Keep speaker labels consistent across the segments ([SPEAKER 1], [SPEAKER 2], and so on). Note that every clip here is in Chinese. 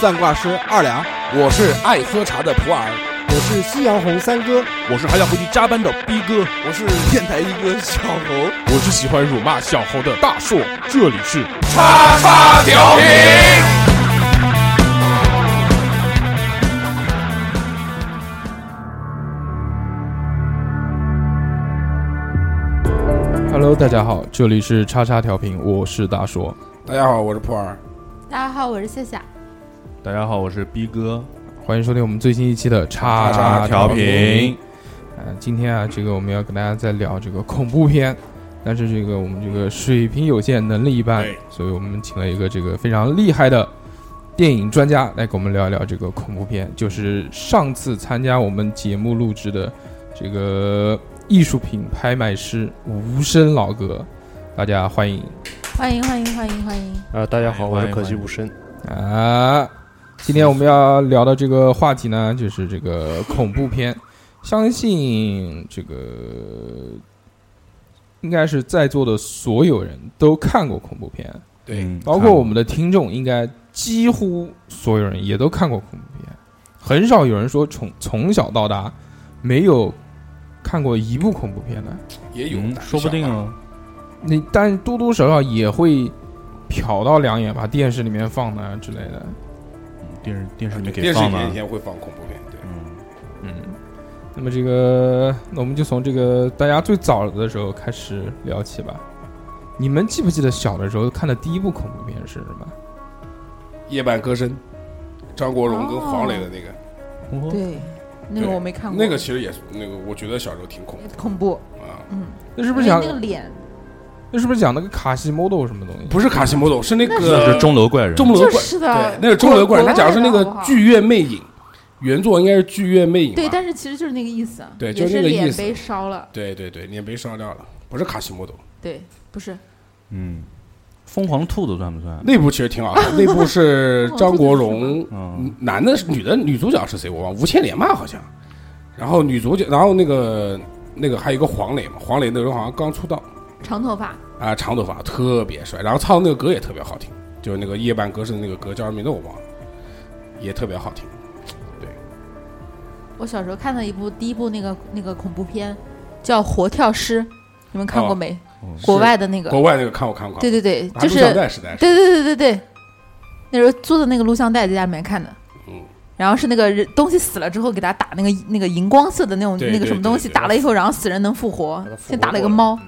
[SPEAKER 1] 算卦师二两，
[SPEAKER 2] 我是爱喝茶的普洱，
[SPEAKER 3] 我是夕阳红三哥，
[SPEAKER 4] 我是还要回去加班的逼哥，
[SPEAKER 5] 我是电台一哥小猴，
[SPEAKER 6] 我是喜欢辱骂小猴的大硕。这里是
[SPEAKER 7] 叉叉调频。
[SPEAKER 6] Hello，大家好，这里是叉叉调频，我是大硕。
[SPEAKER 2] 大家好，我是普洱。
[SPEAKER 8] 大家好，我是夏夏。
[SPEAKER 9] 大家好，我是逼哥，
[SPEAKER 6] 欢迎收听我们最新一期的叉
[SPEAKER 9] 叉
[SPEAKER 6] 调
[SPEAKER 9] 调频。
[SPEAKER 6] 呃，今天啊，这个我们要跟大家再聊这个恐怖片，但是这个我们这个水平有限，能力一般
[SPEAKER 2] 对，
[SPEAKER 6] 所以我们请了一个这个非常厉害的电影专家来跟我们聊一聊这个恐怖片，就是上次参加我们节目录制的这个艺术品拍卖师无声老哥，大家欢迎。
[SPEAKER 8] 欢迎欢迎欢迎欢迎！
[SPEAKER 10] 啊、大家好，我
[SPEAKER 9] 哎欢迎
[SPEAKER 10] 是可惜
[SPEAKER 9] 欢迎
[SPEAKER 10] 无声。
[SPEAKER 6] 啊，今天我们要聊的这个话题呢，就是这个恐怖片。相信这个应该是在座的所有人都看过恐怖片，
[SPEAKER 2] 对，
[SPEAKER 6] 包括我们的听众，应该几乎所有人也都看过恐怖片。很少有人说从从小到大没有看过一部恐怖片的，
[SPEAKER 2] 也有
[SPEAKER 9] 嗯，
[SPEAKER 2] 胆
[SPEAKER 9] 说不定
[SPEAKER 2] 小吧
[SPEAKER 9] 哦。
[SPEAKER 6] 你但多多少少也会瞟到两眼，把电视里面放的啊之类的。
[SPEAKER 9] 电视电视里
[SPEAKER 2] 嗯
[SPEAKER 9] 面
[SPEAKER 2] 电
[SPEAKER 9] 给
[SPEAKER 2] 视
[SPEAKER 9] 放啊
[SPEAKER 2] 里以
[SPEAKER 9] 了，
[SPEAKER 2] 前会放恐怖片，对，
[SPEAKER 6] 嗯，那么这个，那我们就从这个大家最早的时候开始聊起吧。你们记不记得小的时候看的第一部恐怖片是什么？
[SPEAKER 2] 夜半歌声，张国荣跟黄磊的那个，
[SPEAKER 9] 哦
[SPEAKER 8] 对，那个我没看过，
[SPEAKER 2] 那个其实也是那个，我觉得小时候挺恐怖
[SPEAKER 8] 恐怖，
[SPEAKER 2] 啊，
[SPEAKER 8] 嗯，
[SPEAKER 6] 那是不是讲
[SPEAKER 8] 那个脸
[SPEAKER 6] 那是不是讲那个卡西莫多什么东西？
[SPEAKER 2] 不是卡西莫多，是那
[SPEAKER 9] 那
[SPEAKER 2] 个
[SPEAKER 9] 是钟楼怪人，
[SPEAKER 2] 钟楼
[SPEAKER 8] 呃就
[SPEAKER 2] 怪，
[SPEAKER 8] 是
[SPEAKER 2] 对
[SPEAKER 8] 的，，
[SPEAKER 2] 那个钟楼怪人，他讲的是那
[SPEAKER 8] 国外的好不
[SPEAKER 2] 个
[SPEAKER 8] 好
[SPEAKER 2] 剧院魅影，原作应该是剧院魅影吧，
[SPEAKER 8] 对，但是其实就是那个意思，
[SPEAKER 2] 对
[SPEAKER 8] 也
[SPEAKER 2] 就是那个意
[SPEAKER 8] 脸
[SPEAKER 2] 思
[SPEAKER 8] 被烧了，
[SPEAKER 2] 对对对，脸被烧掉了，不是卡西莫多，
[SPEAKER 8] 对，不是
[SPEAKER 9] 嗯，疯狂兔子算不算？
[SPEAKER 2] 那部其实挺 好看，那部
[SPEAKER 8] 哦
[SPEAKER 2] 是张国荣，
[SPEAKER 9] 嗯，
[SPEAKER 2] 男的是女的，女主角是谁我忘了，吴倩莲吧好像，然后女主角，然后那个那个还有一个黄磊嘛，黄磊那时候好像刚出道
[SPEAKER 8] 长头发，
[SPEAKER 2] 啊，长头发特别帅，然后唱的那个歌也特别好听，就是那个夜半歌声的那个歌叫什么名字我忘了，也特别好听，
[SPEAKER 8] 我小时候看到一部第一部那个那个恐怖片叫《活跳尸》，你们看过没？国外的那个，
[SPEAKER 2] 哦国外那个看我看过，
[SPEAKER 8] 对对对，
[SPEAKER 2] 拿
[SPEAKER 8] 就
[SPEAKER 2] 录
[SPEAKER 8] 是
[SPEAKER 2] 像带时代是
[SPEAKER 8] 对对对对对，那时候租的那个录像带在家里面看的。
[SPEAKER 2] 嗯
[SPEAKER 8] 然后是那个人东西死了之后，给他打那个那个荧光色的那种
[SPEAKER 2] 对
[SPEAKER 8] 那个什么东西，
[SPEAKER 2] 对对对
[SPEAKER 8] 打了以后，然后死人能复活
[SPEAKER 10] 把它。复活
[SPEAKER 8] 先打了一个
[SPEAKER 10] 过来
[SPEAKER 8] 猫，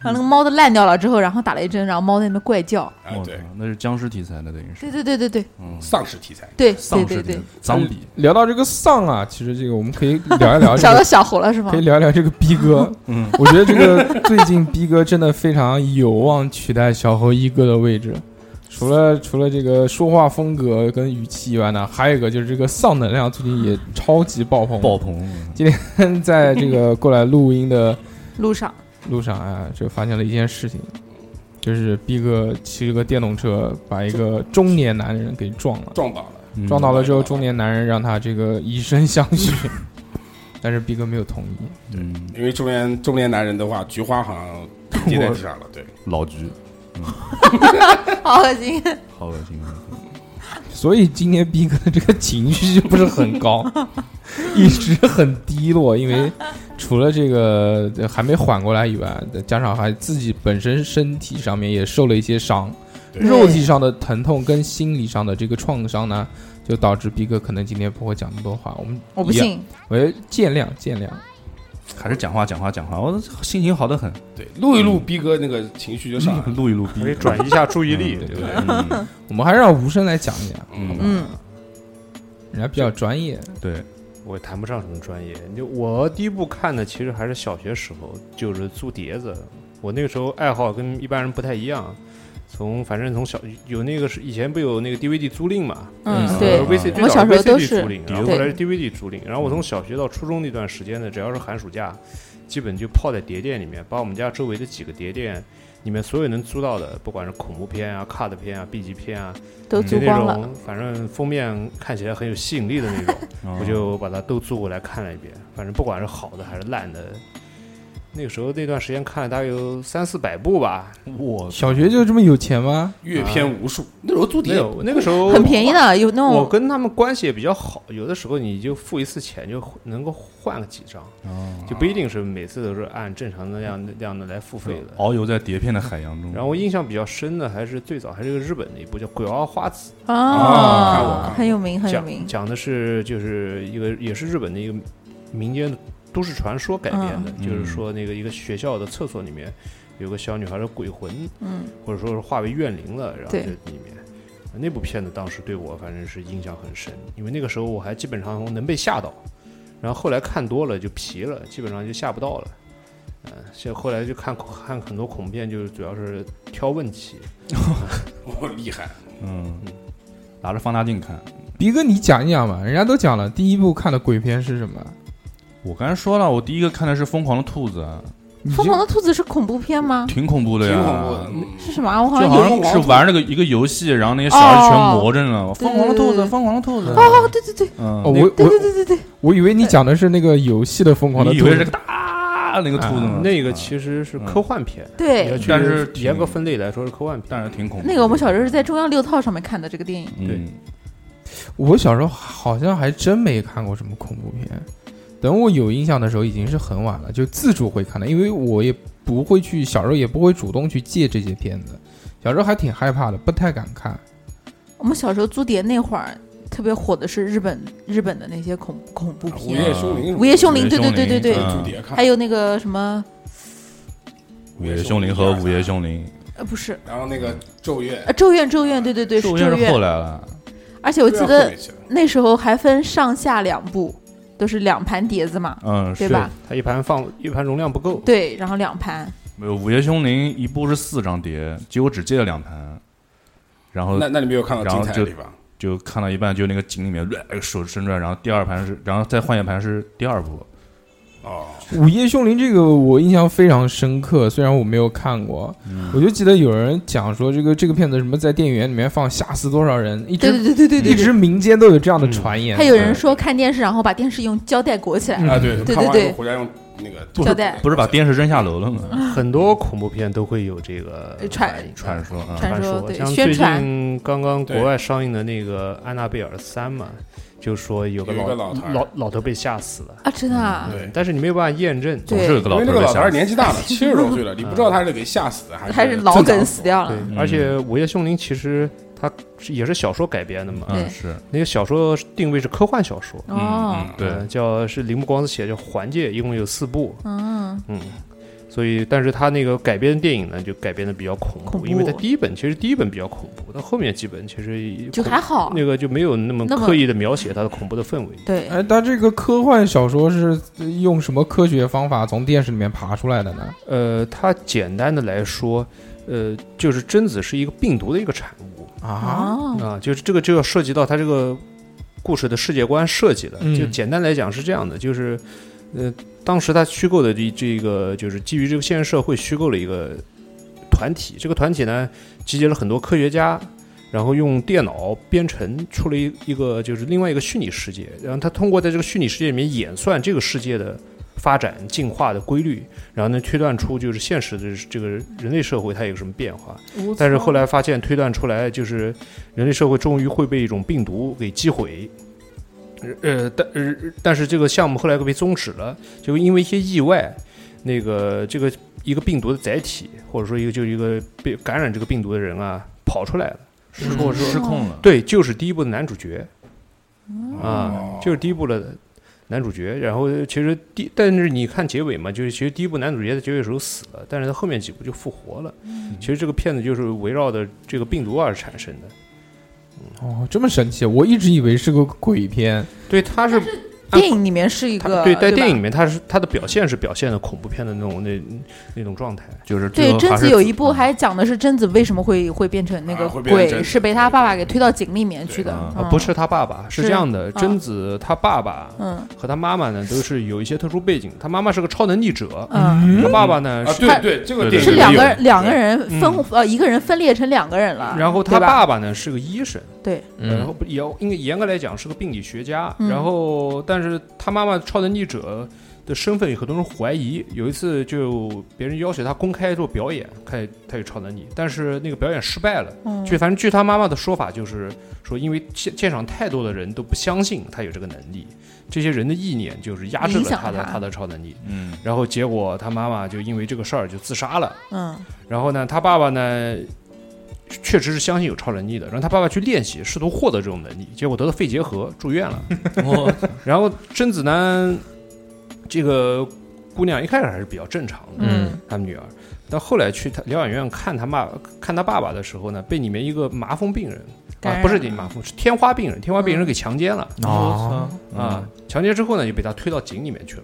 [SPEAKER 8] 然后那个猫都烂掉了之后，然后打了一针，然后猫在那边怪叫。
[SPEAKER 2] 啊
[SPEAKER 9] 我操
[SPEAKER 2] 对，
[SPEAKER 9] 那是僵尸题材的，等于是
[SPEAKER 8] 对对对对对
[SPEAKER 9] 嗯
[SPEAKER 2] 丧尸题材，
[SPEAKER 8] 对对
[SPEAKER 9] 丧
[SPEAKER 8] 对
[SPEAKER 9] 尸题材
[SPEAKER 8] 对，
[SPEAKER 9] 脏比，
[SPEAKER 6] 聊到这个丧啊，其实这个我们可以聊一聊这
[SPEAKER 8] 小
[SPEAKER 6] 个
[SPEAKER 8] 到，小猴了是吗
[SPEAKER 6] 可以？聊一聊这个逼 哥。
[SPEAKER 9] 嗯，
[SPEAKER 6] 我觉得这个最近逼哥真的非常有望取代小猴一哥的位置。除了除了这个说话风格跟语气以外呢，还有一个就是这个丧能量最近也超级爆棚。
[SPEAKER 9] 爆棚，
[SPEAKER 6] 在这个过来录音的
[SPEAKER 8] 路上
[SPEAKER 6] 路上啊，就发现了一件事情，就是逼哥骑着个电动车把一个中年男人给撞了，
[SPEAKER 2] 撞倒了，
[SPEAKER 9] 嗯
[SPEAKER 6] 撞到了之后，中年男人让他这个以身相许， 但是逼哥没有同意。
[SPEAKER 9] 嗯，
[SPEAKER 2] 因为中年中年男人的话，菊花好像跌在地上了，对，
[SPEAKER 9] 老菊，
[SPEAKER 8] 好恶心，
[SPEAKER 9] 好恶心啊，
[SPEAKER 6] 所以今天逼哥的这个情绪就不是很高， 一直很低落，因为除了这个呃还没缓过来以外，加上还自己本身身体上面也受了一些伤，
[SPEAKER 2] 对
[SPEAKER 6] 肉体上的疼痛跟心理上的这个创伤呢，就导致逼哥可能今天不会讲那么多话。我们
[SPEAKER 8] 我不，信。
[SPEAKER 6] 喂，见谅见谅。
[SPEAKER 9] 还是讲话讲话讲话，我的心情好的很，
[SPEAKER 2] 对，录一录逼哥那个情绪就上来了，
[SPEAKER 9] 录一录逼，
[SPEAKER 10] 可以转移一下注意力。
[SPEAKER 6] 对
[SPEAKER 2] 对不对？
[SPEAKER 9] 嗯
[SPEAKER 6] 我们还是让无声来讲一讲，
[SPEAKER 2] 嗯，
[SPEAKER 8] 嗯，
[SPEAKER 6] 人家比较专业。
[SPEAKER 9] 对，
[SPEAKER 10] 我也谈不上什么专业，就我第一部看的其实还是小学时候，就是租碟子。我那个时候爱好跟一般人不太一样，从反正从小有那个是以前不有那个 DVD 租赁嘛，
[SPEAKER 8] 嗯
[SPEAKER 9] 嗯
[SPEAKER 8] 对
[SPEAKER 10] 呃，VC 最
[SPEAKER 8] 我
[SPEAKER 10] 早
[SPEAKER 8] 小时候都
[SPEAKER 10] VCD
[SPEAKER 8] 是
[SPEAKER 10] 租赁，
[SPEAKER 9] 对
[SPEAKER 10] 然后后来是 DVD 租赁，然后我从小学到初中那段时间呢，只要是寒暑假，基本就泡在碟店里面，把我们家周围的几个碟店里面所有能租到的，不管是恐怖片啊、cut 片啊、B 级片啊，
[SPEAKER 8] 都
[SPEAKER 10] 就
[SPEAKER 8] 租
[SPEAKER 10] 那
[SPEAKER 8] 光了。
[SPEAKER 10] 种反正封面看起来很有吸引力的那种，
[SPEAKER 9] 嗯
[SPEAKER 10] 我就把它都租过来看了一遍。反正不管是好的还是烂的，那个时候那段时间看了大概有三四百部吧，
[SPEAKER 6] 我小学就这么有钱吗？
[SPEAKER 2] 阅片无数。那时候租
[SPEAKER 10] 没
[SPEAKER 2] 碟
[SPEAKER 10] 有那个时候
[SPEAKER 8] 很便宜哦的，有那
[SPEAKER 10] 我
[SPEAKER 8] 种
[SPEAKER 10] 跟他们关系也比较好，有的时候你就付一次钱就能够换个几张，就不一定是每次都是按正常的那样那样的来付费的。
[SPEAKER 9] 遨哦游在碟片的海洋中。
[SPEAKER 10] 然后我印象比较深的还是最早还是一个日本的一部叫《鬼娃花子
[SPEAKER 2] 啊看过看
[SPEAKER 8] 啊
[SPEAKER 2] 过，
[SPEAKER 8] 很有名，》，很有
[SPEAKER 10] 讲
[SPEAKER 8] 名。
[SPEAKER 10] 讲的是就是一个也是日本的一个民间的都市传说改编的，
[SPEAKER 9] 嗯
[SPEAKER 10] 就是说那个一个学校的厕所里面有个小女孩的鬼魂，
[SPEAKER 8] 嗯，
[SPEAKER 10] 或者说是化为怨灵了，然后
[SPEAKER 8] 对
[SPEAKER 10] 在里面。那部片子当时对我反正是印象很深，因为那个时候我还基本上能被吓到，然后后来看多了就皮了，基本上就吓不到了。嗯，现后来就看看很多恐怖片，就是主要是挑问题。
[SPEAKER 2] 我厉害。
[SPEAKER 9] 嗯，拿着放大镜看。
[SPEAKER 6] 逼哥，你讲一讲吧，人家都讲了，第一部看的鬼片是什么？
[SPEAKER 9] 我刚才说了，我第一个看的是《疯狂的兔子》，
[SPEAKER 6] 你
[SPEAKER 8] 疯
[SPEAKER 6] 这
[SPEAKER 8] 狂的兔子是恐怖片吗？
[SPEAKER 9] 挺恐怖的呀，
[SPEAKER 2] 挺恐怖的嗯
[SPEAKER 8] 是什么啊？我好
[SPEAKER 9] 就
[SPEAKER 8] 像
[SPEAKER 9] 好
[SPEAKER 8] 有
[SPEAKER 9] 像是玩那个一个游戏，然后那些小孩全磨着呢，
[SPEAKER 8] 对
[SPEAKER 9] 疯狂的兔
[SPEAKER 8] 对
[SPEAKER 9] 子，
[SPEAKER 8] 对
[SPEAKER 9] 疯狂的兔子。
[SPEAKER 8] 哦，对对对
[SPEAKER 9] 嗯，
[SPEAKER 6] 哦，我
[SPEAKER 9] 那
[SPEAKER 8] 对对
[SPEAKER 6] 我
[SPEAKER 8] 对对对，
[SPEAKER 6] 我以为你讲的是那个游戏的疯狂的
[SPEAKER 9] 你以
[SPEAKER 6] 兔
[SPEAKER 9] 为是个
[SPEAKER 6] 子，
[SPEAKER 9] 大那个兔子呢？
[SPEAKER 10] 啊嗯
[SPEAKER 9] 啊
[SPEAKER 10] 那个其实是科幻片，你要
[SPEAKER 8] 对
[SPEAKER 9] 嗯
[SPEAKER 10] 去
[SPEAKER 9] 但是挺
[SPEAKER 10] 严格分类来说是科幻片。
[SPEAKER 9] 但是挺恐怖。
[SPEAKER 8] 那个我们小时候是在中央六套上面看的这个电影，
[SPEAKER 10] 对
[SPEAKER 9] 嗯，
[SPEAKER 6] 我小时候好像还真没看过什么恐怖片。等我有印象的时候已经是很晚了，就自主会看的，因为我也不会去，小时候也不会主动去借这些片子，小时候还挺害怕的，不太敢看。
[SPEAKER 8] 我们小时候租碟那会儿特别火的是日本日本的那些恐恐怖
[SPEAKER 2] 午
[SPEAKER 8] 片，
[SPEAKER 2] 夜凶铃，啊
[SPEAKER 8] 午夜凶铃，
[SPEAKER 9] 午夜
[SPEAKER 8] 对对对对对，
[SPEAKER 9] 嗯
[SPEAKER 2] 租碟看
[SPEAKER 8] 还。有那个什么
[SPEAKER 9] 午夜凶铃和午夜凶铃，
[SPEAKER 8] 呃不是
[SPEAKER 2] 然后那个咒怨，
[SPEAKER 8] 呃咒怨咒怨，对对对是
[SPEAKER 9] 咒
[SPEAKER 8] 咒
[SPEAKER 9] 怨是后
[SPEAKER 8] 怨，
[SPEAKER 9] 来了。
[SPEAKER 8] 而且我记
[SPEAKER 2] 咒啊怨后
[SPEAKER 8] 得
[SPEAKER 2] 面去了
[SPEAKER 8] 那时候还分上下两部，都是两盘碟子嘛，
[SPEAKER 9] 嗯，
[SPEAKER 8] 对
[SPEAKER 9] 是
[SPEAKER 8] 吧？
[SPEAKER 10] 它一盘放一盘容量不够，
[SPEAKER 8] 对，然后两盘，
[SPEAKER 9] 没有《午夜凶铃》一部是四张碟，结果只借了两盘，然后
[SPEAKER 2] 那那你没有看到
[SPEAKER 9] 然后
[SPEAKER 2] 精彩的
[SPEAKER 9] 就
[SPEAKER 2] 地方？
[SPEAKER 9] 就看到一半，就那个井里面，呃手伸出来，然后第二盘是，然后再换一盘是第二部，
[SPEAKER 2] 哦，
[SPEAKER 6] 《午夜凶铃》这个我印象非常深刻，虽然我没有看过，我就记得有人讲说这个这个片子什么在电影院里面放吓死多少人，一
[SPEAKER 8] 对
[SPEAKER 6] 直
[SPEAKER 8] 对对对对对嗯
[SPEAKER 6] 一直
[SPEAKER 8] 对。
[SPEAKER 6] 民间都有这样的传言。啊
[SPEAKER 8] 还有人说看电视，然后把电视用胶带裹起来，
[SPEAKER 2] 啊，对，
[SPEAKER 8] 对
[SPEAKER 2] 看完
[SPEAKER 8] 对
[SPEAKER 2] 以后
[SPEAKER 8] 对
[SPEAKER 2] 回家用那个
[SPEAKER 8] 胶带
[SPEAKER 9] 嗯不是把电视扔下楼了吗？
[SPEAKER 10] 很多恐怖片都会有这个
[SPEAKER 8] 呃传
[SPEAKER 9] 传说啊，
[SPEAKER 8] 传说对
[SPEAKER 10] 像
[SPEAKER 8] 宣
[SPEAKER 10] 最
[SPEAKER 8] 传
[SPEAKER 10] 近刚刚
[SPEAKER 2] 对
[SPEAKER 10] 国外上映的那个《安娜贝尔三》嘛，就说有个
[SPEAKER 2] 有一
[SPEAKER 10] 老
[SPEAKER 2] 个老头儿
[SPEAKER 10] 老老头被吓死了，
[SPEAKER 8] 啊，真的啊，
[SPEAKER 2] 对
[SPEAKER 9] 嗯
[SPEAKER 10] 但是你没有办法验证。
[SPEAKER 9] 总是有
[SPEAKER 2] 因
[SPEAKER 9] 个老
[SPEAKER 2] 为
[SPEAKER 9] 头
[SPEAKER 2] 那个
[SPEAKER 9] 儿被
[SPEAKER 2] 老头
[SPEAKER 9] 吓
[SPEAKER 2] 儿
[SPEAKER 9] 死。
[SPEAKER 2] 年纪大了，七十多岁了，你不知道他是给吓死的还是
[SPEAKER 8] 还是脑梗死掉
[SPEAKER 10] 对
[SPEAKER 8] 了，，
[SPEAKER 2] 嗯
[SPEAKER 10] 而且《午夜凶铃》其实它是也是小说改编的嘛，
[SPEAKER 8] 对
[SPEAKER 9] 嗯，是，
[SPEAKER 10] 那个小说定位是科幻小说，
[SPEAKER 9] 嗯
[SPEAKER 8] 哦，
[SPEAKER 9] 对
[SPEAKER 10] 呃叫是铃木光子写的，叫《环界》，一共有四部，
[SPEAKER 8] 嗯，
[SPEAKER 10] 嗯。所以，但是他那个改编的电影呢，就改编的比较恐怖，
[SPEAKER 8] 恐怖
[SPEAKER 10] 因为他第一本其实第一本比较恐怖，到后面几本其实
[SPEAKER 8] 就
[SPEAKER 10] 恐
[SPEAKER 8] 还好，
[SPEAKER 10] 那个就没有那么
[SPEAKER 8] 那么
[SPEAKER 10] 刻意的描写它的恐怖的氛围。
[SPEAKER 8] 对，
[SPEAKER 6] 哎，他这个科幻小说是用什么科学方法从电视里面爬出来的呢？
[SPEAKER 10] 呃，它简单的来说，呃，就是贞子是一个病毒的一个产物
[SPEAKER 6] 啊，
[SPEAKER 8] 哦，
[SPEAKER 10] 啊，就是这个就要涉及到它这个故事的世界观设计了。
[SPEAKER 6] 嗯
[SPEAKER 10] 就简单来讲是这样的，就是呃，当时它虚构的这这个就是基于这个现实社会虚构了一个团体，这个团体呢集结了很多科学家。然后用电脑编程出了一一个就是另外一个虚拟世界，然后他通过在这个虚拟世界里面演算这个世界的发展进化的规律，然后呢推断出就是现实的这个人类社会它有什么变化。 但是后来发现推断出来就是人类社会终于会被一种病毒给击毁。呃，但呃，但是这个项目后来被终止了，就因为一些意外，那个这个一个病毒的载体，或者说一个就是一个被感染这个病毒的人啊，跑出来了。
[SPEAKER 9] 失控失控了，
[SPEAKER 10] 对，就是第一部的男主角啊
[SPEAKER 2] 哦，
[SPEAKER 10] 就是第一部的男主角。然后其实第，但是你看结尾嘛，就是其实第一部男主角在结尾的时候死了，但是他后面几部就复活了。
[SPEAKER 8] 嗯
[SPEAKER 10] 其实这个片子就是围绕的这个病毒而产生的。
[SPEAKER 6] 哦，这么神奇，我一直以为是个鬼片。
[SPEAKER 10] 对，它是
[SPEAKER 8] 电影里面是一
[SPEAKER 10] 它
[SPEAKER 8] 个
[SPEAKER 10] 对，在
[SPEAKER 8] 吧
[SPEAKER 10] 电影里面它是它的表现是表现的恐怖片的那种那那种状态。
[SPEAKER 9] 就是最
[SPEAKER 8] 对
[SPEAKER 9] 后
[SPEAKER 8] 贞
[SPEAKER 9] 还
[SPEAKER 8] 子
[SPEAKER 9] 是
[SPEAKER 8] 有一部
[SPEAKER 10] 嗯
[SPEAKER 8] 还讲的是贞子为什么会会变成那
[SPEAKER 2] 啊
[SPEAKER 8] 个
[SPEAKER 2] 会变成
[SPEAKER 8] 鬼，
[SPEAKER 2] 贞
[SPEAKER 8] 是被他爸爸给推到井里面去的
[SPEAKER 9] 对啊，
[SPEAKER 10] 啊
[SPEAKER 8] 嗯，
[SPEAKER 10] 不是，他爸爸，是
[SPEAKER 8] 是
[SPEAKER 10] 这样的，
[SPEAKER 8] 啊
[SPEAKER 10] 贞子他爸爸
[SPEAKER 8] 嗯
[SPEAKER 10] 和他妈妈呢都是有一些特殊背景，他妈妈是个超能力者，
[SPEAKER 8] 嗯，
[SPEAKER 10] 他爸爸呢
[SPEAKER 2] 啊，
[SPEAKER 10] 是
[SPEAKER 2] 对对，这个
[SPEAKER 9] 对
[SPEAKER 2] 电影
[SPEAKER 9] 对
[SPEAKER 8] 是两
[SPEAKER 2] 也
[SPEAKER 8] 个
[SPEAKER 2] 有
[SPEAKER 8] 人两个人
[SPEAKER 10] 嗯
[SPEAKER 8] 分呃一个人分裂成两个人了，
[SPEAKER 10] 然后他
[SPEAKER 8] 对吧
[SPEAKER 10] 爸爸呢是个医生，
[SPEAKER 8] 对，
[SPEAKER 6] 嗯
[SPEAKER 10] 然后不也要应该严格来讲是个病理学家，
[SPEAKER 8] 嗯
[SPEAKER 10] 然后但是他妈妈超能力者的身份有很多人怀疑。有一次就别人要求他公开做表演，看他有超能力，但是那个表演失败了。
[SPEAKER 8] 嗯
[SPEAKER 10] 据反正据他妈妈的说法，就是说因为现现场太多的人都不相信他有这个能力，这些人的意念就是压制了
[SPEAKER 8] 影响
[SPEAKER 10] 他的
[SPEAKER 8] 他
[SPEAKER 10] 他的超能力。
[SPEAKER 9] 嗯，
[SPEAKER 10] 然后结果他妈妈就因为这个事儿就自杀了。
[SPEAKER 8] 嗯
[SPEAKER 10] 然后呢，他爸爸呢，确实是相信有超能力的，然后他爸爸去练习，试图获得这种能力，结果得了肺结核，住院了。然后贞子呢，这个姑娘一开始还是比较正常的，
[SPEAKER 8] 嗯
[SPEAKER 10] 她女儿，但后来去她疗养院看她妈看她爸爸的时候呢，被里面一个麻风病人
[SPEAKER 8] 感
[SPEAKER 10] 啊，
[SPEAKER 8] 染
[SPEAKER 10] 不是麻风，是天花病人，天花病人
[SPEAKER 8] 嗯
[SPEAKER 10] 给强奸了。
[SPEAKER 6] 啊，
[SPEAKER 10] 啊，强奸之后呢，就被他推到井里面去了，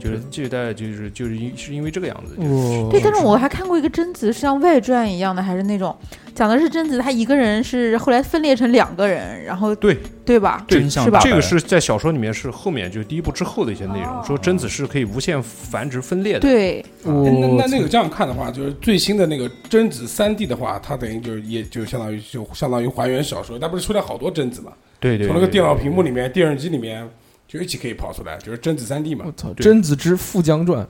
[SPEAKER 10] 就是这代就是就是因是因为这个样子，就是
[SPEAKER 6] 哦
[SPEAKER 8] 对，但是我还看过一个贞子，是像外传一样的，还是那种讲的是贞子，她一个人是后来分裂成两个人，然后
[SPEAKER 10] 对
[SPEAKER 8] 对吧？
[SPEAKER 10] 对
[SPEAKER 9] 真相
[SPEAKER 8] 是吧
[SPEAKER 9] 大白
[SPEAKER 10] 这个是在小说里面是后面就第一部之后的一些内容，
[SPEAKER 8] 哦
[SPEAKER 10] 说贞子是可以无限繁殖分裂的。
[SPEAKER 8] 对，
[SPEAKER 2] 哎那
[SPEAKER 6] 我
[SPEAKER 2] 那那个这样看的话，就是最新的那个贞子三 D 的话，它等于就是也就相当于就相当于还原小说，它不是出来好多贞子嘛？
[SPEAKER 10] 对对
[SPEAKER 2] 从那个电脑屏幕里面、电视机里面就一起可以跑出来，就是贞子三 D 嘛
[SPEAKER 6] 我。操，《
[SPEAKER 10] 对
[SPEAKER 6] 贞子之富江传》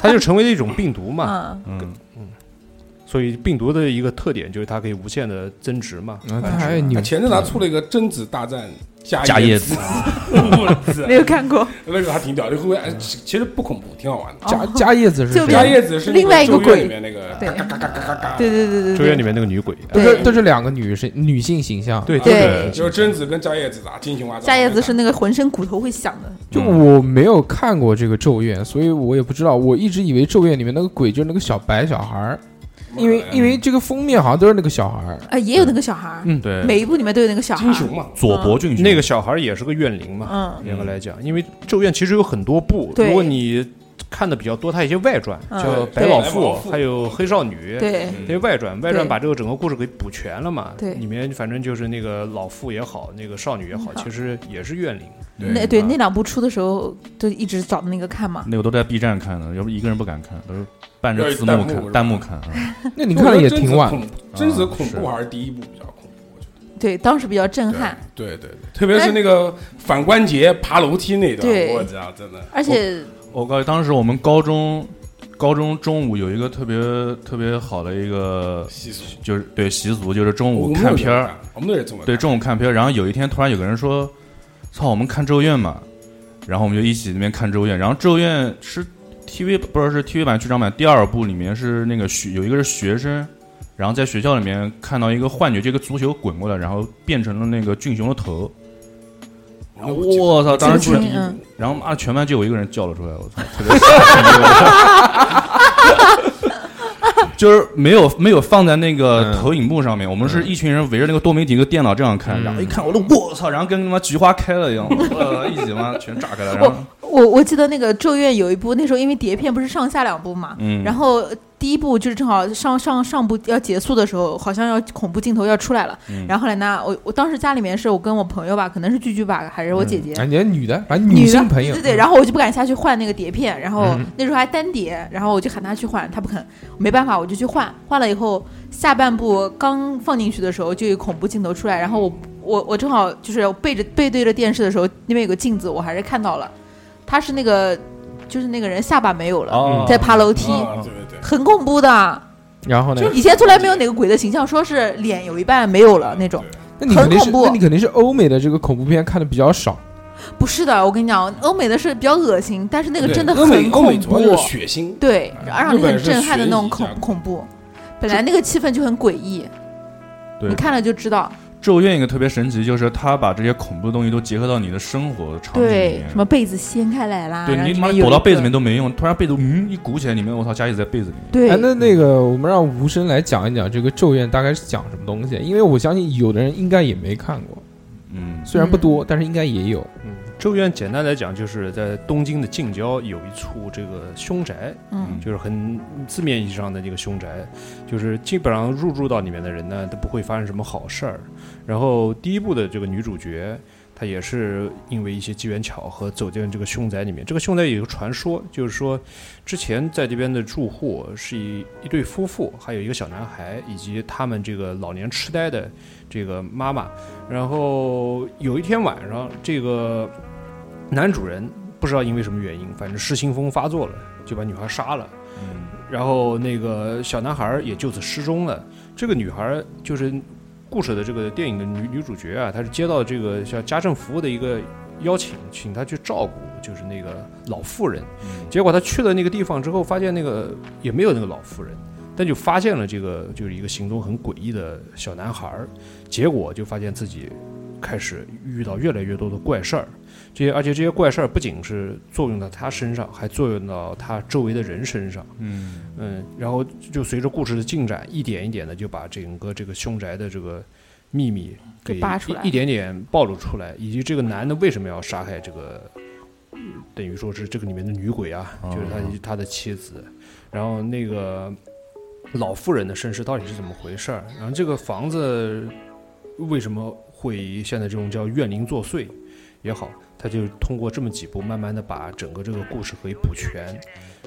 [SPEAKER 10] 它就成为了一种病毒嘛。
[SPEAKER 8] 嗯，
[SPEAKER 9] 嗯，
[SPEAKER 10] 所以病毒的一个特点就是它可以无限的增值嘛。
[SPEAKER 6] 啊，太牛
[SPEAKER 2] 那！前阵子还出了一个《贞子大战
[SPEAKER 9] 加
[SPEAKER 2] 叶
[SPEAKER 9] 叶子，
[SPEAKER 2] 我 操
[SPEAKER 8] 没有看过，
[SPEAKER 2] 那个还挺屌，就后面哎其其实不恐怖，挺好玩的。
[SPEAKER 6] 加
[SPEAKER 8] 哦
[SPEAKER 6] 加叶子是
[SPEAKER 8] 就
[SPEAKER 6] 谁啊
[SPEAKER 8] 对
[SPEAKER 2] 加叶子是那
[SPEAKER 8] 另外一个
[SPEAKER 2] 咒怨
[SPEAKER 8] 鬼
[SPEAKER 2] 里面那个
[SPEAKER 8] 对
[SPEAKER 2] 嘎嘎嘎嘎嘎嘎，
[SPEAKER 8] 对对对对
[SPEAKER 10] 咒怨里
[SPEAKER 8] 对，
[SPEAKER 10] 面那个女鬼，
[SPEAKER 6] 都是
[SPEAKER 8] 对
[SPEAKER 6] 都是两个女生女性形象。
[SPEAKER 10] 对
[SPEAKER 8] 对
[SPEAKER 2] 就是贞子跟加叶子打金熊蛙。
[SPEAKER 8] 夏叶子是那个浑身骨头会响的，
[SPEAKER 6] 就我没有看过这个《咒怨》，所以我也不知道。我一直以为《咒怨》里面那个鬼就是那个小白小孩儿，因为因为这个封面好像都是那个小孩儿。
[SPEAKER 8] 啊，也有那个小孩儿，
[SPEAKER 9] 嗯
[SPEAKER 2] 嗯
[SPEAKER 9] 对，
[SPEAKER 8] 每一部里面都有那个小孩
[SPEAKER 2] 金
[SPEAKER 8] 儿，
[SPEAKER 2] 熊嘛，
[SPEAKER 9] 佐伯俊雄
[SPEAKER 10] 那个小孩也是个怨灵嘛。
[SPEAKER 8] 嗯，
[SPEAKER 10] 严格来讲，因为咒怨其实有很多部，
[SPEAKER 8] 对
[SPEAKER 10] 如果你看的比较多，它有一些外传，
[SPEAKER 8] 嗯
[SPEAKER 10] 叫
[SPEAKER 2] 对
[SPEAKER 10] 白老
[SPEAKER 2] 白
[SPEAKER 10] 妇
[SPEAKER 2] 老，妇
[SPEAKER 10] 还有黑少女，
[SPEAKER 8] 对，
[SPEAKER 10] 因为外传，外传
[SPEAKER 8] 对
[SPEAKER 10] 把这个整个故事给补全了嘛。
[SPEAKER 8] 对
[SPEAKER 10] 里面反正就是那个老妇也好，那个少女也好，
[SPEAKER 8] 嗯
[SPEAKER 10] 其实也是怨灵。
[SPEAKER 8] 那对
[SPEAKER 10] 啊
[SPEAKER 8] 那两部出的时候就一直找那个看嘛，
[SPEAKER 9] 那个都在 B 站看的，要不一个人不敢看，都是伴
[SPEAKER 2] 要
[SPEAKER 9] 着
[SPEAKER 2] 有
[SPEAKER 9] 字
[SPEAKER 2] 弹
[SPEAKER 9] 幕
[SPEAKER 2] 幕是吧
[SPEAKER 9] 看，弹幕看啊。
[SPEAKER 6] 那你看了也挺 晚，
[SPEAKER 2] 贞子恐
[SPEAKER 9] 啊
[SPEAKER 2] 怖还是第一部比较恐怖，我觉得。
[SPEAKER 8] 对，当时比较震撼，
[SPEAKER 2] 对啊对对，特别是那个反关节爬楼梯那段，
[SPEAKER 8] 哎对
[SPEAKER 2] 我操，真的。
[SPEAKER 8] 而且
[SPEAKER 9] 我告诉你，当时我们高中高中中午有一个特别特别好的一个，
[SPEAKER 2] 习俗，
[SPEAKER 9] 就是对习俗，就是中
[SPEAKER 2] 我
[SPEAKER 9] 午
[SPEAKER 2] 们
[SPEAKER 9] 嗯看片儿，，
[SPEAKER 2] 我们都是这么
[SPEAKER 9] 对，
[SPEAKER 2] 看
[SPEAKER 9] 中午看片儿，然后有一天突然有个人说：“操，我们看《咒怨》嘛。”然后我们就一起那边看《咒怨》，然后《咒怨》是 TV 不是是 TV 版剧场版第二部里面是那个学有一个是学生，然后在学校里面看到一个幻觉，这个足球滚过来，然后变成了那个俊雄的头。然后我操！当时
[SPEAKER 8] 这个
[SPEAKER 9] 全
[SPEAKER 8] 剧嗯，
[SPEAKER 9] 然后啊妈全班就我一个人叫了出来，我操！特别 就是没有没有放在那个
[SPEAKER 6] 嗯
[SPEAKER 9] 投影幕上面，我们是一群人围着那个多媒体一个电脑这样看，
[SPEAKER 6] 嗯
[SPEAKER 9] 然后一看我都我操，然后跟他妈菊花开了一 样，呃，一起妈全炸开了，然后
[SPEAKER 8] 我我记得那个《咒怨》有一部，那时候因为碟片不是上下两部嘛，
[SPEAKER 9] 嗯，
[SPEAKER 8] 然后第一部就是正好上上上部要结束的时候，好像要恐怖镜头要出来了，
[SPEAKER 9] 嗯
[SPEAKER 8] 然后后来呢，我我当时家里面是我跟我朋友吧，可能是聚聚吧，还是我姐姐。
[SPEAKER 6] 哎，你是女的，反正
[SPEAKER 8] 女的
[SPEAKER 6] 性朋友。
[SPEAKER 8] 对
[SPEAKER 2] 嗯
[SPEAKER 8] 对，然后我就不敢下去换那个碟片，然后
[SPEAKER 6] 嗯
[SPEAKER 8] 那时候还单碟，然后我就喊他去换，他不肯，没办法，我就去换，换了以后下半部刚放进去的时候就有恐怖镜头出来，然后我我我正好就是背着背对着电视的时候，那边有个镜子，我还是看到了，他是那个就是那个人下巴没有了，
[SPEAKER 9] 哦
[SPEAKER 8] 在爬楼梯，
[SPEAKER 2] 啊对对对，
[SPEAKER 8] 很恐怖的。
[SPEAKER 6] 然后呢
[SPEAKER 8] 就？以前从来没有哪个鬼的形象说是脸有一半没有了那种。
[SPEAKER 6] 那你肯定是
[SPEAKER 8] 很恐怖
[SPEAKER 6] 那你肯定是欧美的这个恐怖片看的比较少。
[SPEAKER 8] 不是的，我跟你讲，欧美的是比较恶心，但是那个
[SPEAKER 2] 对
[SPEAKER 8] 真的
[SPEAKER 2] 欧美
[SPEAKER 8] 很
[SPEAKER 2] 欧美
[SPEAKER 8] 恐
[SPEAKER 2] 主
[SPEAKER 8] 怖
[SPEAKER 2] 要，就是血腥，
[SPEAKER 8] 对，
[SPEAKER 2] 哎
[SPEAKER 8] 让你
[SPEAKER 2] 日本
[SPEAKER 8] 很
[SPEAKER 2] 是
[SPEAKER 8] 震撼的那种
[SPEAKER 2] 悬疑
[SPEAKER 8] 恐
[SPEAKER 2] 加
[SPEAKER 8] 恐怖。本来那个气氛就很诡异，
[SPEAKER 9] 对
[SPEAKER 8] 你看了就知道，
[SPEAKER 9] 咒怨一个特别神奇，就是他把这些恐怖的东西都结合到你的生活场景里
[SPEAKER 8] 对
[SPEAKER 9] 面，，
[SPEAKER 8] 什么被子掀开来啦，然
[SPEAKER 9] 对
[SPEAKER 8] 后
[SPEAKER 9] 你
[SPEAKER 8] 里
[SPEAKER 9] 妈
[SPEAKER 8] 面有
[SPEAKER 9] 躲到
[SPEAKER 8] 一
[SPEAKER 9] 被子
[SPEAKER 8] 个
[SPEAKER 9] 里面，都没用，突然被子嗯一鼓起来，里面我操，佳怡在被子里面，
[SPEAKER 8] 对，嗯
[SPEAKER 6] 哎，那那个我们让无声来讲一讲这个《咒怨》大概是讲什么东西，因为我相信有的人应该也没看过，
[SPEAKER 9] 嗯，
[SPEAKER 6] 虽然不多，但是应该也有。
[SPEAKER 10] 嗯，咒怨简单来讲，就是在东京的近郊有一处这个凶宅，
[SPEAKER 8] 嗯
[SPEAKER 10] 就是很字面意义上的那个凶宅，就是基本上入住到里面的人呢，都不会发生什么好事儿。然后第一部的这个女主角，她也是因为一些机缘巧合走进这个凶宅里面。这个凶宅有一个传说，就是说之前在这边的住户是一一对夫妇，还有一个小男孩，以及他们这个老年痴呆的这个妈妈。然后有一天晚上，这个男主人不知道因为什么原因，反正失心疯发作了，就把女孩杀了。然后那个小男孩也就此失踪了。这个女孩就是故事的这个电影的女女主角啊，她是接到这个叫家政服务的一个邀请，请她去照顾，就是那个老妇人。结果她去了那个地方之后，发现那个也没有那个老妇人，但就发现了这个就是一个行踪很诡异的小男孩儿。结果就发现自己开始遇到越来越多的怪事儿。这些，而且这些怪事儿不仅是作用到他身上，还作用到他周围的人身上。
[SPEAKER 9] 嗯
[SPEAKER 10] 嗯，然后就随着故事的进展，一点一点的就把整个这个凶宅的这个秘密给
[SPEAKER 8] 就扒出来
[SPEAKER 10] 一一点点暴露出来，以及这个男的为什么要杀害这个，嗯等于说是这个里面的女鬼啊，就是他、他的妻子，然后那个老妇人的身世到底是怎么回事儿，然后这个房子为什么会现在这种叫怨灵作祟也好。他就通过这么几步，慢慢的把整个这个故事给补全，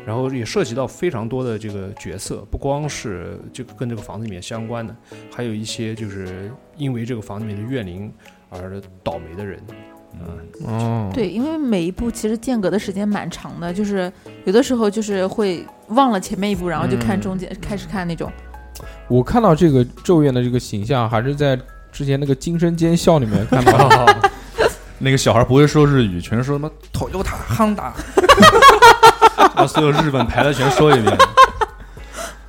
[SPEAKER 10] 然后也涉及到非常多的这个角色，不光是这个跟这个房子里面相关的，还有一些就是因为这个房子里面的怨灵而倒霉的人。
[SPEAKER 9] 嗯
[SPEAKER 6] 哦，
[SPEAKER 8] 对，因为每一步其实间隔的时间蛮长的，就是有的时候就是会忘了前面一步，然后就看中间、开始看那种。
[SPEAKER 6] 我看到这个咒怨的这个形象，还是在之前那个《惊声尖笑》里面看到的。
[SPEAKER 9] 那个小孩不会说日语，全是说什么 Toyota、Honda，把所有日本牌子全说一 遍。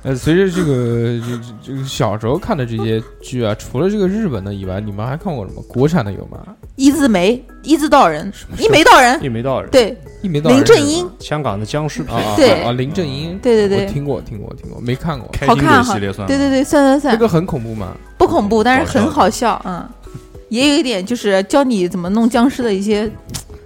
[SPEAKER 6] 呃，随着这个这这这个小时候看的这些剧啊，除了这个日本的以外，你们还看过什么？国产的有吗？
[SPEAKER 8] 一字眉，一字道人，一眉道人，
[SPEAKER 10] 一眉道人，
[SPEAKER 8] 对，
[SPEAKER 6] 一眉道人
[SPEAKER 8] 林正英，
[SPEAKER 10] 香港的僵尸
[SPEAKER 6] 啊
[SPEAKER 10] 片，
[SPEAKER 6] 啊
[SPEAKER 8] 对
[SPEAKER 6] 啊啊，林正英，
[SPEAKER 8] 对对
[SPEAKER 6] 我
[SPEAKER 8] 对，
[SPEAKER 6] 听过听过听过，没看过。
[SPEAKER 9] 开
[SPEAKER 8] 好
[SPEAKER 9] 心
[SPEAKER 8] 看
[SPEAKER 9] 鬼
[SPEAKER 8] 哈
[SPEAKER 9] 系列算
[SPEAKER 8] 对
[SPEAKER 9] 吗
[SPEAKER 8] 对对，算
[SPEAKER 6] 那
[SPEAKER 8] 算
[SPEAKER 6] 个
[SPEAKER 8] 算，
[SPEAKER 6] 很恐怖吗？
[SPEAKER 8] 不恐怖，但是很
[SPEAKER 9] 好
[SPEAKER 8] 好笑，嗯，也有一点就是教你怎么弄僵尸的一些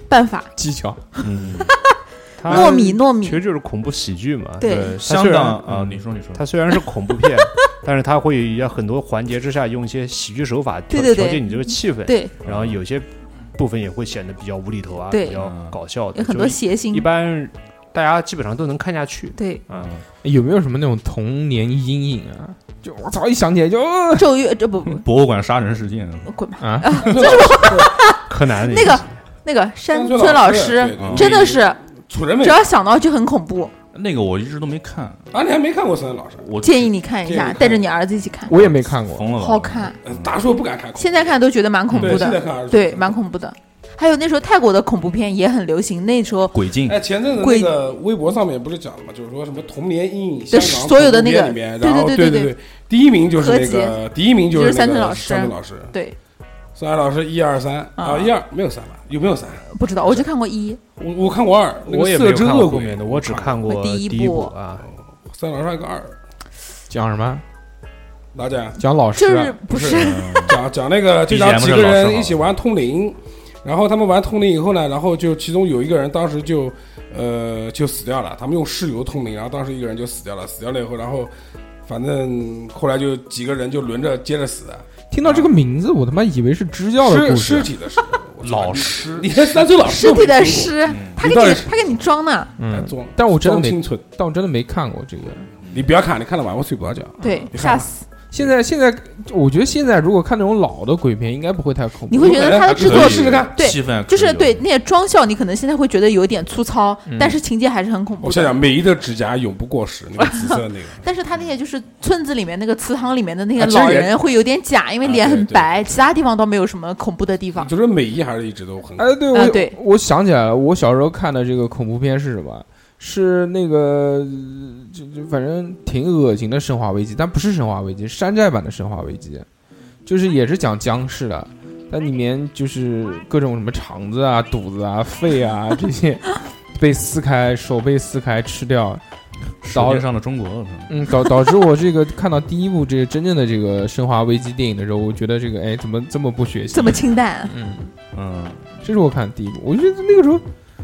[SPEAKER 8] 办法，
[SPEAKER 6] 技巧，
[SPEAKER 10] 嗯， 它
[SPEAKER 8] 糯米糯
[SPEAKER 10] 其
[SPEAKER 8] 米，
[SPEAKER 10] 实就是恐怖喜剧嘛。
[SPEAKER 8] 对
[SPEAKER 10] 它
[SPEAKER 9] 香
[SPEAKER 10] 虽然
[SPEAKER 9] 港啊，
[SPEAKER 10] 嗯
[SPEAKER 9] 你说你说，
[SPEAKER 10] 它虽然是恐怖 片，但是它会在很多环节之下用一些喜剧手法调
[SPEAKER 8] 对对对
[SPEAKER 10] 调节你这个气氛，
[SPEAKER 8] 对，
[SPEAKER 10] 然后有些部分也会显得比较无厘头啊，
[SPEAKER 8] 对
[SPEAKER 10] 比较搞笑的，
[SPEAKER 8] 有很多
[SPEAKER 10] 就
[SPEAKER 8] 谐星
[SPEAKER 10] 一，般大家基本上都能看下去。
[SPEAKER 8] 对，
[SPEAKER 10] 啊，
[SPEAKER 9] 嗯
[SPEAKER 6] 有没有什么那种童年阴影啊？就我操，一想起来就呃
[SPEAKER 8] 咒怨这不不
[SPEAKER 9] 博物馆杀人事件，
[SPEAKER 8] 滚吧，
[SPEAKER 6] 啊，
[SPEAKER 10] 柯南
[SPEAKER 8] 那个那个山村
[SPEAKER 2] 老
[SPEAKER 8] 老师
[SPEAKER 9] 嗯
[SPEAKER 8] 真的是，
[SPEAKER 2] 蠢人们
[SPEAKER 8] 只要想到就很恐怖，
[SPEAKER 9] 那个我一直都没看，
[SPEAKER 2] 啊，你还没看过山村老师？
[SPEAKER 9] 我
[SPEAKER 8] 建议你看一
[SPEAKER 2] 建议
[SPEAKER 8] 下，
[SPEAKER 2] 看
[SPEAKER 8] 带着你儿子一起看，
[SPEAKER 6] 我也没看 过。
[SPEAKER 9] 疯了吧？
[SPEAKER 8] 好看，
[SPEAKER 2] 呃大叔不敢看，
[SPEAKER 8] 现在看都觉得蛮恐
[SPEAKER 2] 对
[SPEAKER 8] 怖
[SPEAKER 2] 现在
[SPEAKER 8] 的，
[SPEAKER 2] 看还是
[SPEAKER 8] 对，蛮恐怖的。还有那时候泰国的恐怖片也很流行，那时候
[SPEAKER 9] 鬼镜
[SPEAKER 2] 哎，前阵子
[SPEAKER 8] 鬼
[SPEAKER 2] 那个微博上面不是讲了嘛，就是说什么童年阴影，
[SPEAKER 8] 对
[SPEAKER 2] 香港
[SPEAKER 8] 所有的
[SPEAKER 2] 恐怖
[SPEAKER 8] 那
[SPEAKER 2] 片
[SPEAKER 8] 个
[SPEAKER 2] 里面，
[SPEAKER 8] 对
[SPEAKER 2] 然后
[SPEAKER 8] 对对
[SPEAKER 2] 对
[SPEAKER 8] 对
[SPEAKER 2] 对，第一名就是那
[SPEAKER 8] 何
[SPEAKER 2] 个，第一名
[SPEAKER 8] 就是是
[SPEAKER 2] 那
[SPEAKER 8] 山村
[SPEAKER 2] 个
[SPEAKER 8] 老师
[SPEAKER 2] 山村老师，
[SPEAKER 8] 对，
[SPEAKER 2] 山村老师一二三
[SPEAKER 8] 啊
[SPEAKER 2] 啊，一二没有三吧？有没有三？
[SPEAKER 8] 不知道，我就看过一，
[SPEAKER 2] 我我看过二，那
[SPEAKER 10] 我也
[SPEAKER 2] 个色
[SPEAKER 10] 没有
[SPEAKER 2] 之
[SPEAKER 10] 看
[SPEAKER 2] 恶
[SPEAKER 10] 过后
[SPEAKER 2] 鬼
[SPEAKER 10] 面的，我只看
[SPEAKER 8] 我
[SPEAKER 10] 过
[SPEAKER 8] 第一
[SPEAKER 10] 一部
[SPEAKER 8] 部
[SPEAKER 10] 啊。
[SPEAKER 2] 三老师还有个二，
[SPEAKER 6] 讲什么？
[SPEAKER 2] 大家
[SPEAKER 6] 讲老师
[SPEAKER 8] 就
[SPEAKER 6] 啊？
[SPEAKER 8] 是不是
[SPEAKER 2] 讲讲那 个，就讲
[SPEAKER 9] BGM
[SPEAKER 2] 几
[SPEAKER 9] 是
[SPEAKER 2] 个
[SPEAKER 9] 老师
[SPEAKER 2] 人
[SPEAKER 9] 好
[SPEAKER 2] 一起玩通灵，然后他们玩通灵以后呢，然后就其中有一个人当时就，呃，就死掉了。他们用尸油通灵，然后当时一个人就死掉了。死掉了以后，然后反正后来就几个人就轮着接着死，
[SPEAKER 6] 听到这个名字，我他妈以为是支教的
[SPEAKER 2] 尸
[SPEAKER 6] 故
[SPEAKER 2] 尸
[SPEAKER 6] 事。啊
[SPEAKER 2] 体的尸， 我操
[SPEAKER 9] 老师
[SPEAKER 2] 你，你连三岁老师
[SPEAKER 8] 尸
[SPEAKER 2] 都
[SPEAKER 8] 体
[SPEAKER 2] 没
[SPEAKER 8] 的
[SPEAKER 2] 听过
[SPEAKER 8] 尸，他
[SPEAKER 2] 嗯
[SPEAKER 8] 给
[SPEAKER 2] 你到底
[SPEAKER 8] 你
[SPEAKER 2] 是
[SPEAKER 8] 他给你装呢，
[SPEAKER 2] 哎
[SPEAKER 6] 嗯，
[SPEAKER 2] 装
[SPEAKER 6] 但我真
[SPEAKER 2] 装
[SPEAKER 6] 的没
[SPEAKER 2] 清纯，
[SPEAKER 6] 但我真的没看过这个。
[SPEAKER 2] 你不要看，你看了晚上睡不着觉。
[SPEAKER 8] 对，
[SPEAKER 2] 你看
[SPEAKER 8] 吓
[SPEAKER 2] 吧
[SPEAKER 8] 死！
[SPEAKER 6] 现在现在，我觉得现在如果看那种老的鬼片，应该不会太恐怖。
[SPEAKER 8] 你会
[SPEAKER 2] 哎
[SPEAKER 8] 觉得他的制
[SPEAKER 9] 可
[SPEAKER 8] 作
[SPEAKER 9] 以
[SPEAKER 2] 试试看
[SPEAKER 8] 对
[SPEAKER 9] 气氛还
[SPEAKER 8] 就是
[SPEAKER 9] 可以
[SPEAKER 8] 对那些妆效，你可能现在会觉得有点粗糙，
[SPEAKER 6] 嗯
[SPEAKER 8] 但是情节还是很恐怖
[SPEAKER 2] 我想
[SPEAKER 8] 的。
[SPEAKER 2] 想，梅姨的指甲永不过时，那个紫色的那 个。
[SPEAKER 8] 但是他那些就是村子里面那个祠堂里面的那些
[SPEAKER 2] 啊其实
[SPEAKER 8] 老
[SPEAKER 2] 也
[SPEAKER 8] 人会有点假，因为
[SPEAKER 2] 啊
[SPEAKER 8] 脸
[SPEAKER 2] 对
[SPEAKER 8] 很
[SPEAKER 2] 对
[SPEAKER 8] 白，其他地方倒没有什么恐怖的地方。
[SPEAKER 2] 就是美姨还是一直都很
[SPEAKER 6] 哎，对，我、
[SPEAKER 8] 啊对
[SPEAKER 6] 我想起来了，我小时候看的这个恐怖片是什么？是那个，呃就就反正挺恶心的《生化危机》，但不是《生化危机》，山寨版的《生化危机》，就是也是讲僵尸的，但里面就是各种什么肠子啊、肚子啊、肺啊这 些被撕开，手被撕开吃掉，
[SPEAKER 9] 舌
[SPEAKER 6] 导
[SPEAKER 9] 尖上的中国，我操
[SPEAKER 6] 嗯导导致我这个看到第一部这个真正的这个《生化危机》电影的时候，我觉得这个哎怎么这么不血腥？
[SPEAKER 8] 这么清淡，
[SPEAKER 6] 嗯。
[SPEAKER 9] 嗯，
[SPEAKER 6] 这是我看的第一部，我觉得那个时候，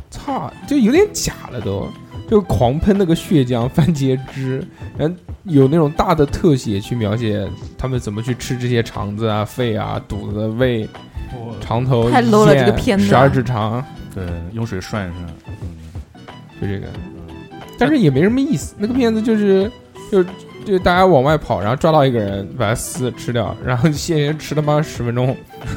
[SPEAKER 6] 操，就有点假了都，就狂喷那个血浆、番茄汁，然后有那种大的特写去描写他们怎么去吃这些肠子啊、肺啊、肚子、胃、肠头、
[SPEAKER 8] 太 low 了这个片子
[SPEAKER 6] 十二指肠，
[SPEAKER 9] 对，用水涮一涮，
[SPEAKER 6] 就这个，但是也没什么意思。那个片子就是，就是就是大家往外跑，然后抓到一个人，把他撕吃掉，然后现人吃他妈十分钟，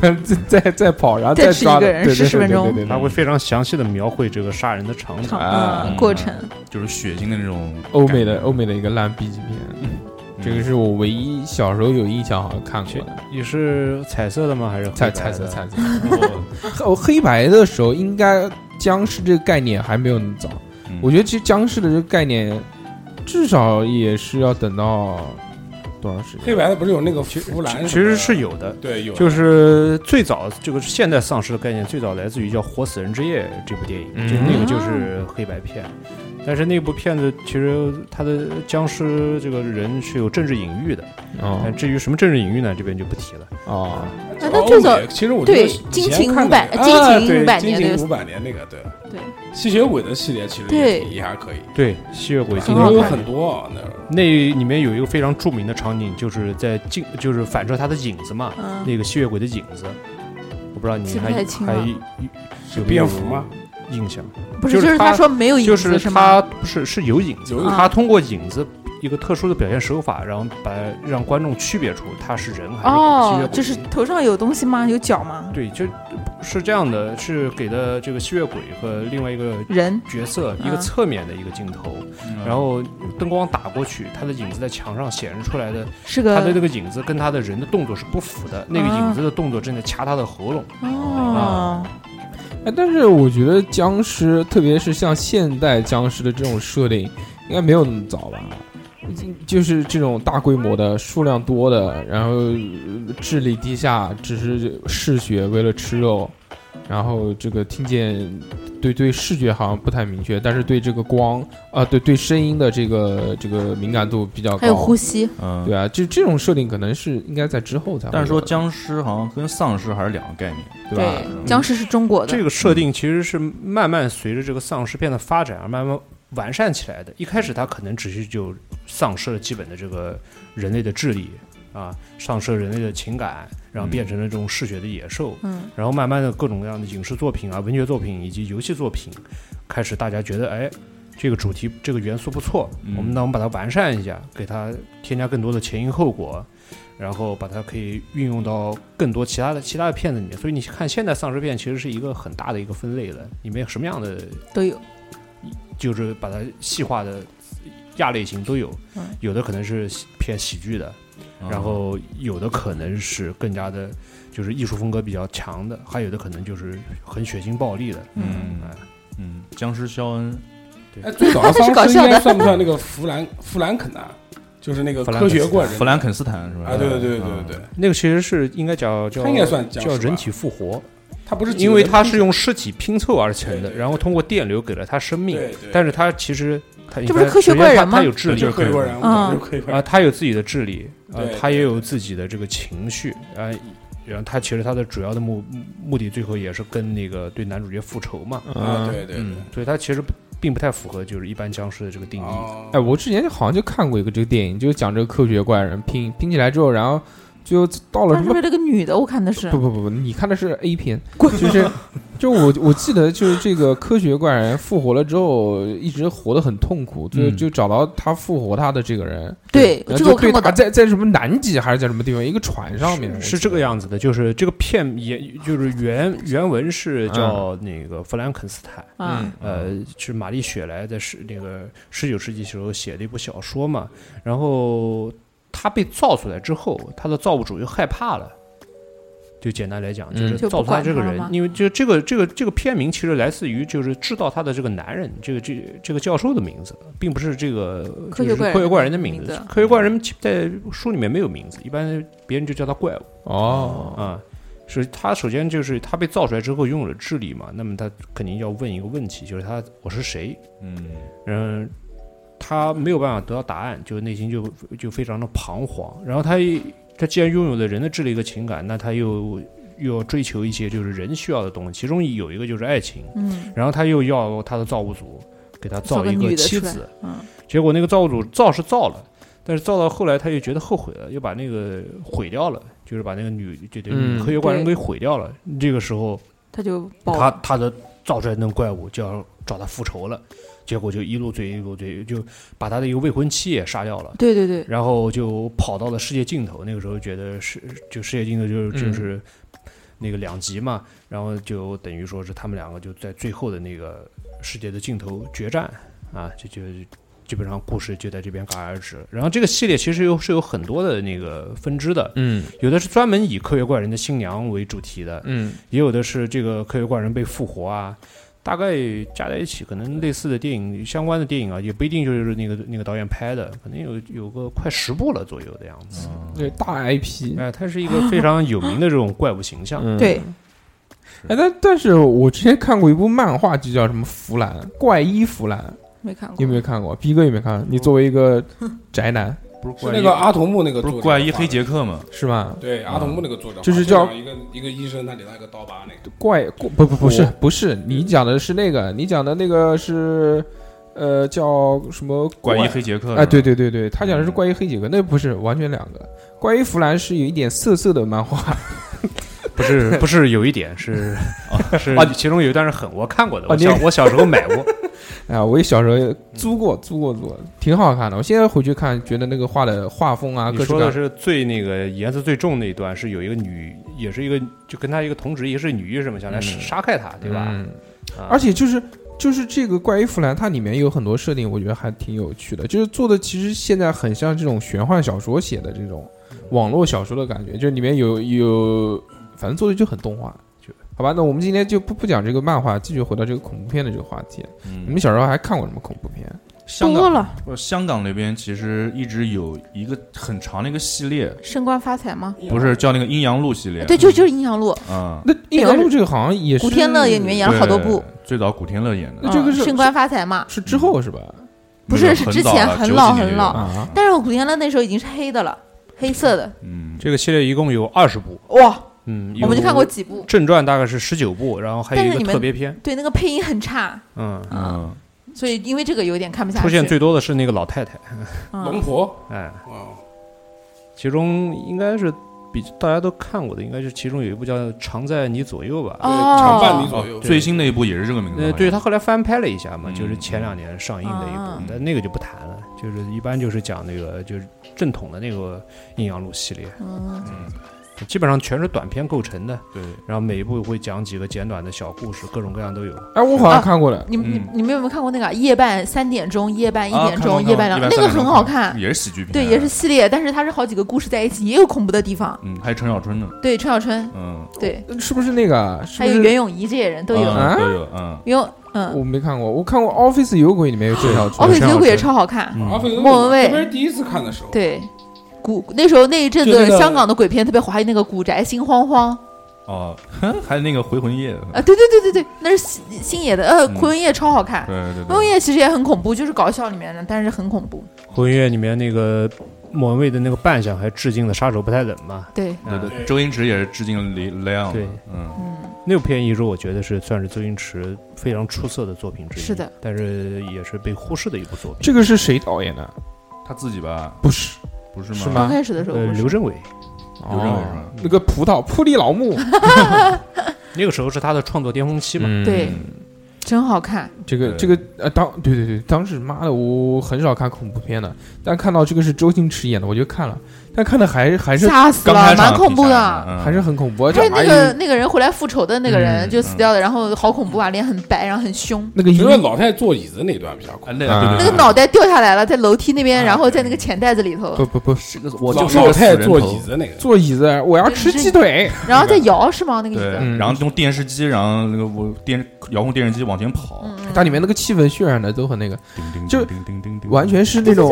[SPEAKER 6] 再再再跑，然后
[SPEAKER 8] 再吃
[SPEAKER 6] 抓
[SPEAKER 8] 一个人
[SPEAKER 6] 对对对
[SPEAKER 8] 10分钟
[SPEAKER 6] 对对对对
[SPEAKER 10] 他会非常详细的描绘这个杀人的场景。
[SPEAKER 8] 场
[SPEAKER 9] 啊
[SPEAKER 8] 嗯过程，
[SPEAKER 9] 就是血腥的那种
[SPEAKER 6] 欧美
[SPEAKER 9] 感
[SPEAKER 6] 的
[SPEAKER 9] 觉嗯
[SPEAKER 6] 欧美的一个烂 B 级片，这个是我唯一小时候有印象好像看过的。
[SPEAKER 10] 你是彩色的吗？还是
[SPEAKER 6] 彩
[SPEAKER 10] 黑白
[SPEAKER 6] 彩色
[SPEAKER 10] 的
[SPEAKER 6] 彩色，我哦黑白的时候，应该僵尸这个概念还没有那么早。
[SPEAKER 9] 嗯
[SPEAKER 6] 我觉得其实僵尸的这个概念，至少也是要等到多少时间？
[SPEAKER 2] 黑白的不是有那个弗兰什么的？
[SPEAKER 10] 其实是有的，
[SPEAKER 2] 对有，
[SPEAKER 10] 就是最早这个现代丧尸的概念，最早来自于叫《活死人之夜》这部电影，
[SPEAKER 6] 嗯
[SPEAKER 10] 就那个就是黑白片。但是那部片子其实它的僵尸这个人是有政治隐喻的，
[SPEAKER 6] 哦
[SPEAKER 10] 但至于什么政治隐喻呢，这边就不提了。
[SPEAKER 6] 哦，
[SPEAKER 8] 啊，那最早
[SPEAKER 2] 欧美其实我觉得以
[SPEAKER 8] 对
[SPEAKER 2] 前
[SPEAKER 8] 金情
[SPEAKER 2] 看
[SPEAKER 8] 五百
[SPEAKER 2] 的，
[SPEAKER 8] 金
[SPEAKER 2] 啊
[SPEAKER 8] 情
[SPEAKER 2] 对
[SPEAKER 8] 五百年
[SPEAKER 2] 金
[SPEAKER 8] 对
[SPEAKER 2] 情五百年那个对
[SPEAKER 8] 对，
[SPEAKER 2] 吸血鬼的系列其实
[SPEAKER 8] 对
[SPEAKER 2] 也也还可以，
[SPEAKER 10] 对，吸血鬼
[SPEAKER 8] 很
[SPEAKER 10] 今
[SPEAKER 8] 好
[SPEAKER 2] 有
[SPEAKER 10] 天
[SPEAKER 8] 看
[SPEAKER 2] 很多啊那种
[SPEAKER 10] 那里面有一个非常著名的场景，就是在镜，就是反射他的影子嘛，
[SPEAKER 8] 嗯
[SPEAKER 10] 那个吸血鬼的影子。我不知道你
[SPEAKER 8] 记不
[SPEAKER 10] 还
[SPEAKER 8] 太清
[SPEAKER 10] 还
[SPEAKER 8] 了
[SPEAKER 10] 有有没
[SPEAKER 2] 蝙
[SPEAKER 10] 有
[SPEAKER 2] 蝠吗？
[SPEAKER 10] 印象？
[SPEAKER 8] 不是
[SPEAKER 10] 就是
[SPEAKER 8] 就是
[SPEAKER 10] 他
[SPEAKER 8] 说没有影
[SPEAKER 10] 就
[SPEAKER 8] 子
[SPEAKER 10] 是
[SPEAKER 8] 吗？
[SPEAKER 10] 他不是是有影子
[SPEAKER 2] 有
[SPEAKER 10] 的
[SPEAKER 2] 影，
[SPEAKER 8] 子
[SPEAKER 10] 他通过影子一个特殊的表现手法，然后把让观众区别出他是人还是吸血
[SPEAKER 8] 哦
[SPEAKER 10] 鬼。，
[SPEAKER 8] 就是头上有东西吗？有脚吗？
[SPEAKER 10] 对，就是这样的，是给的这个吸血鬼和另外一个
[SPEAKER 8] 人
[SPEAKER 10] 角色
[SPEAKER 8] 嗯
[SPEAKER 10] 一个侧面的一个镜头，
[SPEAKER 9] 嗯
[SPEAKER 10] 然后灯光打过去，他的影子在墙上显示出来的，
[SPEAKER 8] 是
[SPEAKER 10] 他
[SPEAKER 8] 个
[SPEAKER 10] 的那个影子跟他的人的动作是不符的，那个
[SPEAKER 8] 啊
[SPEAKER 10] 影子的动作正在掐他的喉咙。
[SPEAKER 8] 哦，
[SPEAKER 6] 哎，但是我觉得僵尸，特别是像现代僵尸的这种设定，应该没有那么早吧？就是这种大规模的、数量多的，然后呃智力低下，只是嗜血，为了吃肉，然后这个听见对对视觉好像不太明确，但是对这个光啊、对对声音的这个这个敏感度比较
[SPEAKER 8] 还有
[SPEAKER 6] 高
[SPEAKER 8] 呼。吸，
[SPEAKER 9] 嗯
[SPEAKER 6] 对啊，就这种设定可能是应该在之后才会有的。
[SPEAKER 9] 但是说僵尸好像跟丧尸还是两个概念，
[SPEAKER 6] 对吧？
[SPEAKER 9] 嗯
[SPEAKER 8] 僵尸是中国的
[SPEAKER 10] 这，个设定其实是慢慢随着这个丧尸片的发展而慢慢完善起来的。一开始它可能只是就丧失了基本的这个人类的智力啊，丧失了人类的情感，然后变成了这种嗜血的野兽。
[SPEAKER 8] 嗯，
[SPEAKER 10] 然后慢慢的各种各样的影视作品啊、文学作品以及游戏作品，开始大家觉得哎。这个主题，这个元素不错，
[SPEAKER 9] 嗯
[SPEAKER 10] 我们那我们把它完善一下，给它添加更多的前因后果，然后把它可以运用到更多其他的其他的片子里面。所以你看，现在丧尸片其实是一个很大的一个分类的，里面什么样的
[SPEAKER 8] 都有，
[SPEAKER 10] 就是把它细化的亚类型都有，
[SPEAKER 8] 嗯
[SPEAKER 10] 有的可能是喜偏喜剧的，
[SPEAKER 9] 嗯
[SPEAKER 10] 然后有的可能是更加的，就是艺术风格比较强的，还有的可能就是很血腥暴力的。
[SPEAKER 9] 嗯
[SPEAKER 10] 哎
[SPEAKER 9] 嗯，僵尸肖恩
[SPEAKER 2] 哎，最早的
[SPEAKER 8] 是搞
[SPEAKER 2] 丧尸
[SPEAKER 8] 笑
[SPEAKER 2] 应
[SPEAKER 8] 的
[SPEAKER 2] 该算不算那个弗兰弗兰肯啊？就是那个科学怪人
[SPEAKER 9] 弗兰嗯肯斯坦是吧？
[SPEAKER 2] 啊，对对对对对对，
[SPEAKER 10] 那个其实是应该叫叫
[SPEAKER 2] 他应该算僵尸
[SPEAKER 10] 叫
[SPEAKER 2] 吧
[SPEAKER 10] 人体复活，
[SPEAKER 2] 他不是
[SPEAKER 10] 因为它是用尸体拼凑而成
[SPEAKER 2] 对
[SPEAKER 10] 的，
[SPEAKER 2] 对
[SPEAKER 10] 然后通过电流给了它生命
[SPEAKER 2] 对对，
[SPEAKER 10] 但是它其实它
[SPEAKER 8] 这不是科学怪人吗
[SPEAKER 10] 它有智
[SPEAKER 9] 对
[SPEAKER 10] 力
[SPEAKER 9] 就
[SPEAKER 2] 就是是
[SPEAKER 9] 科
[SPEAKER 2] 科学怪
[SPEAKER 9] 学怪人
[SPEAKER 2] 人，
[SPEAKER 8] 嗯
[SPEAKER 2] 我就是科学怪
[SPEAKER 10] 啊，
[SPEAKER 2] 人，
[SPEAKER 10] 他有自己的智力，啊
[SPEAKER 2] 对，
[SPEAKER 10] 他也有自己的这个情绪，啊，然后他其实他的主要的目目的最后也是跟那个对男主角复仇嘛，
[SPEAKER 2] 啊，
[SPEAKER 6] 嗯
[SPEAKER 2] 对对对
[SPEAKER 9] 嗯，
[SPEAKER 10] 所以他其实不并不太符合就是一般僵尸的这个定义。
[SPEAKER 2] 哦
[SPEAKER 6] 哎，我之前好像就看过一个这个电影，就是讲这个科学怪人拼拼起来之后，然后就到了
[SPEAKER 8] 他
[SPEAKER 6] 什
[SPEAKER 8] 是不
[SPEAKER 6] 么
[SPEAKER 8] 是？那个女的？我看的是
[SPEAKER 6] 不不不不，你看的是 A 片， 就是就我我记得就是这个科学怪人复活了之后，一直活得很痛苦，就
[SPEAKER 9] 嗯
[SPEAKER 6] 就找到他复活他的这个人，
[SPEAKER 8] 对
[SPEAKER 6] 然后
[SPEAKER 8] 这个
[SPEAKER 6] 就
[SPEAKER 8] 我看
[SPEAKER 6] 对
[SPEAKER 8] 过
[SPEAKER 6] 他
[SPEAKER 8] 的，
[SPEAKER 6] 在在什么南极还是在什么地方一个船上面
[SPEAKER 10] 是这个
[SPEAKER 6] 样，
[SPEAKER 10] 样子的，就是这个片也就是原原文是
[SPEAKER 6] 嗯
[SPEAKER 10] 叫那个弗兰肯斯坦，
[SPEAKER 8] 嗯，
[SPEAKER 10] 呃，是玛丽雪莱在十那个十九世纪时候写的一部小说嘛，然后他被造出来之后，他的造物主又害怕了。就简单来讲，就
[SPEAKER 6] 嗯
[SPEAKER 10] 是
[SPEAKER 8] 就
[SPEAKER 10] 造
[SPEAKER 8] 不
[SPEAKER 10] 出他
[SPEAKER 8] 管
[SPEAKER 10] 这个
[SPEAKER 8] 他了
[SPEAKER 10] 人
[SPEAKER 8] 吗，
[SPEAKER 10] 因为就这个这个这个片名其实来自于就是制造他的这个男人，这个这这个教授的名字，并不是这个
[SPEAKER 8] 科学
[SPEAKER 10] 就是
[SPEAKER 8] 怪人
[SPEAKER 10] 科学怪人的
[SPEAKER 8] 的
[SPEAKER 10] 名
[SPEAKER 8] 名
[SPEAKER 10] 字
[SPEAKER 8] 字。嗯
[SPEAKER 10] 科学怪人在书里面没有名字，一般别人就叫他怪物。
[SPEAKER 6] 哦，
[SPEAKER 10] 啊、是他首先就是他被造出来之后拥有了智力嘛，那么他肯定要问一个问题，就是他我是谁？
[SPEAKER 9] 嗯
[SPEAKER 10] 嗯，他没有办法得到答案，就内心就就非常的彷徨。然后他一他既然拥有了人的智力和情感，那他又又要追求一些就是人需要的东西，其中有一个就是爱情。
[SPEAKER 8] 嗯
[SPEAKER 10] 然后他又要他的造物主给他
[SPEAKER 8] 造
[SPEAKER 10] 造
[SPEAKER 8] 个
[SPEAKER 10] 一个
[SPEAKER 8] 女的
[SPEAKER 10] 妻
[SPEAKER 8] 出来
[SPEAKER 10] 子，
[SPEAKER 8] 嗯，
[SPEAKER 10] 结果那个造物主造是造了，但是造到后来他又觉得后悔了，又把那个毁掉了，就是把那个女就等
[SPEAKER 6] 嗯
[SPEAKER 10] 于科学怪人
[SPEAKER 8] 对
[SPEAKER 10] 给毁掉了。这个时候，
[SPEAKER 8] 他就
[SPEAKER 10] 他
[SPEAKER 8] 爆，
[SPEAKER 10] 他的造出来的那个怪物就要找他复仇了，结果就一路追一路追，就把他的一个未婚妻也杀掉了。
[SPEAKER 8] 对对对，
[SPEAKER 10] 然后就跑到了世界尽头。那个时候觉得是就世界尽头就是就是那个两极嘛，然后就等于说是他们两个就在最后的那个世界的尽头决战啊，就就基本上故事就在这边戛然而止。然后这个系列其实有是有很多的那个分支的，
[SPEAKER 6] 嗯
[SPEAKER 10] 有的是专门以科学怪人的新娘为主题的，
[SPEAKER 6] 嗯
[SPEAKER 10] 也有的是这个科学怪人被复活啊。大概加在一起，可能类似的电影相关的电影啊，也不一定就是那个那个导演拍的，可能有有个快十部了左右的样子。
[SPEAKER 9] 嗯
[SPEAKER 6] 对大 IP，
[SPEAKER 10] 哎，他是一个非常有名的这种怪物形 象。
[SPEAKER 6] 嗯，
[SPEAKER 8] 对，
[SPEAKER 6] 哎，但但是我之前看过一部漫画，就叫什么《弗兰怪医弗兰》，
[SPEAKER 8] 没看过。
[SPEAKER 6] 你有没有看过？逼哥有没有看过？你作为一个宅 男
[SPEAKER 9] 不是
[SPEAKER 2] 是
[SPEAKER 9] 怪
[SPEAKER 2] 那
[SPEAKER 9] 医，
[SPEAKER 2] 个阿童木那个
[SPEAKER 9] 不
[SPEAKER 2] 作者
[SPEAKER 9] 是怪医
[SPEAKER 2] 画
[SPEAKER 9] 黑
[SPEAKER 2] 的
[SPEAKER 9] 杰克吗？
[SPEAKER 6] 是吧？
[SPEAKER 2] 对阿童木那个作者
[SPEAKER 6] 就是
[SPEAKER 2] 画的
[SPEAKER 6] 叫
[SPEAKER 2] 讲一个一个医生，他脸上有个刀疤那个。
[SPEAKER 6] 怪不不不是不是，你讲的是那个，你讲的那个是呃叫什么
[SPEAKER 9] 怪医黑杰克
[SPEAKER 8] 啊
[SPEAKER 6] 哎，对
[SPEAKER 9] 对，
[SPEAKER 6] 对对对，他讲的是怪医黑杰克，那不是完全两个。怪医弗兰是有一点涩涩的漫画
[SPEAKER 10] 不是不是，有一点是是
[SPEAKER 6] 啊
[SPEAKER 10] 其中有一段是很我看过的，
[SPEAKER 6] 啊
[SPEAKER 10] 我
[SPEAKER 6] 你
[SPEAKER 10] 小我小时候买过。
[SPEAKER 6] 啊，我也小时
[SPEAKER 10] 嗯
[SPEAKER 6] 候租过租过租过，挺好看的。我现在回去看，觉得那个画的画风 啊，
[SPEAKER 10] 你
[SPEAKER 6] 各式
[SPEAKER 10] 说
[SPEAKER 6] 各
[SPEAKER 10] 的
[SPEAKER 6] 样
[SPEAKER 10] 是最那个颜色最重那一段，是有一个女，也是一个就跟他一个同职，也是女医生嘛，想来
[SPEAKER 6] 嗯
[SPEAKER 10] 杀害他，对吧？
[SPEAKER 6] 嗯
[SPEAKER 10] 啊
[SPEAKER 6] 而且就是就是这个怪医弗兰，它里面有很多设定，我觉得还挺有趣的。就是做的其实现在很像这种玄幻小说写的这种网络小说的感觉，就是里面有有，反正做的就很动画
[SPEAKER 10] 就。
[SPEAKER 6] 好吧，那我们今天就不不讲这个漫画，继续回到这个恐怖片的这个话题。你
[SPEAKER 9] 嗯
[SPEAKER 6] 们小时候还看过什么恐怖片？
[SPEAKER 9] 香
[SPEAKER 8] 啊多
[SPEAKER 9] 港
[SPEAKER 8] 了，
[SPEAKER 9] 不是香港那边其实一直有一个很长的一个系列，
[SPEAKER 8] 升官发财吗？
[SPEAKER 9] 不是叫那个阴阳路系列？
[SPEAKER 8] 啊对，就就是阴阳路，
[SPEAKER 9] 啊，
[SPEAKER 6] 那《阴阳路》这个好像也是
[SPEAKER 8] 古天乐也里面演了好多部
[SPEAKER 9] 对。，最早古天乐演的
[SPEAKER 6] 那，这个
[SPEAKER 8] 嗯
[SPEAKER 6] 是
[SPEAKER 8] 升官发财嘛。
[SPEAKER 6] 是之后是吧？
[SPEAKER 8] 不是
[SPEAKER 9] 那个
[SPEAKER 8] 是
[SPEAKER 9] 很
[SPEAKER 8] 之
[SPEAKER 9] 早
[SPEAKER 8] 前
[SPEAKER 9] 了
[SPEAKER 8] 很
[SPEAKER 9] 90
[SPEAKER 8] 老
[SPEAKER 9] 年
[SPEAKER 8] 很
[SPEAKER 9] 就有
[SPEAKER 8] 老
[SPEAKER 9] 了
[SPEAKER 6] 啊，
[SPEAKER 8] 但是我古天乐那时候已经是黑的了，黑色的，
[SPEAKER 9] 嗯，
[SPEAKER 10] 这个系列一共有二十部，
[SPEAKER 8] 哇，
[SPEAKER 10] 嗯，
[SPEAKER 8] 我们
[SPEAKER 10] 有
[SPEAKER 8] 就看过几部。
[SPEAKER 10] 正传大概是十九部，然后还有
[SPEAKER 8] 但
[SPEAKER 10] 一
[SPEAKER 8] 是你
[SPEAKER 10] 个
[SPEAKER 8] 们
[SPEAKER 10] 特别篇，
[SPEAKER 8] 对，那个配音很差，
[SPEAKER 10] 嗯，
[SPEAKER 9] 嗯，
[SPEAKER 8] 所以因为这个有点看不下去。
[SPEAKER 10] 出现最多的是那个老太太，
[SPEAKER 2] 龙
[SPEAKER 8] 嗯，
[SPEAKER 2] 婆，
[SPEAKER 10] 哎，
[SPEAKER 2] 哦，
[SPEAKER 10] 其中应该是比大家都看过的，应该是其中有一部叫《常在你左右》吧。
[SPEAKER 8] 哦
[SPEAKER 2] 长呃伴你左右，
[SPEAKER 9] 最新的一部也是这个名字好
[SPEAKER 10] 呃，
[SPEAKER 9] 像，
[SPEAKER 10] 对他后来翻拍了一下嘛，
[SPEAKER 9] 嗯
[SPEAKER 10] 就是前两年上映的一部，
[SPEAKER 8] 嗯
[SPEAKER 10] 但那个就不谈了，就是一般就是讲那个就是正统的那个阴阳路系列，
[SPEAKER 8] 嗯，
[SPEAKER 10] 基本上全是短片构成的，
[SPEAKER 9] 对，
[SPEAKER 10] 然后每一部会讲几个简短的小故事，各种各样都有。
[SPEAKER 6] 哎，我好
[SPEAKER 8] 啊
[SPEAKER 6] 像看过了。
[SPEAKER 8] 你们你
[SPEAKER 9] 嗯
[SPEAKER 8] 你们有没有看过那个夜半三点钟、夜半一
[SPEAKER 9] 啊
[SPEAKER 8] 点
[SPEAKER 9] 看
[SPEAKER 8] 钟、
[SPEAKER 9] 过
[SPEAKER 8] 夜半
[SPEAKER 9] 看
[SPEAKER 8] 两
[SPEAKER 9] 过
[SPEAKER 8] 那个
[SPEAKER 9] 130
[SPEAKER 8] 很好看？
[SPEAKER 9] 也是喜剧片，
[SPEAKER 8] 对，也是，系列，但是它是好几个故事在一起，也有恐怖的地方。
[SPEAKER 9] 嗯，还有陈小春呢，
[SPEAKER 8] 对，陈小春，
[SPEAKER 9] 嗯，
[SPEAKER 8] 对，
[SPEAKER 6] 是不是那个？啊是
[SPEAKER 8] 还
[SPEAKER 6] 不
[SPEAKER 8] 有
[SPEAKER 6] 是
[SPEAKER 8] 袁咏仪这些人都有。
[SPEAKER 9] 嗯
[SPEAKER 6] 啊
[SPEAKER 9] 都有，嗯，
[SPEAKER 8] 袁咏，嗯，
[SPEAKER 6] 我没看过，我看过《Office 有鬼》里面有这条
[SPEAKER 8] 哦，
[SPEAKER 6] 船
[SPEAKER 8] 对，
[SPEAKER 10] 陈小
[SPEAKER 8] 酒鬼也
[SPEAKER 10] 春
[SPEAKER 8] 超好看。
[SPEAKER 2] 阿飞
[SPEAKER 8] 莫文蔚
[SPEAKER 2] 那边第一次看的时候，
[SPEAKER 8] 对，古那时候那一阵
[SPEAKER 2] 就那
[SPEAKER 8] 子
[SPEAKER 2] 个
[SPEAKER 8] 香港的鬼片特别火，还有那个《古宅心慌慌》
[SPEAKER 9] 哦， 还有那个回魂夜，
[SPEAKER 8] 啊，对对对对对，那是星星爷的，呃，
[SPEAKER 9] 嗯
[SPEAKER 8] 《魂夜》超好看，
[SPEAKER 9] 对对
[SPEAKER 8] 《魂
[SPEAKER 9] 对，
[SPEAKER 8] 夜》其实也很恐怖，就是搞笑里面的，但是很恐怖。
[SPEAKER 10] 魂乐里面那个莫文蔚的那个扮相还致敬了《杀手不太冷》嘛，
[SPEAKER 8] 对，
[SPEAKER 10] 啊
[SPEAKER 9] 对对，周星驰也是致敬了雷雷昂，
[SPEAKER 10] 对，
[SPEAKER 9] 嗯，
[SPEAKER 8] 嗯，
[SPEAKER 10] 那部片一直我觉得是算是周星驰非常出色的作品之一，
[SPEAKER 8] 是的，
[SPEAKER 10] 但是也是被忽视的一部作品。
[SPEAKER 6] 这个是谁导演的？
[SPEAKER 9] 他自己吧，
[SPEAKER 6] 不是，
[SPEAKER 9] 不是
[SPEAKER 6] 是
[SPEAKER 9] 吗？
[SPEAKER 8] 刚
[SPEAKER 6] 吗？
[SPEAKER 8] 开始的时候
[SPEAKER 10] 呃，
[SPEAKER 8] 不是
[SPEAKER 10] 刘镇伟
[SPEAKER 9] 刘镇伟是
[SPEAKER 6] 哦
[SPEAKER 9] 吧，
[SPEAKER 6] 那个葡萄普利老 木，
[SPEAKER 10] 那个时候是他的创作巅峰期嘛，
[SPEAKER 6] 嗯
[SPEAKER 8] 对真好看，
[SPEAKER 6] 这个
[SPEAKER 9] 对
[SPEAKER 6] 这个呃，当对对对，当时妈的，我很少看恐怖片的，但看到这个是周星驰演的，我就看了，但看的还还是
[SPEAKER 8] 吓死
[SPEAKER 9] 刚开始
[SPEAKER 8] 了，蛮恐怖的。
[SPEAKER 9] 嗯
[SPEAKER 6] 还是很恐怖，而且
[SPEAKER 8] 他是
[SPEAKER 6] 还有
[SPEAKER 8] 那个那个人回来复仇的那个人
[SPEAKER 6] 嗯
[SPEAKER 8] 就死掉的，然后好恐怖啊，脸很白，然后很凶，
[SPEAKER 6] 那个
[SPEAKER 2] 只
[SPEAKER 6] 一
[SPEAKER 2] 有老太太坐椅子那段比较
[SPEAKER 9] 啊
[SPEAKER 2] 恐怖。
[SPEAKER 9] 那
[SPEAKER 6] 啊
[SPEAKER 9] 对
[SPEAKER 8] 那
[SPEAKER 9] 对
[SPEAKER 8] 个
[SPEAKER 9] 对
[SPEAKER 8] 脑袋掉下来了，在楼梯那边，然后在那个钱袋子里头，
[SPEAKER 6] 不不不，
[SPEAKER 9] 这个我
[SPEAKER 2] 老
[SPEAKER 9] 就是
[SPEAKER 2] 老
[SPEAKER 9] 个
[SPEAKER 2] 太
[SPEAKER 9] 死
[SPEAKER 2] 太
[SPEAKER 9] 人
[SPEAKER 2] 坐
[SPEAKER 9] 头
[SPEAKER 2] 椅子那个，
[SPEAKER 6] 坐椅子，我要吃鸡腿，
[SPEAKER 8] 然后在摇是吗？那个椅
[SPEAKER 9] 对
[SPEAKER 8] 子，
[SPEAKER 6] 嗯，
[SPEAKER 9] 然后用电视机，然后那个我电遥控电视机往前跑，
[SPEAKER 8] 嗯嗯
[SPEAKER 6] 它里面那个气氛渲染的都很那个，
[SPEAKER 9] 叮叮
[SPEAKER 6] 就
[SPEAKER 9] 叮叮叮叮，
[SPEAKER 6] 完全是那种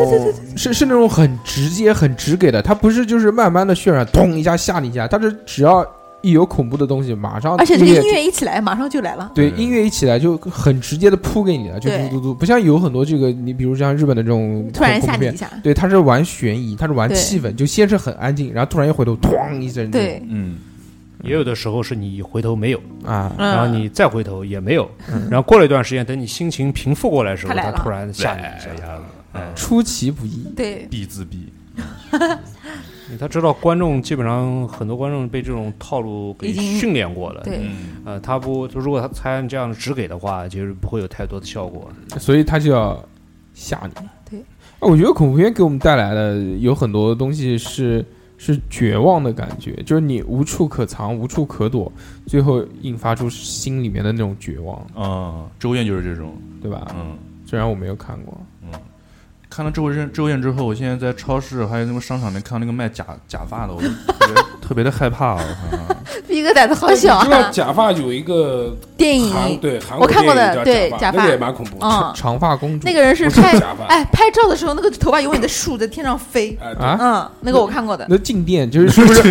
[SPEAKER 6] 是是那种很直接、很直给的，它不是就是慢慢的渲染，咚一下吓你一下，它是只要一有恐怖的东西，马上
[SPEAKER 8] 而且这个
[SPEAKER 6] 乐
[SPEAKER 8] 音乐一起来，马上就来了。
[SPEAKER 6] 对
[SPEAKER 9] 对
[SPEAKER 6] 音乐一起来就很直接的铺给你了，就
[SPEAKER 8] 对
[SPEAKER 6] 嘟嘟嘟，不像有很多这个你比如像日本的这种
[SPEAKER 8] 突然
[SPEAKER 6] 恐
[SPEAKER 8] 吓
[SPEAKER 6] 恐怖
[SPEAKER 8] 你一
[SPEAKER 6] 片，
[SPEAKER 8] 下，
[SPEAKER 6] 对，它是玩悬疑，它是玩
[SPEAKER 8] 对
[SPEAKER 6] 气氛，就先是很安静，然后突然一回头，咣一声，
[SPEAKER 8] 对，
[SPEAKER 9] 嗯，
[SPEAKER 10] 也有的时候是你回头没有，
[SPEAKER 6] 啊，
[SPEAKER 8] 嗯
[SPEAKER 10] 然后你再回头也没有，然后过了一段时间，等你心情平复过来的时候，
[SPEAKER 8] 他来
[SPEAKER 10] 他
[SPEAKER 8] 了
[SPEAKER 10] 突然吓你一下。
[SPEAKER 9] 哎呀
[SPEAKER 10] 哎
[SPEAKER 6] 出其不意，
[SPEAKER 8] 对，
[SPEAKER 9] 必自闭，
[SPEAKER 10] 他知道观众基本上很多观众被这种套路给
[SPEAKER 8] 已经
[SPEAKER 10] 训练过了，
[SPEAKER 8] 对
[SPEAKER 9] 嗯
[SPEAKER 10] 呃，他不，就如果他才按这样只给的话，其实不会有太多的效果。
[SPEAKER 6] 所以他就要吓你。
[SPEAKER 8] 对
[SPEAKER 6] 啊，我觉得恐怖片给我们带来的有很多东西是是绝望的感觉，就是你无处可藏、无处可躲，最后引发出心里面的那种绝望，
[SPEAKER 9] 啊，周燕就是这种，
[SPEAKER 6] 对吧？
[SPEAKER 9] 嗯。
[SPEAKER 6] 虽然我没有看过，
[SPEAKER 9] 看了周燕周燕之后，我现在在超市还有那个商场里面看到那个卖假假发的，我就特 别特别的害怕啊！
[SPEAKER 8] 逼哥胆子好小
[SPEAKER 2] 你知道
[SPEAKER 8] 啊！
[SPEAKER 2] 假发有一个
[SPEAKER 8] 电
[SPEAKER 2] 韩
[SPEAKER 8] 影
[SPEAKER 2] 对韩国
[SPEAKER 8] 我看过
[SPEAKER 2] 电影
[SPEAKER 8] 的
[SPEAKER 2] 叫
[SPEAKER 8] 对
[SPEAKER 2] 假
[SPEAKER 8] 假
[SPEAKER 2] 那
[SPEAKER 8] 发
[SPEAKER 2] 个也蛮恐怖的。
[SPEAKER 8] 嗯，
[SPEAKER 6] 长发公主
[SPEAKER 8] 那个人是
[SPEAKER 2] 不是
[SPEAKER 8] 拍
[SPEAKER 2] 假发
[SPEAKER 8] 哎拍照的时候，那个头发永远的竖在天上飞。
[SPEAKER 2] 哎，对
[SPEAKER 6] 啊，
[SPEAKER 8] 嗯，那个我看过的，
[SPEAKER 6] 那静电就是是不是 是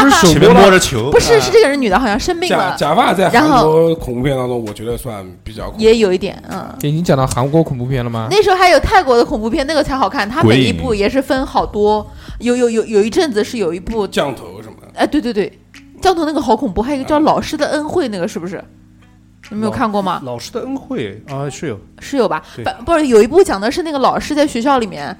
[SPEAKER 6] 不是手
[SPEAKER 9] 前面
[SPEAKER 6] 摸
[SPEAKER 9] 摸
[SPEAKER 6] 到
[SPEAKER 9] 着球，
[SPEAKER 8] 不是是这个人女的，好像生病
[SPEAKER 2] 假
[SPEAKER 8] 了，
[SPEAKER 2] 假发在
[SPEAKER 8] 然
[SPEAKER 2] 韩
[SPEAKER 8] 后
[SPEAKER 2] 国恐怖片当中，我觉得算比较恐怖。
[SPEAKER 8] 也有一点嗯。
[SPEAKER 6] 已经讲到韩国恐怖片了吗？
[SPEAKER 8] 那时候还有泰国的恐怖片，那个才好看。它
[SPEAKER 9] 鬼
[SPEAKER 8] 每一
[SPEAKER 9] 影
[SPEAKER 8] 部也是分好多，有有有有一阵子是有一部，
[SPEAKER 2] 降头什么的，
[SPEAKER 8] 哎，对对对，教头那个好恐怖，还有一个叫《老师的恩惠》，那个是不是？你们有
[SPEAKER 10] 老
[SPEAKER 8] 看过吗？
[SPEAKER 10] 老师的恩惠啊，是有
[SPEAKER 8] 是有吧？
[SPEAKER 10] 对
[SPEAKER 8] 反不是有一部讲的是那个老师在学校里面，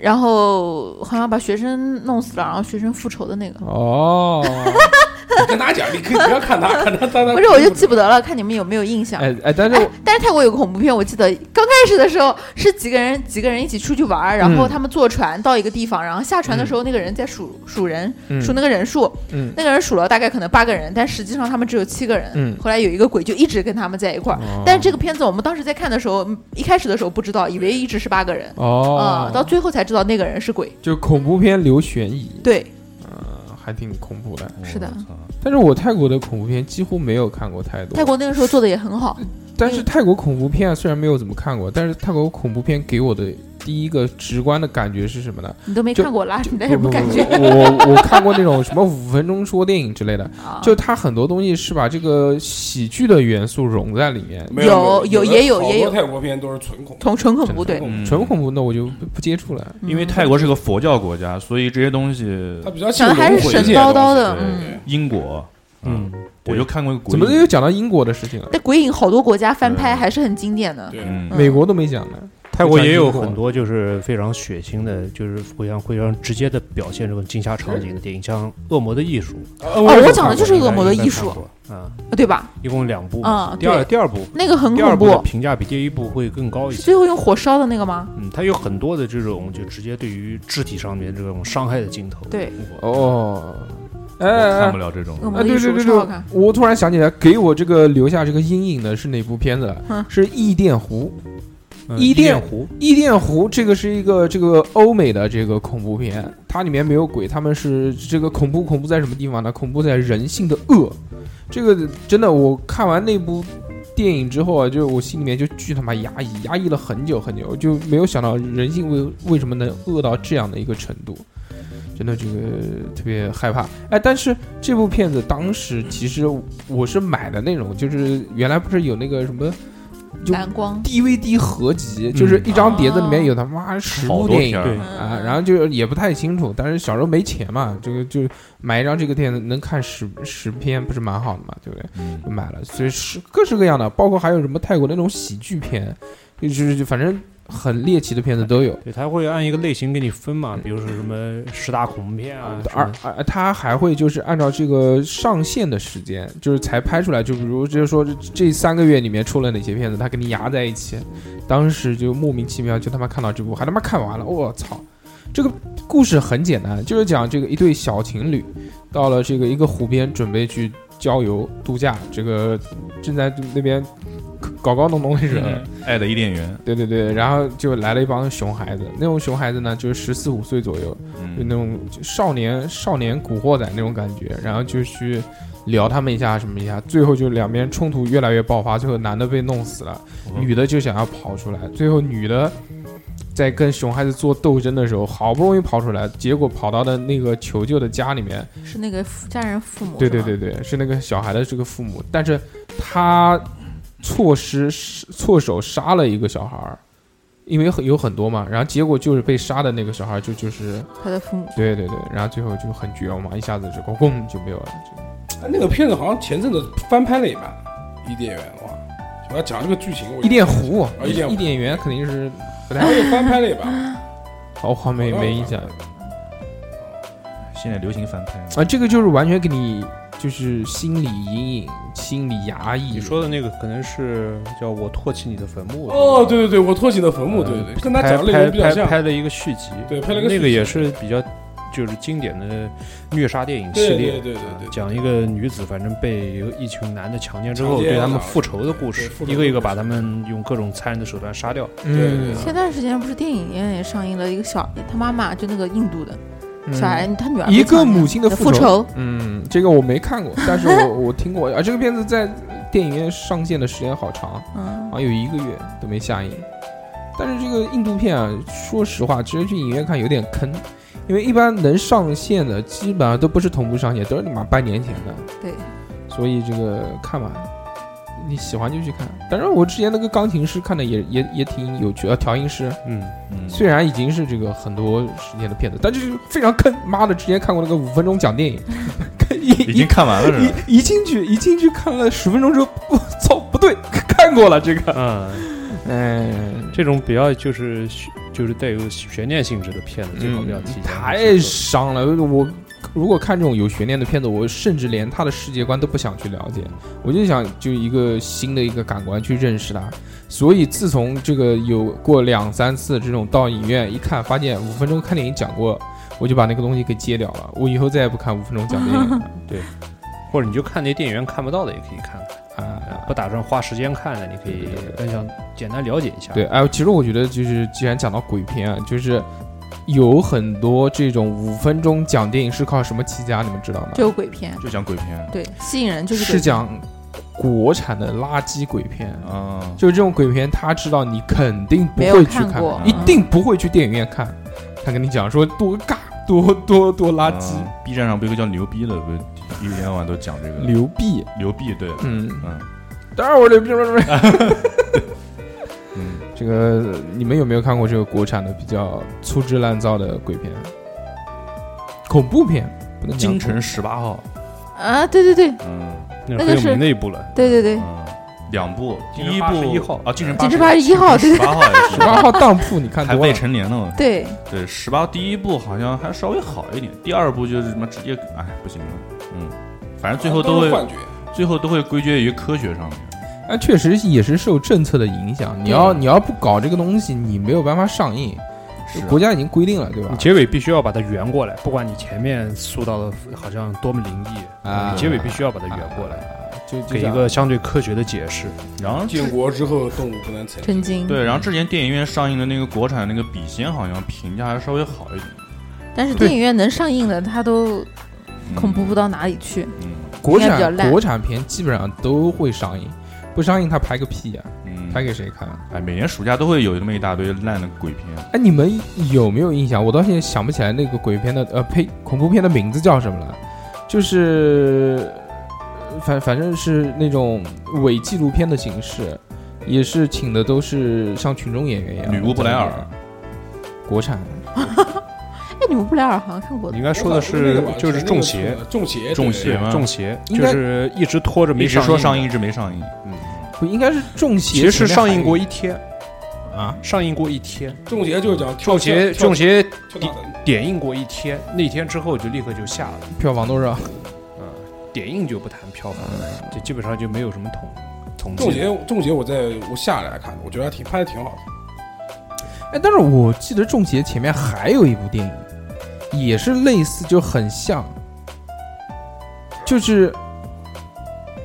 [SPEAKER 8] 然后好像把学生弄死了，然后学生复仇的那个。
[SPEAKER 6] 哦，
[SPEAKER 2] 你跟他讲，你可以不要看他，看他他他
[SPEAKER 8] 不是，我就记不得了，看你们有没有印象。
[SPEAKER 6] 哎哎，但是
[SPEAKER 8] 哎，但是泰国有个恐怖片，我记得刚开始的时候是几个人几个人一起出去玩儿，然后
[SPEAKER 6] 嗯
[SPEAKER 8] 他们坐船到一个地方，然后下船的时候，那个人在数、数人，
[SPEAKER 6] 嗯
[SPEAKER 8] 数那个人数，
[SPEAKER 6] 嗯
[SPEAKER 8] 那个人数了大概可能八个人，但实际上他们只有七个人。
[SPEAKER 6] 嗯
[SPEAKER 8] 后来有一个鬼就一直跟他们在一块儿，
[SPEAKER 6] 哦
[SPEAKER 8] 但是这个片子我们当时在看的时候，一开始的时候不知道，以为一直是八个人，啊、到
[SPEAKER 6] 哦，
[SPEAKER 8] 最后才知道那个人是鬼。
[SPEAKER 6] 就恐怖片留悬疑，
[SPEAKER 8] 对，
[SPEAKER 6] 嗯，还挺恐怖的。
[SPEAKER 9] 哦我
[SPEAKER 8] 是的
[SPEAKER 9] 操
[SPEAKER 6] 但是我泰国的恐怖片几乎没有看过太多，
[SPEAKER 8] 泰国嗯那个时候做的也很好，
[SPEAKER 6] 但是泰国恐怖片啊，虽然没有怎么看过，但是泰国恐怖片给我的第一个直观的感觉是什么呢？
[SPEAKER 8] 你都没
[SPEAKER 6] 就
[SPEAKER 8] 看过啦，你那
[SPEAKER 6] 不
[SPEAKER 8] 什么感觉
[SPEAKER 6] 不不我我看过那种什么五分钟说电影之类的，
[SPEAKER 8] 啊？
[SPEAKER 6] 就它很多东西是把这个喜剧的元素融在里面。
[SPEAKER 2] 没有
[SPEAKER 8] 有有也有
[SPEAKER 2] 好多
[SPEAKER 8] 也有
[SPEAKER 2] 泰国片都是纯恐怖，
[SPEAKER 8] 从纯恐怖
[SPEAKER 6] 真
[SPEAKER 8] 对
[SPEAKER 6] 的，
[SPEAKER 9] 嗯
[SPEAKER 6] 纯恐怖那我就不不接触了。
[SPEAKER 9] 因为
[SPEAKER 8] 嗯
[SPEAKER 9] 泰国是个佛教国家，所以这些东西
[SPEAKER 2] 他比较
[SPEAKER 8] 可能还是神叨叨的，
[SPEAKER 9] 对
[SPEAKER 8] 嗯。
[SPEAKER 9] 因果，
[SPEAKER 6] 嗯，
[SPEAKER 9] 啊我就看过一个鬼
[SPEAKER 6] 怎
[SPEAKER 9] 影，
[SPEAKER 6] 么又讲到英国的事情了？
[SPEAKER 8] 但鬼影好多国家翻拍
[SPEAKER 9] 对
[SPEAKER 8] 还是很经典的。
[SPEAKER 2] 对，
[SPEAKER 9] 嗯
[SPEAKER 8] 嗯
[SPEAKER 6] 美国都没讲呢。
[SPEAKER 10] 泰国也有
[SPEAKER 6] 讲英国
[SPEAKER 10] 很多就是非常血腥的，就是会让会让直接的表现这种惊吓场景的电影，像《恶魔的艺术
[SPEAKER 2] 哦
[SPEAKER 8] 哦，我讲的就是《恶魔的
[SPEAKER 10] 应该
[SPEAKER 8] 艺
[SPEAKER 10] 看
[SPEAKER 8] 术呃
[SPEAKER 10] 过》，啊，
[SPEAKER 8] 对吧？
[SPEAKER 10] 一共两部
[SPEAKER 8] 啊
[SPEAKER 10] 第二
[SPEAKER 8] 对
[SPEAKER 10] 第二部
[SPEAKER 8] 那个很
[SPEAKER 10] 第二
[SPEAKER 8] 恐
[SPEAKER 10] 部的
[SPEAKER 8] 怖，
[SPEAKER 10] 评价比第一部会更高一
[SPEAKER 8] 是
[SPEAKER 10] 些。
[SPEAKER 8] 最后用火烧的那个吗？
[SPEAKER 10] 嗯，它有很多的这种就直接对于肢体上面这种伤害的镜头。
[SPEAKER 8] 对，
[SPEAKER 6] 哦，哎
[SPEAKER 9] 我
[SPEAKER 6] 哎
[SPEAKER 9] 看
[SPEAKER 6] 哎
[SPEAKER 9] 不了这种
[SPEAKER 8] 恶。魔
[SPEAKER 6] 啊，
[SPEAKER 8] 的
[SPEAKER 6] 对
[SPEAKER 8] 艺
[SPEAKER 6] 对
[SPEAKER 8] 术
[SPEAKER 6] 对
[SPEAKER 8] 超好
[SPEAKER 6] 对
[SPEAKER 8] 看，，
[SPEAKER 6] 我突然想起来，给我这个留下这个阴影的是哪部片子了
[SPEAKER 8] 嗯？
[SPEAKER 6] 是《异甸湖》。
[SPEAKER 10] 嗯
[SPEAKER 6] 伊
[SPEAKER 10] 伊
[SPEAKER 6] 甸
[SPEAKER 10] 甸湖
[SPEAKER 6] 伊甸湖这个是一个这个欧美的这个恐怖片，它里面没有鬼，他们是这个恐怖恐怖在什么地方呢？恐怖在人性的恶。这个真的，我看完那部电影之后啊，就我心里面就巨他妈压抑，压抑了很久很久，我就没有想到人性为为什么能恶到这样的一个程度。真的这个特别害怕，哎，但是这部片子当时其实我是买的那种，就是原来不是有那个什么就
[SPEAKER 8] 蓝光，
[SPEAKER 6] DVD 合集，就是一张碟子里面有他妈
[SPEAKER 9] 嗯
[SPEAKER 6] 十
[SPEAKER 9] 啊好
[SPEAKER 6] 部
[SPEAKER 9] 多片
[SPEAKER 6] 电影。
[SPEAKER 9] 儿
[SPEAKER 8] 嗯
[SPEAKER 10] 对，
[SPEAKER 6] 啊，然后就也不太清楚，但是小时候没钱嘛，这个就买一张这个电影能看十十篇，不是蛮好的嘛，对不对？
[SPEAKER 9] 嗯
[SPEAKER 6] 就买了，所以是各式各样的，包括还有什么泰国的那种喜剧片，就是就反正很猎奇的片子都有。
[SPEAKER 10] 对，它会按一个类型给你分嘛，比如说什么十大恐怖片啊，什
[SPEAKER 6] 而
[SPEAKER 10] 么
[SPEAKER 6] 而他还会就是按照这个上线的时间，就是才拍出来，就比如就是说这这三个月里面出了哪些片子，他给你压在一起，当时就莫名其妙就他妈看到这部，还他妈看完了，我操！这个故事很简单，就是讲这个一对小情侣到了这个一个湖边准备去郊游度假，这个正在那边搞搞弄弄的时候，
[SPEAKER 9] 嗯爱的伊甸园，
[SPEAKER 6] 对对对，然后就来了一帮熊孩子，那种熊孩子呢就是十四五岁左右，就
[SPEAKER 9] 嗯
[SPEAKER 6] 那种就少年少年古惑仔那种感觉，然后就去聊他们一下什么一下，最后就两边冲突越来越爆发，最后男的被弄死了，
[SPEAKER 9] 嗯
[SPEAKER 6] 女的就想要跑出来，最后女的在跟熊孩子做斗争的时候，好不容易跑出来，结果跑到的那个求救的家里面，
[SPEAKER 8] 是那个父家人父母，
[SPEAKER 6] 对对对，对，是那个小孩的这个父母，但是他错失错手杀了一个小孩儿。因为很有很多嘛，然后结果就是被杀的那个小孩就就是
[SPEAKER 8] 他的父母，
[SPEAKER 6] 对对对，然后最后就很绝望嘛，一下子这个嗡就没有了。就
[SPEAKER 2] 那个片子好像前阵子翻拍了一版《伊甸园》哇，我要讲这个剧情，我
[SPEAKER 6] 伊甸湖，
[SPEAKER 2] 啊伊甸湖
[SPEAKER 6] 伊甸园肯定是不
[SPEAKER 2] 然后
[SPEAKER 6] 太
[SPEAKER 2] 又翻拍了一版，
[SPEAKER 6] 哦好，好没没印象。
[SPEAKER 9] 现在流行翻拍嘛
[SPEAKER 6] 啊，这个就是完全给你就是心理阴影、心理压抑。
[SPEAKER 10] 你说的那个可能是叫我唾弃你的坟墓
[SPEAKER 2] 哦，对对对，我托起的坟墓，对对，对跟他讲的内
[SPEAKER 10] 拍
[SPEAKER 2] 容比较
[SPEAKER 10] 拍
[SPEAKER 2] 像。
[SPEAKER 10] 拍的一个续集，
[SPEAKER 2] 对拍了个
[SPEAKER 10] 那
[SPEAKER 2] 续
[SPEAKER 10] 个
[SPEAKER 2] 集
[SPEAKER 10] 也是比较就是经典的虐杀电影
[SPEAKER 2] 对
[SPEAKER 10] 系
[SPEAKER 2] 对
[SPEAKER 10] 列，
[SPEAKER 2] 对对对对
[SPEAKER 10] 讲一个女子反正被一群男的强奸之后，
[SPEAKER 2] 强奸
[SPEAKER 10] 对他
[SPEAKER 2] 了
[SPEAKER 10] 们复仇的故
[SPEAKER 2] 对
[SPEAKER 10] 事
[SPEAKER 2] 复仇，的
[SPEAKER 10] 一个一
[SPEAKER 2] 故
[SPEAKER 10] 个
[SPEAKER 2] 事
[SPEAKER 10] 把他们用各种残忍的手 段杀掉。
[SPEAKER 2] 对
[SPEAKER 6] 嗯，
[SPEAKER 8] 前段时间不是电影院也上映了一个小他妈妈，就那个印度的小孩，他女儿
[SPEAKER 6] 嗯一
[SPEAKER 8] 被强
[SPEAKER 6] 个
[SPEAKER 8] 奸
[SPEAKER 6] 母亲的
[SPEAKER 8] 复
[SPEAKER 6] 复仇
[SPEAKER 8] 仇，
[SPEAKER 6] 嗯，这个我没看过，但是我我听过。 啊，这个片子在电影院上线的时间好长，
[SPEAKER 8] 嗯
[SPEAKER 6] 好像有一个月都没下映。但是这个印度片啊，说实话，其实去影院看有点坑，因为一般能上线的基本上都不是同步上线，都是你妈半年前的。
[SPEAKER 8] 对，
[SPEAKER 6] 所以这个看吧，你喜欢就去看。当然，我之前那个钢琴师看的也也也挺有趣，呃，调音师
[SPEAKER 10] 嗯，
[SPEAKER 9] 嗯，
[SPEAKER 6] 虽然已经是这个很多十年的片子，但就是非常坑。妈的，之前看过那个五分钟讲 电影，一
[SPEAKER 9] 已经
[SPEAKER 6] 一
[SPEAKER 9] 看完了是吧？
[SPEAKER 6] 一一进去一进去看了十分钟之后，我操，不对，看过了这个，
[SPEAKER 10] 嗯，
[SPEAKER 6] 哎，
[SPEAKER 10] 这种比较就是就是带有悬念性质的片子，最好不
[SPEAKER 2] 嗯
[SPEAKER 10] 要提前去
[SPEAKER 6] 嗯
[SPEAKER 10] 做。
[SPEAKER 6] 太伤了。我如果看这种有悬念的片子，我甚至连他的世界观都不想去了解，我就想就一个新的一个感官去认识它。所以自从这个有过两三次这种到影院一看，发现五分钟看电影讲过，我就把那个东西给戒掉了。我以后再也不看五分钟讲电影了
[SPEAKER 10] 或者你就看那电影院看不到的也可以看看，
[SPEAKER 6] 啊。
[SPEAKER 10] 不打算花时间看的，你可以
[SPEAKER 6] 对对对
[SPEAKER 10] 但想简单了解一下。
[SPEAKER 6] 对，，哎，其实我觉得就是，既然讲到鬼片啊，就是有很多这种五分钟讲电影是靠什么起家，你们知道吗？
[SPEAKER 8] 就是鬼片，
[SPEAKER 9] 就讲鬼片
[SPEAKER 8] 对，吸引人就是
[SPEAKER 6] 是
[SPEAKER 8] 鬼片
[SPEAKER 6] 讲国产的垃圾鬼片啊，
[SPEAKER 9] 啊，
[SPEAKER 6] 就这种鬼片，他知道你肯定不
[SPEAKER 8] 没有
[SPEAKER 6] 会去
[SPEAKER 8] 看
[SPEAKER 6] 看
[SPEAKER 8] 过，
[SPEAKER 9] 嗯
[SPEAKER 6] 一定不会去电影院看。他跟你讲说多尬，多多多垃圾，
[SPEAKER 9] 啊 B 站上不有个叫牛逼的，不是一天到晚都讲这个
[SPEAKER 6] 牛逼。
[SPEAKER 9] 牛逼，对，
[SPEAKER 6] 嗯，
[SPEAKER 9] 嗯
[SPEAKER 6] 当然我牛逼了。
[SPEAKER 9] 嗯，
[SPEAKER 6] 这个你们有没有看过这个国产的比较粗制滥造的鬼片？恐怖片不能讲
[SPEAKER 9] 京
[SPEAKER 6] 恐
[SPEAKER 9] 城十八号，
[SPEAKER 8] 啊，对对对
[SPEAKER 9] 嗯
[SPEAKER 10] 那
[SPEAKER 8] 那
[SPEAKER 10] 是
[SPEAKER 8] 个
[SPEAKER 10] 很
[SPEAKER 8] 是
[SPEAKER 10] 有名的一部了。
[SPEAKER 8] 对对对，
[SPEAKER 9] 嗯，两部，第
[SPEAKER 10] 京
[SPEAKER 9] 一
[SPEAKER 10] 城
[SPEAKER 9] 部
[SPEAKER 10] 81号
[SPEAKER 9] 啊，京城
[SPEAKER 8] 京城
[SPEAKER 9] 81
[SPEAKER 8] 81号
[SPEAKER 9] 十八号也
[SPEAKER 6] 十
[SPEAKER 9] 是
[SPEAKER 6] 八号当铺，你看
[SPEAKER 9] 还
[SPEAKER 6] 多
[SPEAKER 9] 未
[SPEAKER 6] 了。
[SPEAKER 9] 成年呢嘛，
[SPEAKER 8] 对，
[SPEAKER 9] 对，十八第一部好像还稍微好一点，第二部就是什么直接，哎，不行了，嗯，反正最后都
[SPEAKER 2] 是
[SPEAKER 9] 会
[SPEAKER 2] 幻觉，
[SPEAKER 9] 最后都会归结于科学上面，
[SPEAKER 6] 但确实也是受政策的影响。你要你要不搞这个东西，你没有办法上映。
[SPEAKER 9] 是
[SPEAKER 6] 国家已经规定了，对吧
[SPEAKER 10] 你？结尾必须要把它圆过来，不管你前面塑造的好像多么灵异
[SPEAKER 6] 啊
[SPEAKER 10] 你结尾必须要把它圆过来，
[SPEAKER 6] 来，啊就就
[SPEAKER 10] 给一
[SPEAKER 6] 像
[SPEAKER 10] 个相对科学的解释。
[SPEAKER 9] 然后
[SPEAKER 2] 建国之后动物不能成。
[SPEAKER 8] 震惊。
[SPEAKER 9] 对，然后之前电影院上映的那个国产那个《笔仙》好像评价还稍微好一点，
[SPEAKER 8] 但是
[SPEAKER 6] 对
[SPEAKER 8] 电影院能上映的，它都
[SPEAKER 9] 嗯
[SPEAKER 8] 恐怖不到哪里去。
[SPEAKER 9] 嗯
[SPEAKER 6] 国
[SPEAKER 8] 应该比较
[SPEAKER 6] 产
[SPEAKER 8] 烂
[SPEAKER 6] 国产片基本上都会上映，不上映它拍个屁呀、
[SPEAKER 9] 嗯，
[SPEAKER 6] 拍给谁看啊？
[SPEAKER 9] 哎，每年暑假都会有那么一大堆烂的鬼片，
[SPEAKER 6] 哎，你们有没有印象？我到现在想不起来那个鬼片的呃呸恐怖片的名字叫什么了，就是呃反反正是那种伪纪录片的形式，也是请的都是像群众演员一样的
[SPEAKER 9] 女巫布莱尔
[SPEAKER 6] 在里面，国产
[SPEAKER 8] 哎，你们布莱尔好像看过
[SPEAKER 10] 你
[SPEAKER 8] 的，
[SPEAKER 10] 应该说的
[SPEAKER 2] 那
[SPEAKER 10] 是
[SPEAKER 2] 个吧
[SPEAKER 10] 就是
[SPEAKER 2] 那个
[SPEAKER 10] 中邪，
[SPEAKER 2] 中邪，
[SPEAKER 9] 中
[SPEAKER 2] 对
[SPEAKER 9] 邪
[SPEAKER 10] 对
[SPEAKER 9] 吗
[SPEAKER 10] 中邪，
[SPEAKER 6] 应
[SPEAKER 10] 就
[SPEAKER 6] 该
[SPEAKER 10] 是一直拖啊着没
[SPEAKER 9] 一直说上
[SPEAKER 10] 上
[SPEAKER 9] 映，一
[SPEAKER 10] 映的，
[SPEAKER 9] 直没上映，嗯，
[SPEAKER 6] 不应该是中邪
[SPEAKER 10] 其实
[SPEAKER 6] 前面
[SPEAKER 10] 上
[SPEAKER 6] 还
[SPEAKER 10] 映
[SPEAKER 6] 有
[SPEAKER 10] 过一天，
[SPEAKER 6] 啊，
[SPEAKER 10] 上映过一天，
[SPEAKER 2] 中邪就是讲跳
[SPEAKER 10] 中邪
[SPEAKER 2] 跳
[SPEAKER 10] 中邪
[SPEAKER 2] 跳跳大神
[SPEAKER 10] 点映过一天，那天之后就立刻就下了，
[SPEAKER 6] 票房多少？
[SPEAKER 10] 嗯，点映就不谈票房了，就基本上就没有什么统统
[SPEAKER 2] 中
[SPEAKER 10] 计了。
[SPEAKER 2] 邪中邪，我在我下来看，我觉得还挺拍的挺好的。
[SPEAKER 6] 哎，但是我记得《中邪》前面还有一部电影，也是类似，就很像，就是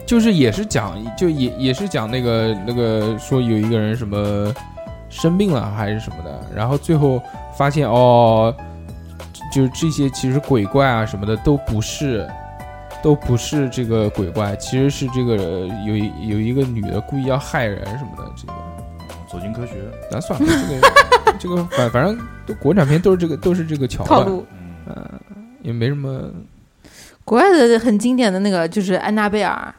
[SPEAKER 6] 就是也是讲，就也也是讲那个那个说有一个人什么生病了还是什么的，然后最后发现哦，就这些其实鬼怪啊什么的都不是。都不是这个鬼怪，其实是这个呃有一有一个女的故意要害人什么的，这个
[SPEAKER 9] 走进科学，
[SPEAKER 6] 咱算了，这个这个反反正都国产片都是这个都是这个桥
[SPEAKER 8] 套
[SPEAKER 6] 段，
[SPEAKER 8] 路。
[SPEAKER 9] 嗯，
[SPEAKER 6] 呃，也没什么。
[SPEAKER 8] 国外的很经典的啊那个就是安娜贝尔，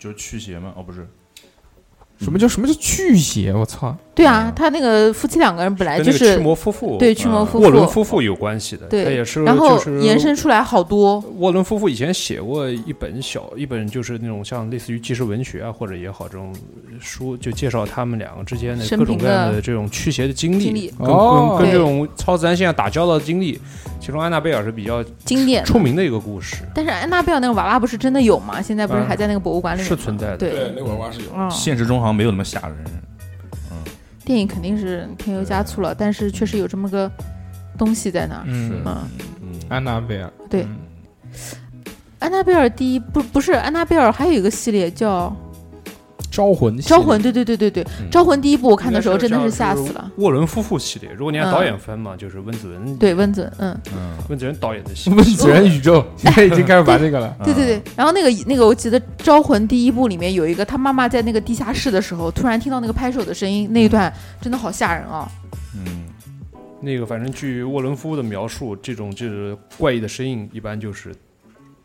[SPEAKER 9] 就是驱邪嘛，哦不是，
[SPEAKER 6] 什么叫什么叫驱邪？我操！
[SPEAKER 8] 对啊，他那个夫妻两个人本来
[SPEAKER 10] 跟
[SPEAKER 8] 就
[SPEAKER 10] 嗯那个
[SPEAKER 8] 是
[SPEAKER 10] 驱魔夫妇啊
[SPEAKER 8] 对驱魔夫妇
[SPEAKER 10] 沃伦夫妇有关系的，他
[SPEAKER 8] 对
[SPEAKER 10] 也是
[SPEAKER 8] 然后
[SPEAKER 10] 就是
[SPEAKER 8] 延伸出来好多，
[SPEAKER 10] 沃伦夫妇以前写过一本小一本，就是那种像类似于纪实文学啊，或者也好这种书，就介绍他们两个之间的
[SPEAKER 8] 生
[SPEAKER 10] 各种
[SPEAKER 8] 平
[SPEAKER 10] 各样
[SPEAKER 8] 的
[SPEAKER 10] 的这种驱邪的经
[SPEAKER 8] 经
[SPEAKER 10] 历
[SPEAKER 8] 历，
[SPEAKER 10] 跟
[SPEAKER 6] 哦
[SPEAKER 10] 跟跟这
[SPEAKER 8] 对
[SPEAKER 10] 种超自然现象打交道的经历。其中安娜贝尔是比较
[SPEAKER 8] 经典。
[SPEAKER 10] 出名的一个故事，
[SPEAKER 8] 但是安娜贝尔那个娃娃不是真的有吗？现在不是
[SPEAKER 10] 嗯
[SPEAKER 8] 还在那个博物馆里面
[SPEAKER 10] 是
[SPEAKER 8] 吗
[SPEAKER 10] 存在的
[SPEAKER 2] 对
[SPEAKER 8] 对，，
[SPEAKER 2] 那会儿娃是有。
[SPEAKER 8] 嗯，
[SPEAKER 9] 现实中好像没有那么吓人。
[SPEAKER 8] 电影肯定是添油加醋了，但是确实有这么个东西在那儿。
[SPEAKER 6] 嗯，
[SPEAKER 8] 嗯，
[SPEAKER 6] 安娜贝尔，
[SPEAKER 8] 对
[SPEAKER 6] 嗯
[SPEAKER 8] 安娜贝尔第一不不是安娜贝尔，还有一个系列叫
[SPEAKER 6] 招魂，
[SPEAKER 8] 《招魂》，，对对对对对，
[SPEAKER 6] 嗯
[SPEAKER 8] 《招魂》第一部我看的时候
[SPEAKER 10] 应该
[SPEAKER 8] 真
[SPEAKER 10] 是
[SPEAKER 8] 的
[SPEAKER 10] 叫
[SPEAKER 8] 是吓死了。
[SPEAKER 10] 沃伦夫妇系列。如果你按
[SPEAKER 8] 嗯
[SPEAKER 10] 导演分嘛，就是温子仁
[SPEAKER 8] 对，温子，嗯，
[SPEAKER 9] 嗯，
[SPEAKER 10] 温子仁导演的戏。
[SPEAKER 6] 温子仁宇宙， 现在已经开始玩这个 了。
[SPEAKER 8] 对对对。然后那个那个，我记得《招魂》第一部里面有一个他妈妈在那个地下室的时候，突然听到那个拍手的声音，那一段真的好吓人啊！
[SPEAKER 9] 嗯，
[SPEAKER 10] 那个反正据沃伦夫妇的描述，这种就是怪异的声音，一般就是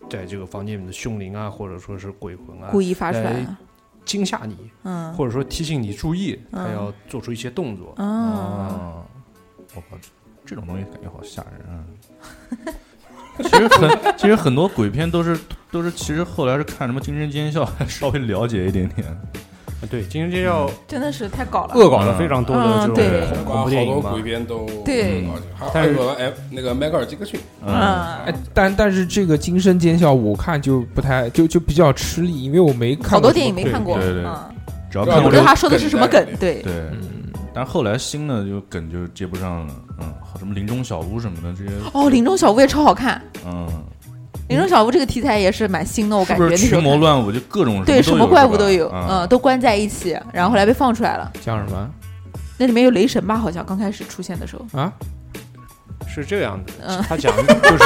[SPEAKER 10] 在这个房间里的凶灵啊，或者说是鬼魂啊
[SPEAKER 8] 故，意发出来
[SPEAKER 10] 哎
[SPEAKER 8] 的，
[SPEAKER 10] 惊吓你，
[SPEAKER 8] 嗯，
[SPEAKER 10] 或者说提醒你注意，他
[SPEAKER 8] 嗯
[SPEAKER 10] 要做出一些动作。
[SPEAKER 8] 啊，
[SPEAKER 9] 哦，我靠，这种东西感觉好吓人啊！ 其实很，其实很多鬼片都是都是，其实后来是看什么《精神尖笑》，稍微了解一点点。
[SPEAKER 10] 啊对，精神尖叫
[SPEAKER 8] 真的是太搞了。
[SPEAKER 10] 恶搞了非常多的
[SPEAKER 8] 嗯
[SPEAKER 10] 这
[SPEAKER 8] 对
[SPEAKER 10] 种恐
[SPEAKER 2] 把好
[SPEAKER 10] 恐怖电影
[SPEAKER 2] 多
[SPEAKER 10] 嘛
[SPEAKER 2] 鬼。片都
[SPEAKER 8] 对
[SPEAKER 2] 搞起来还还
[SPEAKER 10] 但是
[SPEAKER 2] 有个哎，那个迈克尔杰克逊，
[SPEAKER 9] 嗯，
[SPEAKER 6] 哎，但但是这个《惊声尖笑》我看就不太就就比较吃力，因为我没看
[SPEAKER 8] 好
[SPEAKER 6] 过
[SPEAKER 8] 多电影
[SPEAKER 6] 什么
[SPEAKER 8] 没看过，
[SPEAKER 9] 对对对
[SPEAKER 8] 嗯
[SPEAKER 9] 只要
[SPEAKER 2] 对
[SPEAKER 9] 看过
[SPEAKER 8] 我不
[SPEAKER 9] 这
[SPEAKER 8] 知
[SPEAKER 9] 个，
[SPEAKER 8] 道他说的是什么梗，对，
[SPEAKER 9] 对，
[SPEAKER 6] 嗯
[SPEAKER 9] 但后来新的就梗就接不上了。嗯，好什么林中小屋什么的这些，
[SPEAKER 8] 哦，《林中小屋》也超好看，
[SPEAKER 9] 嗯，
[SPEAKER 8] 《林中小屋》这个题材也是蛮新的，我
[SPEAKER 9] 是
[SPEAKER 8] 感觉
[SPEAKER 9] 不
[SPEAKER 8] 那
[SPEAKER 9] 是
[SPEAKER 8] 时
[SPEAKER 9] 群
[SPEAKER 8] 候
[SPEAKER 9] 魔
[SPEAKER 8] 看
[SPEAKER 9] 乱舞就各种
[SPEAKER 8] 对什么怪物都有，
[SPEAKER 9] 嗯
[SPEAKER 8] 嗯，，都关在一起，然后后来被放出来了。
[SPEAKER 6] 讲什么
[SPEAKER 8] 那里面有雷神吧？好像刚开始出现的时候，
[SPEAKER 6] 啊？
[SPEAKER 10] 是这样的
[SPEAKER 8] 嗯，
[SPEAKER 10] 他讲的 就是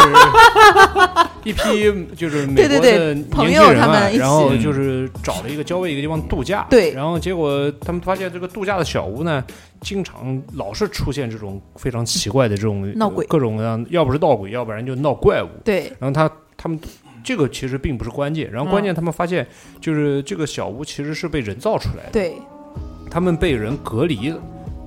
[SPEAKER 10] 一批就是美国
[SPEAKER 8] 对对
[SPEAKER 10] 的
[SPEAKER 8] 对
[SPEAKER 10] 年
[SPEAKER 8] 朋
[SPEAKER 10] 轻
[SPEAKER 8] 友
[SPEAKER 10] 人
[SPEAKER 8] 他
[SPEAKER 10] 啊
[SPEAKER 8] 们一，起嗯
[SPEAKER 10] 然后就是找了一个郊外一个地方度假，
[SPEAKER 8] 对
[SPEAKER 10] 然后结果他们发现这个度假的小屋呢，经常老是出现这种非常奇怪的这种
[SPEAKER 8] 闹鬼
[SPEAKER 10] 各种各样，要不是闹鬼，要不然就闹怪物，
[SPEAKER 8] 对，
[SPEAKER 10] 然后他他们这个其实并不是关键，然后关
[SPEAKER 8] 嗯
[SPEAKER 10] 键他们发现就是这个小屋其实是被人造出来的，
[SPEAKER 8] 对，
[SPEAKER 10] 他们被人隔离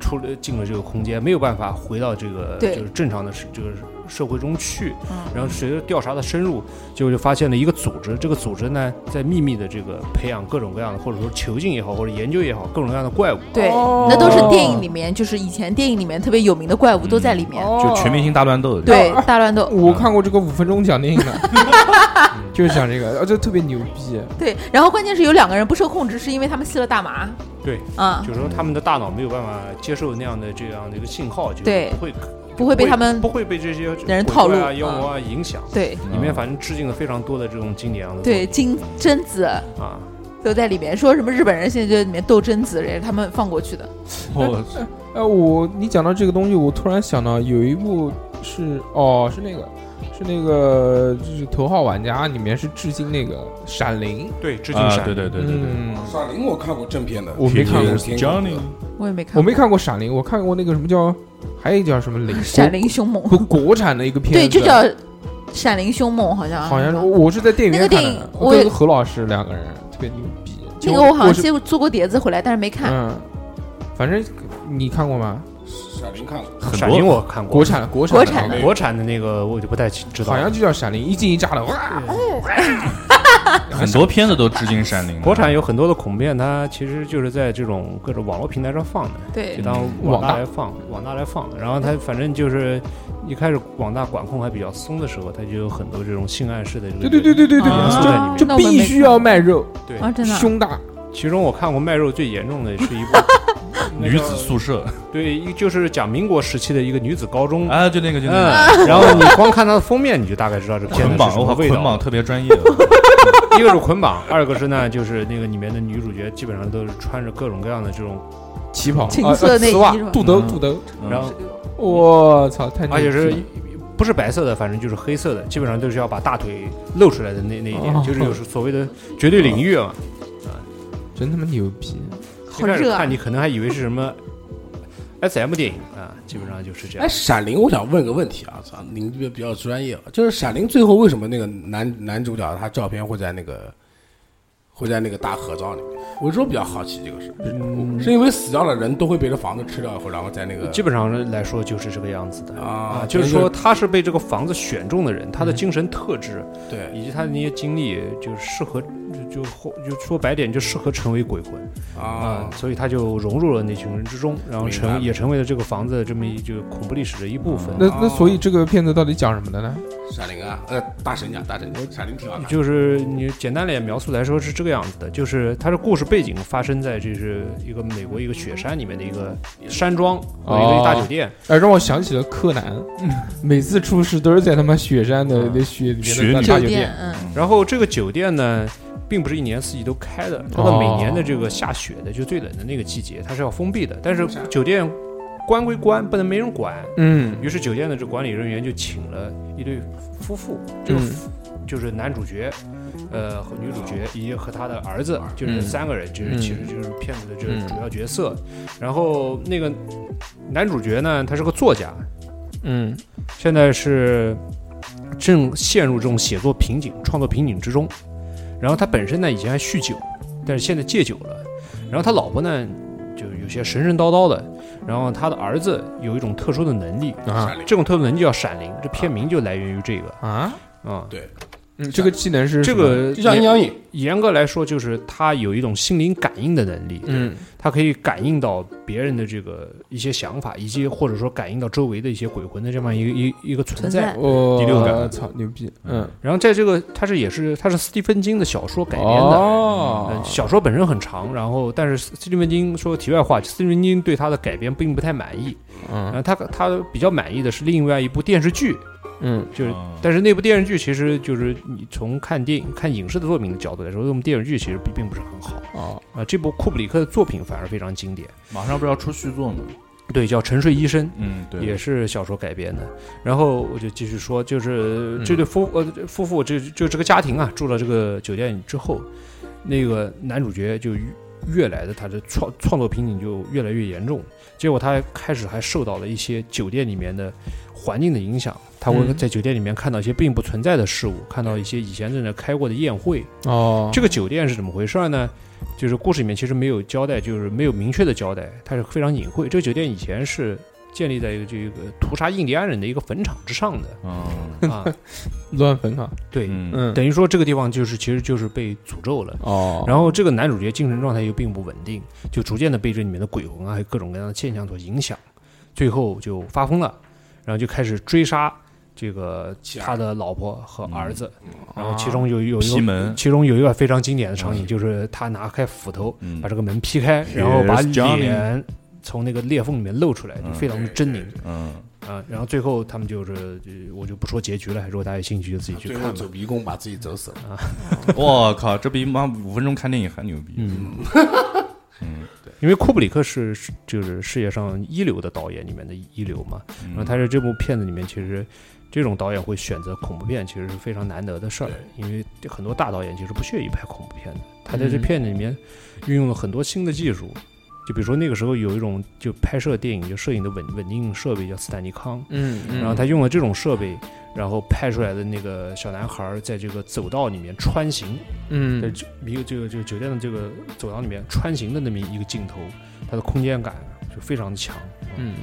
[SPEAKER 10] 出了进了这个空间，没有办法回到这个
[SPEAKER 8] 对
[SPEAKER 10] 就是正常的社这个社会中去。
[SPEAKER 8] 嗯
[SPEAKER 10] 然后随着调查的深入，结果就发现了一个组织，这个组织呢在秘密的这个培养各种各样的，或者说囚禁也好，或者研究也好，各种各样的怪物，
[SPEAKER 8] 对，
[SPEAKER 2] 哦
[SPEAKER 8] 那都是电影里面，就是以前电影里面特别有名的怪物都在里面。
[SPEAKER 9] 就全明星大乱斗的这种，
[SPEAKER 8] 哦对，大乱斗。
[SPEAKER 6] 我看过这个五分钟讲电影的， 就是讲这个，而且特别牛逼。
[SPEAKER 8] 对，然后关键是有两个人不受控制，是因为他们吸了大麻。
[SPEAKER 10] 对，
[SPEAKER 8] 啊，
[SPEAKER 10] 就是说他们的大脑没有办法接受那样的这样的一个信号，就
[SPEAKER 8] 对
[SPEAKER 10] 不会
[SPEAKER 8] 不会被他们
[SPEAKER 10] 不会被这些
[SPEAKER 8] 人
[SPEAKER 10] 鬼
[SPEAKER 8] 套
[SPEAKER 10] 怪
[SPEAKER 8] 路嗯
[SPEAKER 10] 啊、妖魔啊影响。
[SPEAKER 8] 对
[SPEAKER 9] 嗯
[SPEAKER 10] 里面反正致敬了非常多的这种经典样的作
[SPEAKER 8] 对，金贞子
[SPEAKER 10] 品啊，
[SPEAKER 8] 都在里面，说什么日本人现在就在里面斗贞子，也是他们放过去的。
[SPEAKER 9] 我
[SPEAKER 6] 哎，我你讲到这个东西，我突然想到有一部是哦，是那个是那个就是《头号玩家》里面是致敬那个《闪灵
[SPEAKER 10] 对，致敬
[SPEAKER 9] 啊，
[SPEAKER 10] 闪
[SPEAKER 9] 对对》，对对对，啊
[SPEAKER 6] 嗯，
[SPEAKER 2] 闪灵我看过正片的，
[SPEAKER 6] 我没看过
[SPEAKER 2] 挺挺好的
[SPEAKER 9] Johnny
[SPEAKER 8] 我也没看，
[SPEAKER 6] 我没看过《闪灵》，我看过那个什么叫，还有一个叫什么灵
[SPEAKER 8] 《闪灵凶猛》。
[SPEAKER 6] 国国产的一个片子，
[SPEAKER 8] 对，就叫《闪灵凶猛》，好像
[SPEAKER 6] 好像是我是在电影院
[SPEAKER 8] 那个
[SPEAKER 6] 看
[SPEAKER 8] 电
[SPEAKER 6] 的
[SPEAKER 8] 影，我也
[SPEAKER 6] 跟何老师两个人特别牛逼。
[SPEAKER 8] 那个我好像
[SPEAKER 6] 是
[SPEAKER 8] 接过做过碟子回来，但是没看。
[SPEAKER 6] 嗯，反正你看过吗？
[SPEAKER 2] 闪灵看了，
[SPEAKER 9] 很
[SPEAKER 10] 闪灵
[SPEAKER 9] 多
[SPEAKER 10] 我看过，
[SPEAKER 6] 国产的国产
[SPEAKER 8] 国
[SPEAKER 6] 的
[SPEAKER 8] 产的
[SPEAKER 6] 那个
[SPEAKER 10] 国产的那个我就不太知道
[SPEAKER 6] 好像
[SPEAKER 10] 了。
[SPEAKER 6] 就叫《闪灵》，一惊一乍的哇！
[SPEAKER 9] 很多片子都致敬闪灵，
[SPEAKER 10] 国产有很多的恐怖片，它其实就是在这种各种网络平台上放的，
[SPEAKER 8] 对
[SPEAKER 10] 就，当
[SPEAKER 9] 嗯
[SPEAKER 6] 网
[SPEAKER 10] 网
[SPEAKER 6] 大
[SPEAKER 10] 大来放，网大来放。然后它反正就是一开始网大管控还比较松的时候，它就有很多这种性暗示的这
[SPEAKER 6] 对
[SPEAKER 10] 个
[SPEAKER 6] 对对对对对，
[SPEAKER 10] 元素在里面。
[SPEAKER 6] 啊就
[SPEAKER 8] 啊那我们
[SPEAKER 6] 必
[SPEAKER 8] 没
[SPEAKER 6] 须
[SPEAKER 8] 看
[SPEAKER 6] 要卖肉，
[SPEAKER 10] 对
[SPEAKER 8] 啊，真的啊
[SPEAKER 6] 胸大。
[SPEAKER 10] 其中我看过卖肉最严重的是一部那个
[SPEAKER 9] 女子宿舍，
[SPEAKER 10] 对，一就是讲民国时期的一个女子高中。
[SPEAKER 9] 啊，就那个就那个。
[SPEAKER 10] 嗯，然后你光看它的封面，你就大概知道这片子
[SPEAKER 9] 捆
[SPEAKER 10] 是
[SPEAKER 9] 绑，
[SPEAKER 10] 什
[SPEAKER 9] 我
[SPEAKER 10] 么
[SPEAKER 9] 靠，
[SPEAKER 10] 味
[SPEAKER 9] 捆
[SPEAKER 10] 道啊
[SPEAKER 9] 绑
[SPEAKER 10] 了。
[SPEAKER 9] 特别专业，
[SPEAKER 10] 一个是捆绑，二个是呢，就是那个里面的女主角基本上都是穿着各种各样的这种，
[SPEAKER 6] 旗袍、
[SPEAKER 8] 情
[SPEAKER 6] 呃
[SPEAKER 8] 色
[SPEAKER 6] 呃
[SPEAKER 8] 内
[SPEAKER 6] 丝
[SPEAKER 8] 衣
[SPEAKER 6] 袜
[SPEAKER 8] 是吧、
[SPEAKER 6] 肚兜、
[SPEAKER 9] 嗯
[SPEAKER 6] 肚兜，
[SPEAKER 9] 嗯
[SPEAKER 10] 然后
[SPEAKER 6] 我操，太牛
[SPEAKER 10] 而且啊是
[SPEAKER 6] 逼了
[SPEAKER 10] 不是白色的，反正就是黑色的，基本上都是要把大腿露出来的那那一
[SPEAKER 6] 哦
[SPEAKER 10] 点，就是有时所谓的绝对领域嘛。
[SPEAKER 6] 真他妈牛逼！
[SPEAKER 10] 一
[SPEAKER 8] 好
[SPEAKER 10] 开始
[SPEAKER 8] 热啊
[SPEAKER 10] 看！你可能还以为是什么 S M 电影啊，基本上就是这
[SPEAKER 2] 哎，
[SPEAKER 10] 样。
[SPEAKER 2] 闪灵，我想问个问题啊，操，您这个比较专业啊，就是闪灵最后为什么那个男男主角他照片会在那个会在那个大河沼里面。我说比较好奇这个事，
[SPEAKER 10] 嗯
[SPEAKER 2] 是因为死掉的人都会被这房子吃掉以后，然后在那
[SPEAKER 8] 哎
[SPEAKER 2] 个
[SPEAKER 10] 基本上来说就是这个样子的
[SPEAKER 2] 啊
[SPEAKER 10] 就是
[SPEAKER 2] 就是
[SPEAKER 10] 说他是被这个房子选中的人，他的精神特质
[SPEAKER 2] 对
[SPEAKER 10] 以及他的那些经历，就适合就就或就说白点，就适合成为鬼魂啊
[SPEAKER 2] 啊，，
[SPEAKER 10] 所以他就融入了那群人之中，然后
[SPEAKER 2] 明白了嗯
[SPEAKER 10] 成也成为了这个房子这么一就恐怖历史的一部分。
[SPEAKER 6] 那那所以这个片子到底讲什么的呢？
[SPEAKER 2] 闪灵啊，呃，大神讲大神讲，闪灵挺好看的。
[SPEAKER 10] 就是你简单点描述来说是这个样子的，就是它的故事背景发生在这是一个美国一个雪山里面的一个山庄或者一个大酒店，
[SPEAKER 6] 哎，让我想起了柯南，每次出事都是在他妈雪山的
[SPEAKER 10] 嗯
[SPEAKER 6] 那雪里
[SPEAKER 9] 雪里
[SPEAKER 6] 面的大
[SPEAKER 8] 酒
[SPEAKER 6] 酒店。
[SPEAKER 8] 嗯，
[SPEAKER 10] 然后这个酒店呢，并不是一年四季都开的，它
[SPEAKER 6] 哦
[SPEAKER 10] 到每年的这个下雪的就最冷的那个季节，它是要封闭的。但是酒店关归关，不能没人管。
[SPEAKER 6] 嗯
[SPEAKER 10] 于是酒店的这管理人员就请了一对夫妇，这个
[SPEAKER 6] 嗯
[SPEAKER 10] 夫就是男主角，呃和女主角以及和他的儿子，就是
[SPEAKER 6] 嗯
[SPEAKER 10] 三个人，就是
[SPEAKER 6] 嗯
[SPEAKER 10] 其实就是骗子的这
[SPEAKER 6] 嗯
[SPEAKER 10] 个主要角色。然后那个男主角呢，他是个作家，
[SPEAKER 6] 嗯
[SPEAKER 10] 现在是正陷入这种写作瓶颈、创作瓶颈之中。然后他本身呢，以前还酗酒，但是现在戒酒了。然后他老婆呢，就有些神神叨叨的。然后他的儿子有一种特殊的能力，
[SPEAKER 6] 啊
[SPEAKER 2] 闪灵
[SPEAKER 10] 这种特殊能力叫闪灵，这片名就来源于这个
[SPEAKER 6] 啊，
[SPEAKER 10] 啊。
[SPEAKER 6] 嗯这个技能是
[SPEAKER 10] 这
[SPEAKER 6] 什么
[SPEAKER 10] 个
[SPEAKER 2] 就像阴
[SPEAKER 10] 严
[SPEAKER 2] 阳眼，
[SPEAKER 10] 严格来说，就是他有一种心灵感应的能力，
[SPEAKER 6] 嗯
[SPEAKER 10] 他可以感应到别人的这个一些想法，以及或者说感应到周围的一些鬼魂的这么一个一一个存
[SPEAKER 8] 存
[SPEAKER 10] 在。
[SPEAKER 8] 在
[SPEAKER 6] 我
[SPEAKER 9] 第六感
[SPEAKER 6] 操牛逼嗯
[SPEAKER 10] 然后在这个，它是也是它是斯蒂芬金的小说改编的。
[SPEAKER 6] 哦
[SPEAKER 10] 嗯，小说本身很长，然后但是斯蒂芬金说题外话，斯蒂芬金对他的改编并不太满意。然
[SPEAKER 6] 嗯
[SPEAKER 10] 后他他比较满意的是另外一部电视剧，
[SPEAKER 6] 嗯
[SPEAKER 10] 就是
[SPEAKER 9] 哦
[SPEAKER 10] 但是那部电视剧其实就是你从看电影、看影视的作品的角度来说，那部电视剧其实并并不是很好
[SPEAKER 6] 哦
[SPEAKER 10] 啊。这部库布里克的作品反而非常经典，
[SPEAKER 9] 马上不是要出续作吗？
[SPEAKER 10] 对，叫《沉睡医生》。
[SPEAKER 9] 嗯，对，
[SPEAKER 10] 也是小说改编的。然后我就继续说，就是
[SPEAKER 6] 嗯
[SPEAKER 10] 这对夫、呃夫妇就就这个家庭啊，住了这个酒店之后，那个男主角就越越来的他的创创作瓶颈就越来越严重，结果他开始还受到了一些酒店里面的环境的影响，他会
[SPEAKER 6] 嗯
[SPEAKER 10] 在酒店里面看到一些并不存在的事物，看到一些以前在那开过的宴会，
[SPEAKER 6] 哦
[SPEAKER 10] 这个酒店是怎么回事儿呢？就是故事里面其实没有交代，就是没有明确的交代，它是非常隐晦。这个酒店以前是建立在一个这个屠杀印第安人的一个坟场之上的
[SPEAKER 9] 嗯
[SPEAKER 10] 啊，
[SPEAKER 6] 乱坟场
[SPEAKER 10] 对，
[SPEAKER 9] 嗯
[SPEAKER 6] 嗯
[SPEAKER 10] 等于说这个地方就是其实就是被诅咒了。
[SPEAKER 6] 哦
[SPEAKER 10] 然后这个男主角精神状态又并不稳定，就逐渐的被这里面的鬼魂啊，还有各种各样的现象所影响，最后就发疯了，然后就开始追杀这个他的老婆和儿子，然后其中有有一
[SPEAKER 9] 劈
[SPEAKER 10] 个
[SPEAKER 9] 门，
[SPEAKER 10] 其嗯中有一个非常经典的场景，就是他拿开斧头
[SPEAKER 9] 嗯
[SPEAKER 10] 把这个门劈开，然后把
[SPEAKER 9] Here's Johnny
[SPEAKER 10] 脸从那个裂缝里面露出来，就
[SPEAKER 9] 嗯
[SPEAKER 10] 非常的狰狞
[SPEAKER 9] 嗯，
[SPEAKER 10] 啊。然后最后他们就是，呃我就不说结局了，如果大家有兴趣就自己去
[SPEAKER 2] 最
[SPEAKER 10] 看
[SPEAKER 2] 后
[SPEAKER 10] 吧
[SPEAKER 2] 走。迷宫把自己走死了。
[SPEAKER 9] 我靠，这比妈五分钟看电影还牛逼，
[SPEAKER 10] 嗯，
[SPEAKER 9] 嗯，
[SPEAKER 10] 因为库布里克是是就是世界上一流的导演里面的一流嘛，
[SPEAKER 9] 嗯
[SPEAKER 10] 然后他在这部片子里面其实。这种导演会选择恐怖片，其实是非常难得的事儿，因为很多大导演其实不屑于拍恐怖片的。他在这
[SPEAKER 6] 嗯
[SPEAKER 10] 片子里面运用了很多新的技术，就比如说那个时候有一种就拍摄电影就摄影的稳稳定设备叫斯坦尼康，
[SPEAKER 6] 嗯嗯
[SPEAKER 10] 然后他用了这种设备，然后拍出来的那个小男孩儿在这个走道里面穿行，在
[SPEAKER 6] 嗯
[SPEAKER 10] 酒一个这个这个酒店的这个走廊里面穿行的那么一个镜头，它的空间感就非常的强。
[SPEAKER 6] 嗯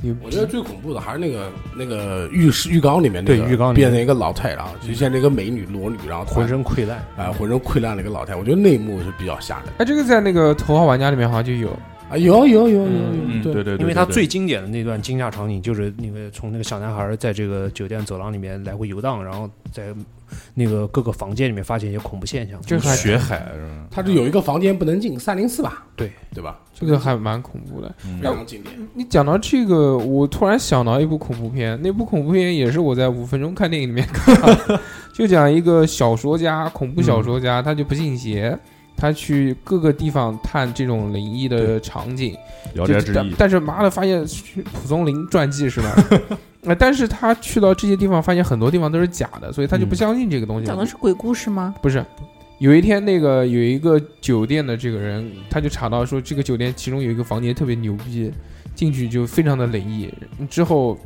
[SPEAKER 6] 牛
[SPEAKER 2] 我
[SPEAKER 6] 逼
[SPEAKER 2] 觉得最恐怖的还是那个那个浴室浴缸里面那个
[SPEAKER 10] 对浴缸里面
[SPEAKER 2] 变成一个老太，然后就像那个美女裸女，然后
[SPEAKER 10] 浑身溃烂，
[SPEAKER 2] 啊浑身溃烂的一个老太，我觉得那一幕是比较吓人
[SPEAKER 6] 哎这个在那个头号玩家里面好像就有
[SPEAKER 2] 啊！有有有有
[SPEAKER 9] 嗯，
[SPEAKER 2] 有，
[SPEAKER 9] 对，对，
[SPEAKER 10] 因为它
[SPEAKER 9] 对
[SPEAKER 10] 最经典的那段惊吓场景就是那个从那个小男孩在这个酒店走廊里面来回游荡，然后在那个各个房间里面发现一些恐怖现象。
[SPEAKER 6] 这个还
[SPEAKER 9] 血海是吧？
[SPEAKER 2] 他是有一个房间不能进，三零四吧？
[SPEAKER 10] 对
[SPEAKER 2] 对吧？
[SPEAKER 6] 这个还蛮恐怖的。
[SPEAKER 9] 嗯
[SPEAKER 2] 非常经典。
[SPEAKER 6] 你讲到这个，我突然想到一部恐怖片，那部恐怖片也是我在五分钟看电影里面 看的，就讲一个小说家，恐怖小说家，他就不信邪，他去各个地方探这种灵异的场景，
[SPEAKER 9] 聊
[SPEAKER 6] 就
[SPEAKER 9] 斋志
[SPEAKER 6] 但
[SPEAKER 9] 异，
[SPEAKER 6] 但是妈的，发现去蒲松龄传记是吧？ 呃但是他去到这些地方，发现很多地方都是假的，所以他就不
[SPEAKER 10] 嗯
[SPEAKER 6] 相信这个东西了。
[SPEAKER 8] 讲的是鬼故事吗？
[SPEAKER 6] 不是，有一天那个有一个酒店的这个人，他就查到说这个酒店其中有一个房间特别牛逼，进去就非常的灵异，之后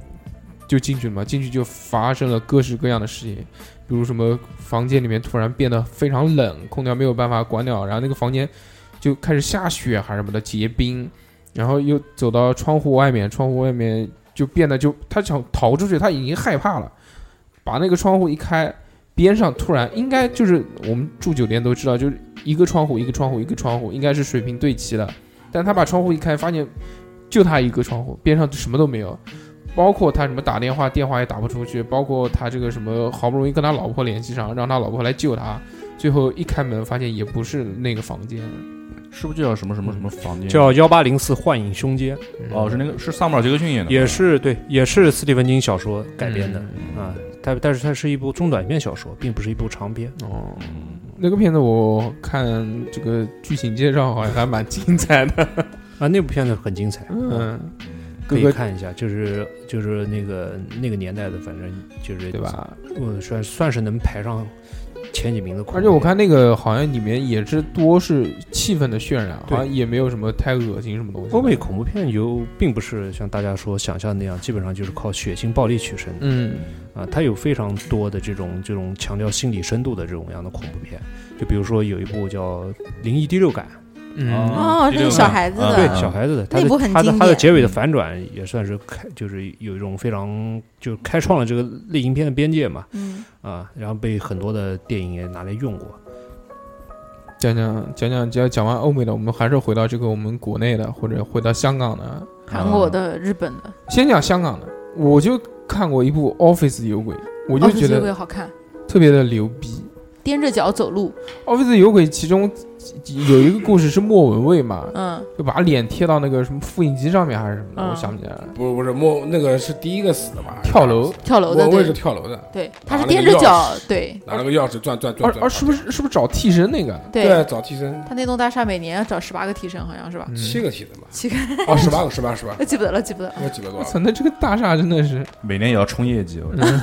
[SPEAKER 6] 就进去了嘛，进去就发生了各式各样的事情，比比如什么房间里面突然变得非常冷，空调没有办法关掉，然后那个房间就开始下雪还是什么的结冰，然后又走到窗户外面，窗户外面就变得就他想逃出去，他已经害怕了，把那个窗户一开，边上突然应该就是我们住酒店都知道，就是一个窗户一个窗户一个窗户，应该是水平对齐的，但他把窗户一开，发现就他一个窗户，边上什么都没有。包括他什么打电话，电话也打不出去，包括他这个什么好不容易跟他老婆联系上，让他老婆来救他，最后一开门发现也不是那个房间，
[SPEAKER 9] 是不是就叫什么什么什么房间？
[SPEAKER 10] 嗯叫幺八零四幻影凶街，
[SPEAKER 6] 嗯
[SPEAKER 9] 哦，是那个是萨姆尔杰克逊演的吗，
[SPEAKER 10] 也是对，也是斯蒂芬金小说改编的
[SPEAKER 6] 嗯
[SPEAKER 10] 啊。但但是它是一部中短篇小说，并不是一部长篇。
[SPEAKER 6] 哦。那个片子我看这个剧情介绍好像还蛮精彩的，
[SPEAKER 10] 啊，那部片子很精彩，
[SPEAKER 6] 嗯，
[SPEAKER 10] 可
[SPEAKER 6] 各
[SPEAKER 10] 以
[SPEAKER 6] 个
[SPEAKER 10] 看一下，就是就是那个那个年代的，反正就 是
[SPEAKER 6] 对？吧？
[SPEAKER 10] 我算算是能排上前几名的恐怖片。
[SPEAKER 6] 而且我看那个好像里面也是多是气氛的渲染，好像也没有什么太恶心什么东西的。
[SPEAKER 10] 欧美恐怖片有并不是像大家说想象那样，基本上就是靠血腥暴力取胜的
[SPEAKER 6] 嗯，
[SPEAKER 10] 啊，它有非常多的这种这种强调心理深度的这种样的恐怖片，就比如说有一部叫《灵异第六感》，啊
[SPEAKER 6] 嗯
[SPEAKER 8] 哦
[SPEAKER 9] 第
[SPEAKER 8] 那
[SPEAKER 9] 六
[SPEAKER 8] 个
[SPEAKER 9] 个
[SPEAKER 8] 小孩子的
[SPEAKER 10] 对
[SPEAKER 9] 啊
[SPEAKER 10] 小孩子的，它
[SPEAKER 8] 那部
[SPEAKER 10] 的
[SPEAKER 8] 很
[SPEAKER 10] 它的
[SPEAKER 8] 经
[SPEAKER 10] 它的
[SPEAKER 8] 典
[SPEAKER 10] 结尾的反转也算是开，就是有一种非常就开创了这个类型片的边界嘛
[SPEAKER 8] 嗯，
[SPEAKER 10] 啊，然后被很多的电影也拿来用过。
[SPEAKER 6] 讲讲讲讲，只要讲完欧美的，我们还是回到这个我们国内的，或者回到香港的。
[SPEAKER 8] 韩国
[SPEAKER 10] 啊
[SPEAKER 8] 的、日本的，
[SPEAKER 6] 先讲香港的，我就看过一部《Office 有鬼》，我就
[SPEAKER 8] 哦，
[SPEAKER 6] 觉
[SPEAKER 8] 这
[SPEAKER 6] 得
[SPEAKER 8] 个好看，
[SPEAKER 6] 特别的牛逼。
[SPEAKER 8] 踮着脚走路，
[SPEAKER 6] 《Office 有鬼》其中有一个故事是莫文蔚嘛，
[SPEAKER 8] 嗯，
[SPEAKER 6] 就把脸贴到那个什么复印机上面还是什么的，
[SPEAKER 8] 嗯
[SPEAKER 6] 我想不起来了。
[SPEAKER 2] 不是不是，莫那个是第一个死的嘛？
[SPEAKER 6] 跳楼，
[SPEAKER 8] 跳楼的，
[SPEAKER 2] 我我也是
[SPEAKER 8] 对
[SPEAKER 2] 跳楼的，
[SPEAKER 10] 啊
[SPEAKER 8] 对，他是
[SPEAKER 2] 拿那
[SPEAKER 8] 踮
[SPEAKER 2] 个
[SPEAKER 8] 着
[SPEAKER 2] 钥
[SPEAKER 8] 脚，对
[SPEAKER 2] 拿了个钥匙转转
[SPEAKER 6] 而
[SPEAKER 2] 转转。
[SPEAKER 6] 而是不是是不是找替身那个？
[SPEAKER 2] 对，找替身，
[SPEAKER 8] 他那栋大厦每年要找十八个替身，好像是吧？
[SPEAKER 6] 嗯
[SPEAKER 2] 七个替身吧？
[SPEAKER 8] 七个，
[SPEAKER 2] 哦，十八个，十八，十八，
[SPEAKER 8] 记不得了，记不得了。
[SPEAKER 2] 我记得多
[SPEAKER 6] 我
[SPEAKER 2] 少？
[SPEAKER 6] 操，那这个大厦真的是
[SPEAKER 9] 每年也要冲业绩，
[SPEAKER 10] 嗯
[SPEAKER 9] 我觉
[SPEAKER 6] 嗯
[SPEAKER 9] 得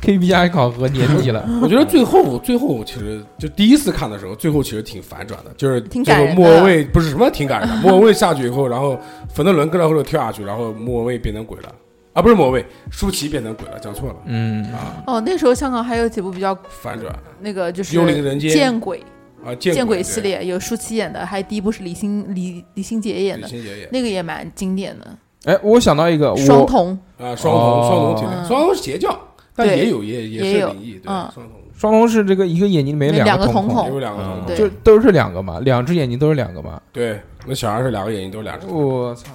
[SPEAKER 6] KPI 考核年底了。
[SPEAKER 2] 我觉得最后最后其实就第一次看的时候，最后其实挺反转的，就是
[SPEAKER 8] 挺
[SPEAKER 2] 最
[SPEAKER 8] 感
[SPEAKER 2] 后
[SPEAKER 8] 人的
[SPEAKER 2] 莫文蔚不是什么挺感 人的，莫文蔚下去以后，然后冯德伦跟到后头跳下去，然后莫文蔚变成鬼了啊，不是莫文蔚，舒淇变成鬼了，讲错了，
[SPEAKER 6] 嗯，
[SPEAKER 8] 哦，那时候香港还有几部比较
[SPEAKER 2] 反转
[SPEAKER 8] 那个就是
[SPEAKER 2] 幽灵人间
[SPEAKER 8] 见鬼、
[SPEAKER 2] 啊，见
[SPEAKER 8] 见
[SPEAKER 2] 鬼
[SPEAKER 8] 鬼系
[SPEAKER 2] 对
[SPEAKER 8] 列，有舒淇演的，还第一部是李心李李心洁演
[SPEAKER 2] 李
[SPEAKER 8] 的，
[SPEAKER 2] 心洁演
[SPEAKER 8] 那个也蛮经典的。
[SPEAKER 6] 哎，我想到一个，
[SPEAKER 8] 双
[SPEAKER 6] 我
[SPEAKER 8] 瞳，
[SPEAKER 2] 啊，双瞳
[SPEAKER 6] 哦
[SPEAKER 2] 双瞳挺
[SPEAKER 8] 嗯
[SPEAKER 2] 双瞳是邪教，但
[SPEAKER 8] 对
[SPEAKER 2] 也有也
[SPEAKER 8] 也
[SPEAKER 2] 是
[SPEAKER 8] 有
[SPEAKER 2] 灵异，对，
[SPEAKER 8] 嗯
[SPEAKER 2] 双瞳
[SPEAKER 6] 双瞳是这个一个眼睛里面有
[SPEAKER 8] 那
[SPEAKER 6] 两
[SPEAKER 8] 两个瞳
[SPEAKER 6] 瞳孔
[SPEAKER 8] 孔，
[SPEAKER 2] 也有两个
[SPEAKER 9] 嗯
[SPEAKER 2] 双瞳，
[SPEAKER 8] 对
[SPEAKER 6] 就都是两个嘛，两只眼睛都是两个嘛。
[SPEAKER 2] 对，那小孩是两个眼睛都是两只，
[SPEAKER 6] 我操，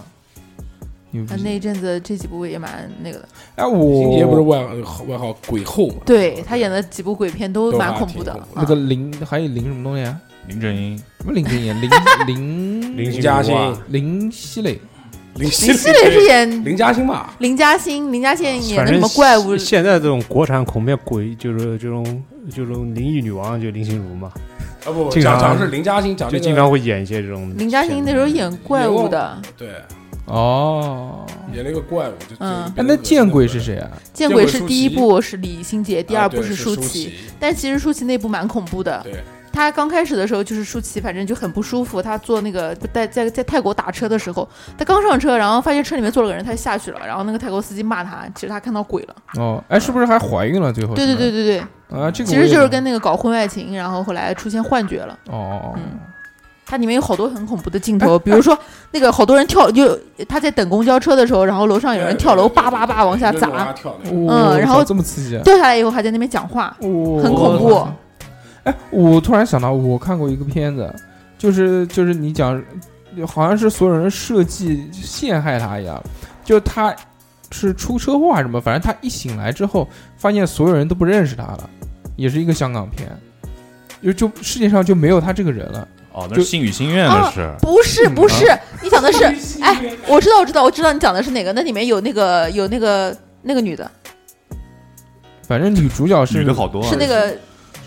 [SPEAKER 6] 牛
[SPEAKER 8] 啊，
[SPEAKER 6] 逼！
[SPEAKER 8] 那一阵子这几部也蛮那个的。
[SPEAKER 6] 哎，
[SPEAKER 2] 李心洁不是
[SPEAKER 6] 我
[SPEAKER 2] 外号外号鬼后嘛，
[SPEAKER 8] 对他演的几部鬼片都
[SPEAKER 2] 都
[SPEAKER 8] 蛮
[SPEAKER 2] 还
[SPEAKER 8] 恐
[SPEAKER 2] 挺
[SPEAKER 8] 怖的啊
[SPEAKER 2] 恐。怖
[SPEAKER 6] 那个林还有林什么东西啊？
[SPEAKER 9] 林正英
[SPEAKER 6] 什么林正 英？林林
[SPEAKER 10] 林
[SPEAKER 2] 林嘉欣、
[SPEAKER 6] 林熙蕾？
[SPEAKER 2] 林啊
[SPEAKER 8] 林熙蕾是演
[SPEAKER 2] 林啊嘉欣吧？
[SPEAKER 8] 林嘉欣，林嘉欣演
[SPEAKER 10] 反
[SPEAKER 8] 的什
[SPEAKER 10] 正
[SPEAKER 8] 么怪物
[SPEAKER 10] 现？现在这种国产恐怖片鬼就是这种这种灵异女王，就林心如嘛，
[SPEAKER 2] 啊不，
[SPEAKER 10] 经
[SPEAKER 2] 讲
[SPEAKER 10] 常
[SPEAKER 2] 讲是林嘉欣，讲
[SPEAKER 10] 就
[SPEAKER 2] 那
[SPEAKER 10] 经
[SPEAKER 2] 个
[SPEAKER 10] 常会演一些这种。
[SPEAKER 8] 林嘉欣那时候演怪物的，
[SPEAKER 2] 对，
[SPEAKER 6] 哦，
[SPEAKER 2] 演了一个怪物，就
[SPEAKER 8] 嗯
[SPEAKER 6] 哎，那见鬼是？谁啊？
[SPEAKER 8] 《见
[SPEAKER 2] 见
[SPEAKER 8] 鬼》
[SPEAKER 2] 鬼
[SPEAKER 8] 是
[SPEAKER 2] 舒
[SPEAKER 8] 第一
[SPEAKER 2] 淇
[SPEAKER 8] 部是李心洁，
[SPEAKER 2] 就
[SPEAKER 8] 第二
[SPEAKER 2] 啊
[SPEAKER 8] 部
[SPEAKER 2] 对是
[SPEAKER 8] 舒淇。
[SPEAKER 2] 淇，
[SPEAKER 8] 但其实舒淇那部蛮恐怖的，
[SPEAKER 2] 对，
[SPEAKER 8] 她刚开始的时候就是舒淇，反正就很不舒服。她坐那个在在在泰国打车的时候，她刚上车，然后发现车里面坐了个人，她就下去了。然后那个泰国司机骂她，其实她看到鬼了。
[SPEAKER 6] 哦，哎，是不是还怀孕了？最后
[SPEAKER 8] 对对对
[SPEAKER 6] 是
[SPEAKER 8] 对对，
[SPEAKER 6] 不是啊，这个
[SPEAKER 8] 其
[SPEAKER 6] 我
[SPEAKER 8] 实
[SPEAKER 6] 也
[SPEAKER 8] 就是跟那个搞婚外情，然后后来出现幻觉了。
[SPEAKER 6] 哦哦哦
[SPEAKER 8] 嗯，它里面有好多很恐怖的镜头，比如说那个好多人跳，就他在等公交车的时候，然后楼上有人跳楼，叭叭叭往下
[SPEAKER 2] 就往
[SPEAKER 8] 砸，
[SPEAKER 2] 下跳那个。
[SPEAKER 6] 嗯
[SPEAKER 8] 嗯然后
[SPEAKER 6] 这么刺激啊，
[SPEAKER 8] 掉下来以后还在那边讲话，
[SPEAKER 6] 哇
[SPEAKER 8] 很恐怖。
[SPEAKER 6] 哎，我突然想到，我看过一个片子，就是就是你讲，好像是所有人设计陷害他一样，就是他是出车祸还是什么，反正他一醒来之后，发现所有人都不认识他了，也是一个香港片，就就世界上就没有他这个人了。
[SPEAKER 9] 哦，那
[SPEAKER 6] 就是
[SPEAKER 9] 星语心愿的是
[SPEAKER 8] 不是不是，你讲的是，哎，我知道我知道我知道你讲的是哪个，那里面有那个有那个那个女的，
[SPEAKER 6] 反正女主角
[SPEAKER 9] 女
[SPEAKER 6] 是
[SPEAKER 9] 的好多啊，
[SPEAKER 8] 是那个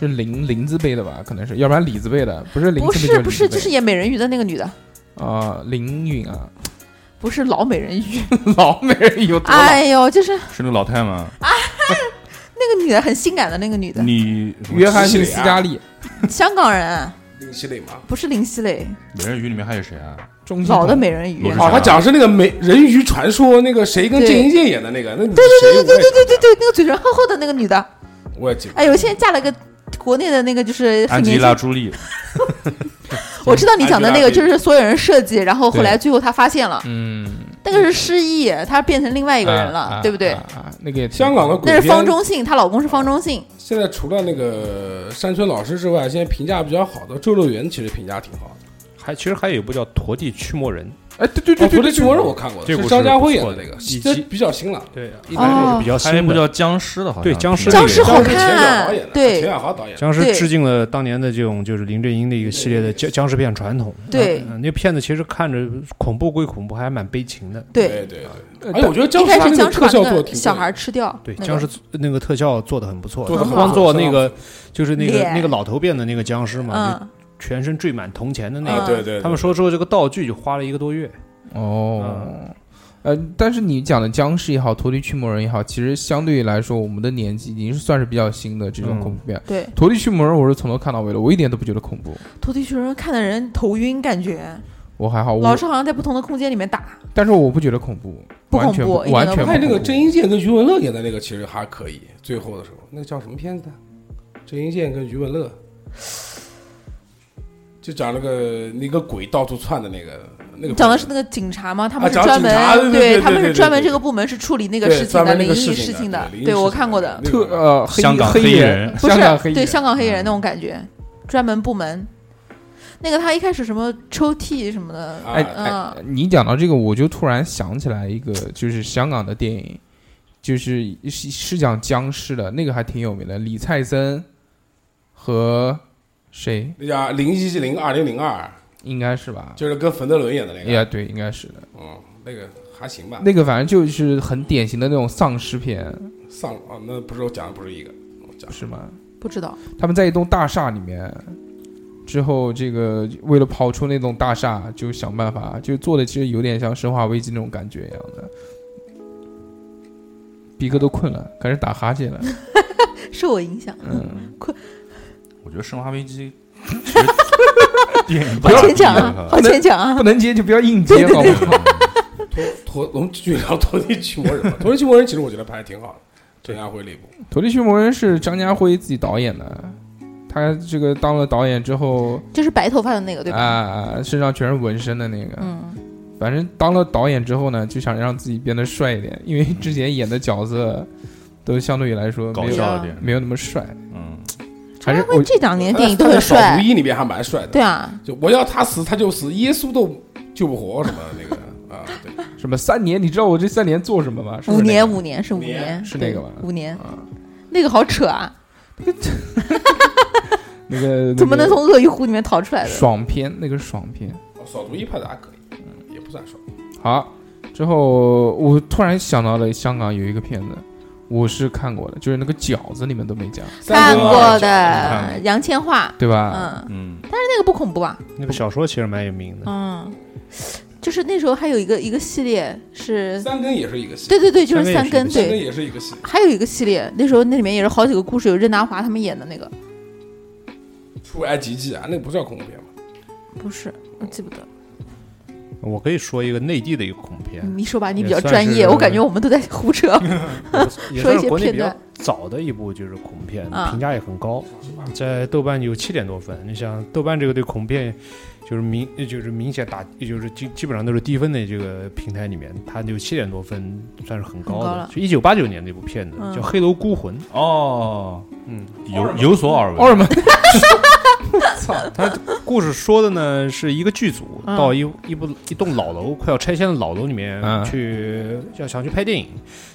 [SPEAKER 6] 是林林字辈的吧，可能是，要不然李字辈的，不是林
[SPEAKER 8] 不
[SPEAKER 6] 字辈
[SPEAKER 8] 是不是
[SPEAKER 6] 林字辈
[SPEAKER 8] 就是演美人鱼的那个女的，
[SPEAKER 6] 啊、林允啊，
[SPEAKER 8] 不是老美人鱼，
[SPEAKER 6] 老美人有多老？
[SPEAKER 8] 哎呦，就是
[SPEAKER 9] 是那个老太吗？
[SPEAKER 8] 那个女的很性感的那个女的，
[SPEAKER 9] 你
[SPEAKER 6] 约翰逊斯嘉丽，
[SPEAKER 8] 香港人，
[SPEAKER 2] 林熙蕾嘛，
[SPEAKER 8] 不是林熙蕾，
[SPEAKER 9] 美人鱼里面还有谁啊？
[SPEAKER 6] 中心
[SPEAKER 8] 老的
[SPEAKER 6] 筒
[SPEAKER 8] 美人鱼
[SPEAKER 9] 罗志，
[SPEAKER 2] 哦，他讲是那个美人鱼传说，那个谁跟
[SPEAKER 8] 对
[SPEAKER 2] 郑伊健演的那个，那对对对对对对
[SPEAKER 8] 对对，那个嘴唇厚厚的那个女的，
[SPEAKER 2] 我也记不。
[SPEAKER 8] 哎呦，我现在嫁了个国内的那个就是很
[SPEAKER 9] 安吉
[SPEAKER 8] 年
[SPEAKER 9] 拉
[SPEAKER 8] 轻，
[SPEAKER 9] 朱莉，
[SPEAKER 10] 啊
[SPEAKER 8] 我知道你讲的那个就是所有人设计，然后后来
[SPEAKER 6] 对
[SPEAKER 8] 最后他发现了，
[SPEAKER 6] 嗯，
[SPEAKER 8] 那个是失忆，他变成另外一个人了，
[SPEAKER 6] 啊
[SPEAKER 8] 对不对？
[SPEAKER 6] 啊啊那个也挺
[SPEAKER 2] 香港的鬼
[SPEAKER 8] 那是
[SPEAKER 2] 片
[SPEAKER 8] 方中信，她老公是方中信，
[SPEAKER 2] 现在除了那个山村老师之外，现在评价比较好的《周六园》其实评价挺好的。
[SPEAKER 10] 还其实还有一部叫《陀地驱魔人》，
[SPEAKER 6] 哎，对对对
[SPEAKER 2] 哦，
[SPEAKER 6] 对
[SPEAKER 2] 昨天
[SPEAKER 6] 对对，
[SPEAKER 2] 去魔人我看过
[SPEAKER 10] 这
[SPEAKER 2] 的，是
[SPEAKER 10] 部是
[SPEAKER 2] 张家辉演的
[SPEAKER 10] 不错
[SPEAKER 2] 那
[SPEAKER 10] 的
[SPEAKER 2] 个，
[SPEAKER 10] 以
[SPEAKER 2] 这
[SPEAKER 10] 及
[SPEAKER 2] 比较新了。
[SPEAKER 10] 对，
[SPEAKER 2] 一般
[SPEAKER 8] 哦
[SPEAKER 10] 是比较新
[SPEAKER 9] 还有一部
[SPEAKER 10] 的。
[SPEAKER 9] 叫僵尸的，好像
[SPEAKER 10] 对僵尸
[SPEAKER 8] 僵尸
[SPEAKER 10] 这个
[SPEAKER 8] 好
[SPEAKER 2] 僵尸钱小
[SPEAKER 8] 看
[SPEAKER 2] 豪演，的，啊钱
[SPEAKER 8] 对
[SPEAKER 2] 小豪导演的。
[SPEAKER 10] 僵尸
[SPEAKER 8] 对
[SPEAKER 10] 致敬了当年的这种就是林正英的一个系列的僵僵尸片传统。
[SPEAKER 8] 对
[SPEAKER 10] 嗯，那片子其实看着恐怖归恐怖，还蛮悲情的。
[SPEAKER 8] 对，
[SPEAKER 2] 对对对，
[SPEAKER 6] 呃
[SPEAKER 2] 哎，我觉得
[SPEAKER 8] 一
[SPEAKER 2] 僵尸
[SPEAKER 8] 开
[SPEAKER 2] 他
[SPEAKER 8] 始
[SPEAKER 2] 那
[SPEAKER 8] 僵
[SPEAKER 2] 个
[SPEAKER 8] 尸
[SPEAKER 2] 特
[SPEAKER 8] 把
[SPEAKER 2] 效做
[SPEAKER 8] 那
[SPEAKER 2] 得
[SPEAKER 8] 个
[SPEAKER 2] 挺
[SPEAKER 8] 小
[SPEAKER 2] 对
[SPEAKER 8] 孩吃掉，
[SPEAKER 10] 对，
[SPEAKER 8] 那个
[SPEAKER 10] 僵尸那个特效做的很不错，
[SPEAKER 2] 做得
[SPEAKER 10] 他
[SPEAKER 8] 很
[SPEAKER 10] 光
[SPEAKER 8] 好
[SPEAKER 10] 做
[SPEAKER 2] 相当
[SPEAKER 10] 那个就是那个
[SPEAKER 8] 脸
[SPEAKER 10] 那个老头变的那个僵尸嘛，就
[SPEAKER 8] 嗯，
[SPEAKER 10] 全身缀满铜钱的那
[SPEAKER 2] 啊，
[SPEAKER 10] 个。
[SPEAKER 2] 对对，对
[SPEAKER 10] 他们说说这个道具就花了一个多月，
[SPEAKER 6] 哦。呃，但是你讲的僵尸也好，脱离驱魔人也好，其实相对来说，我们的年纪已经是算是比较新的这种
[SPEAKER 10] 嗯
[SPEAKER 6] 恐怖片。
[SPEAKER 8] 对，
[SPEAKER 6] 脱离驱魔人我是从头看到尾了，我一点都不觉得恐怖，
[SPEAKER 8] 拖地学生看的人头晕，感觉
[SPEAKER 6] 我还
[SPEAKER 2] 哦
[SPEAKER 6] 好。
[SPEAKER 8] 老
[SPEAKER 6] 我
[SPEAKER 8] 是好像在不同的空间里面打，
[SPEAKER 6] 但是我不觉得恐怖，
[SPEAKER 8] 不
[SPEAKER 6] 完全
[SPEAKER 8] 恐怖一点
[SPEAKER 6] 完
[SPEAKER 8] 都
[SPEAKER 6] 全
[SPEAKER 8] 不
[SPEAKER 6] 不
[SPEAKER 2] 还有那
[SPEAKER 6] 恐
[SPEAKER 2] 个
[SPEAKER 6] 怖
[SPEAKER 2] 郑伊健跟余文乐演的那个其实还可以，最后的时候那个叫什么片子啊？郑伊健跟余文乐，就讲那个那个鬼到处窜的那个那个。
[SPEAKER 8] 讲的是那个警察吗？他们
[SPEAKER 2] 啊
[SPEAKER 8] 是
[SPEAKER 2] 讲
[SPEAKER 8] 专门
[SPEAKER 2] 警察对对对对
[SPEAKER 8] 他们
[SPEAKER 2] 对
[SPEAKER 8] 是
[SPEAKER 2] 对
[SPEAKER 8] 专门
[SPEAKER 2] 对
[SPEAKER 8] 这个部门是处理那个
[SPEAKER 2] 对
[SPEAKER 8] 事情
[SPEAKER 2] 专
[SPEAKER 8] 的
[SPEAKER 2] 门那
[SPEAKER 8] 灵
[SPEAKER 2] 个
[SPEAKER 8] 异
[SPEAKER 2] 事情的
[SPEAKER 8] 的
[SPEAKER 2] 对灵，异
[SPEAKER 8] 对我
[SPEAKER 2] 事
[SPEAKER 8] 看
[SPEAKER 2] 情
[SPEAKER 8] 过
[SPEAKER 2] 的
[SPEAKER 8] 的，
[SPEAKER 2] 那
[SPEAKER 6] 特
[SPEAKER 2] 个
[SPEAKER 6] 呃黑
[SPEAKER 9] 香港
[SPEAKER 6] 黑
[SPEAKER 9] 黑
[SPEAKER 6] 人
[SPEAKER 9] 人，
[SPEAKER 8] 不是
[SPEAKER 6] 香港黑人
[SPEAKER 8] 对香港黑人那种感觉，专门部门。那个他一开始什么抽屉什么的，
[SPEAKER 2] 啊
[SPEAKER 6] 哎
[SPEAKER 8] 嗯
[SPEAKER 6] 哎，你讲到这个，我就突然想起来一个，就是香港的电影，就是是是讲僵尸的，那个还挺有名的，李蔡森和谁
[SPEAKER 2] 那叫《零一零二零零二
[SPEAKER 6] 应该是吧》，？哎
[SPEAKER 2] 就是跟冯德伦演的那
[SPEAKER 6] 呀，
[SPEAKER 2] 个，
[SPEAKER 6] 对，应该是的。
[SPEAKER 2] 嗯，那个还行吧。
[SPEAKER 6] 那个反正就是很典型的那种丧尸片，
[SPEAKER 2] 上啊，那不是我讲的，不是一个，我讲
[SPEAKER 6] 是吗？
[SPEAKER 8] 不知道，
[SPEAKER 6] 他们在一栋大厦里面，之后这个为了跑出那栋大厦，就想办法，就做的其实有点像《生化危机》那种感觉一样的。逼哥都困了，开始打哈欠了。
[SPEAKER 8] 受我影响。
[SPEAKER 6] 嗯，
[SPEAKER 9] 我觉得《生化危机》 其实电 影不
[SPEAKER 8] 好
[SPEAKER 9] 要
[SPEAKER 8] 牵强
[SPEAKER 9] 比
[SPEAKER 2] 嗯
[SPEAKER 8] 啊，
[SPEAKER 9] 它
[SPEAKER 8] 好牵强 啊
[SPEAKER 6] 不！能接就不要硬接，好不好？
[SPEAKER 2] 脱脱，我们继续聊脱离驱魔人吧。脱离驱魔人其实我觉得拍的挺好的，郑家辉那部。
[SPEAKER 6] 《土地驱魔人》是张家辉自己导演的，他这个当了导演之后
[SPEAKER 8] 就是白头发的那个，对
[SPEAKER 6] 啊、
[SPEAKER 8] 吧？
[SPEAKER 6] 身上全是纹身的那个，
[SPEAKER 8] 嗯，
[SPEAKER 6] 反正当了导演之后呢，就想让自己变得帅一点，因为之前演的角色都相对于来 说
[SPEAKER 9] 搞
[SPEAKER 6] 没有
[SPEAKER 9] 笑一点，
[SPEAKER 6] 没有那么帅，
[SPEAKER 9] 嗯，
[SPEAKER 6] 还是
[SPEAKER 8] 张家
[SPEAKER 6] 我呃
[SPEAKER 8] 辉这两年电影都
[SPEAKER 2] 他在
[SPEAKER 8] 很
[SPEAKER 2] 《小
[SPEAKER 8] 帅
[SPEAKER 2] 毒，一》里面还蛮帅的。
[SPEAKER 8] 对啊，
[SPEAKER 2] 就我要他死他就死，耶稣都救不活什么那个啊，对，
[SPEAKER 6] 哦什么三年，你知道我这三年做什么吗？是不
[SPEAKER 8] 五
[SPEAKER 6] 是那
[SPEAKER 8] 年
[SPEAKER 6] 个
[SPEAKER 8] 五年是五
[SPEAKER 2] 五年
[SPEAKER 8] 年，
[SPEAKER 6] 是
[SPEAKER 8] 对
[SPEAKER 6] 那个吧
[SPEAKER 8] 五年
[SPEAKER 6] 啊，
[SPEAKER 8] 那个好扯啊！
[SPEAKER 6] 那个
[SPEAKER 8] 怎么能
[SPEAKER 6] 那个
[SPEAKER 8] 从鳄鱼湖里面逃出来的？
[SPEAKER 6] 爽片？那个爽片。
[SPEAKER 2] 哦扫毒一拍的还可以，嗯也不算爽。
[SPEAKER 6] 好，之后我突然想到了香港有一个片子，我是看过的，就是那个饺子，你们都没讲，
[SPEAKER 8] 看
[SPEAKER 2] 三啊国
[SPEAKER 8] 过
[SPEAKER 2] 二将
[SPEAKER 8] 的杨千嬅，
[SPEAKER 6] 对吧？
[SPEAKER 8] 嗯，
[SPEAKER 9] 嗯，
[SPEAKER 8] 那个不恐怖啊，
[SPEAKER 10] 那个小说其实蛮有名的。
[SPEAKER 8] 嗯，就是那时候还有一个一个系列是，
[SPEAKER 2] 三更也是一个系，
[SPEAKER 8] 对对对，就是三根
[SPEAKER 10] 三根
[SPEAKER 2] 三更
[SPEAKER 8] 对，
[SPEAKER 2] 也是一个系，
[SPEAKER 8] 还有一个系列，那时候那里面也是好几个故事，有任达华他们演的那个，
[SPEAKER 2] 出埃及记啊，那个不叫恐怖片嘛，
[SPEAKER 8] 不是，我记不得，嗯
[SPEAKER 10] 我可以说一个内地的一个恐怖片，
[SPEAKER 8] 你说吧，你比
[SPEAKER 10] 哎也
[SPEAKER 8] 较
[SPEAKER 10] 算
[SPEAKER 8] 专业，
[SPEAKER 10] 是
[SPEAKER 8] 我感觉我们都在胡扯，
[SPEAKER 10] 也
[SPEAKER 8] 说一
[SPEAKER 10] 算
[SPEAKER 8] 些
[SPEAKER 10] 是国内
[SPEAKER 8] 片
[SPEAKER 10] 比较
[SPEAKER 8] 段
[SPEAKER 10] 早的一部就是恐怖片
[SPEAKER 8] 啊，
[SPEAKER 10] 评价也很高，在豆瓣有七点多分。你想，豆瓣这个对恐怖片就是明就是明显打就是基基本上都是低分的这个平台里面，它有七点多分，算是很高
[SPEAKER 8] 很高
[SPEAKER 10] 的
[SPEAKER 8] 了。
[SPEAKER 10] 就一九八九年的一部片子
[SPEAKER 8] 嗯
[SPEAKER 10] 叫《黑楼孤魂》，
[SPEAKER 9] 哦，
[SPEAKER 10] 嗯，
[SPEAKER 9] 有有所
[SPEAKER 8] 嗯
[SPEAKER 9] 耳闻，
[SPEAKER 6] 奥尔曼
[SPEAKER 10] 故事说的呢是一个剧组
[SPEAKER 8] 嗯
[SPEAKER 10] 到一一部一栋老楼快要拆迁的老楼里面
[SPEAKER 6] 嗯
[SPEAKER 10] 去，要想去拍电影，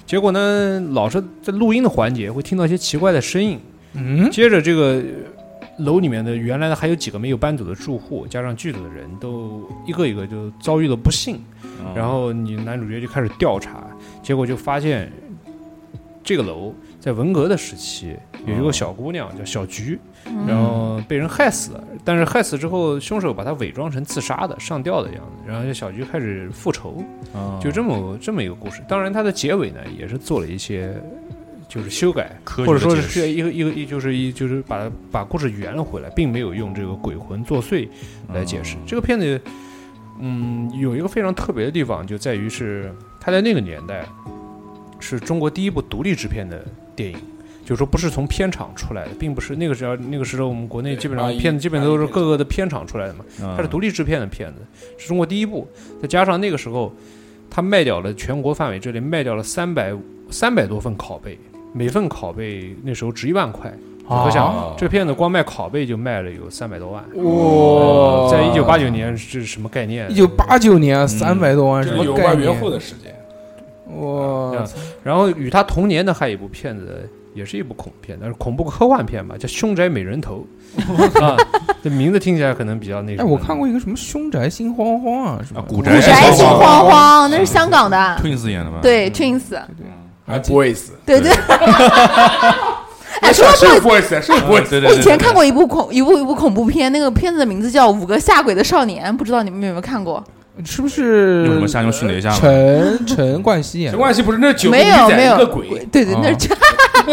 [SPEAKER 10] 结果呢老是在录音的环节会听到一些奇怪的声音，
[SPEAKER 6] 嗯，
[SPEAKER 10] 接着这个呃楼里面的原来的还有几个没有搬走的住户，加上剧组的人都一个一个就遭遇了不幸，
[SPEAKER 9] 嗯
[SPEAKER 10] 然后你男主角就开始调查，结果就发现这个楼在文革的时期有一个小姑娘叫小菊，然后被人害死了，但是害死之后凶手把她伪装成自杀的上吊的样子，然后这小菊开始复仇，
[SPEAKER 9] 嗯
[SPEAKER 10] 就这么这么一个故事。当然它的结尾呢也是做了一些。就是修改，
[SPEAKER 9] 科
[SPEAKER 10] 或
[SPEAKER 9] 学的
[SPEAKER 10] 者说
[SPEAKER 9] 解
[SPEAKER 10] 是
[SPEAKER 9] 释
[SPEAKER 10] 一个一个一就是一就是把把故事圆了回来，并没有用这个鬼魂作祟来解释。这个片子，嗯，有一个非常特别的地方，就在于是它在那个年代是中国第一部独立制片的电影，就是说不是从片场出来的，并不是那个时候那个时候我们国内基本
[SPEAKER 2] 八
[SPEAKER 10] 上
[SPEAKER 2] 一
[SPEAKER 10] 片子基本
[SPEAKER 2] 八一
[SPEAKER 10] 都是
[SPEAKER 2] 片
[SPEAKER 10] 各个的片场出来的嘛，
[SPEAKER 6] 啊
[SPEAKER 9] 嗯
[SPEAKER 10] 它是独立制片的片子，是中国第一部。再加上那个时候，它卖掉了全国范围之内卖掉了三百三百多份拷贝，每份拷贝那时候值一万块。
[SPEAKER 6] 啊
[SPEAKER 10] 可想，这片子光卖拷贝就卖了有三百多万，
[SPEAKER 6] 哇
[SPEAKER 10] 在一九八九年这是什么概念？
[SPEAKER 6] 哦一九八九年三百多万
[SPEAKER 2] 这
[SPEAKER 6] 什
[SPEAKER 2] 是有
[SPEAKER 6] 么
[SPEAKER 2] 关
[SPEAKER 6] 概
[SPEAKER 2] 元户
[SPEAKER 6] 念？啊
[SPEAKER 2] 的时间，
[SPEAKER 6] 哇
[SPEAKER 10] 嗯，然后与他同年的还有一部片子，也是一部恐怖片，但是恐怖科幻片吧，叫《凶宅美人头》 啊，这名字听起来可能比较那
[SPEAKER 6] 哎，
[SPEAKER 10] 什么。
[SPEAKER 6] 我看过一个什么《凶宅心慌慌》啊，什么
[SPEAKER 9] 啊古
[SPEAKER 8] 古宅心
[SPEAKER 9] 慌
[SPEAKER 8] 慌慌，那是香港的，
[SPEAKER 9] ，Twins 演的嘛，
[SPEAKER 8] 对 Twins，
[SPEAKER 2] 还 boys，
[SPEAKER 8] 对对。 哎，说到
[SPEAKER 2] 是
[SPEAKER 8] boys，
[SPEAKER 2] boys，是
[SPEAKER 6] 啊
[SPEAKER 9] 嗯，对对对，
[SPEAKER 8] 我以前看
[SPEAKER 9] 过
[SPEAKER 8] 过一部恐一部一部恐怖片，那个片子的名字叫《五个下鬼的少年》，不知道你们有没有看过？
[SPEAKER 6] 是不是？
[SPEAKER 9] 用什么瞎牛训了一下嘛，
[SPEAKER 6] 陈陈冠希演
[SPEAKER 2] 陈
[SPEAKER 6] 的？
[SPEAKER 2] 冠希不是那九个
[SPEAKER 8] 没
[SPEAKER 2] 女
[SPEAKER 8] 有
[SPEAKER 2] 仔
[SPEAKER 8] 没
[SPEAKER 2] 一
[SPEAKER 8] 有
[SPEAKER 2] 个鬼，
[SPEAKER 8] 对对，那是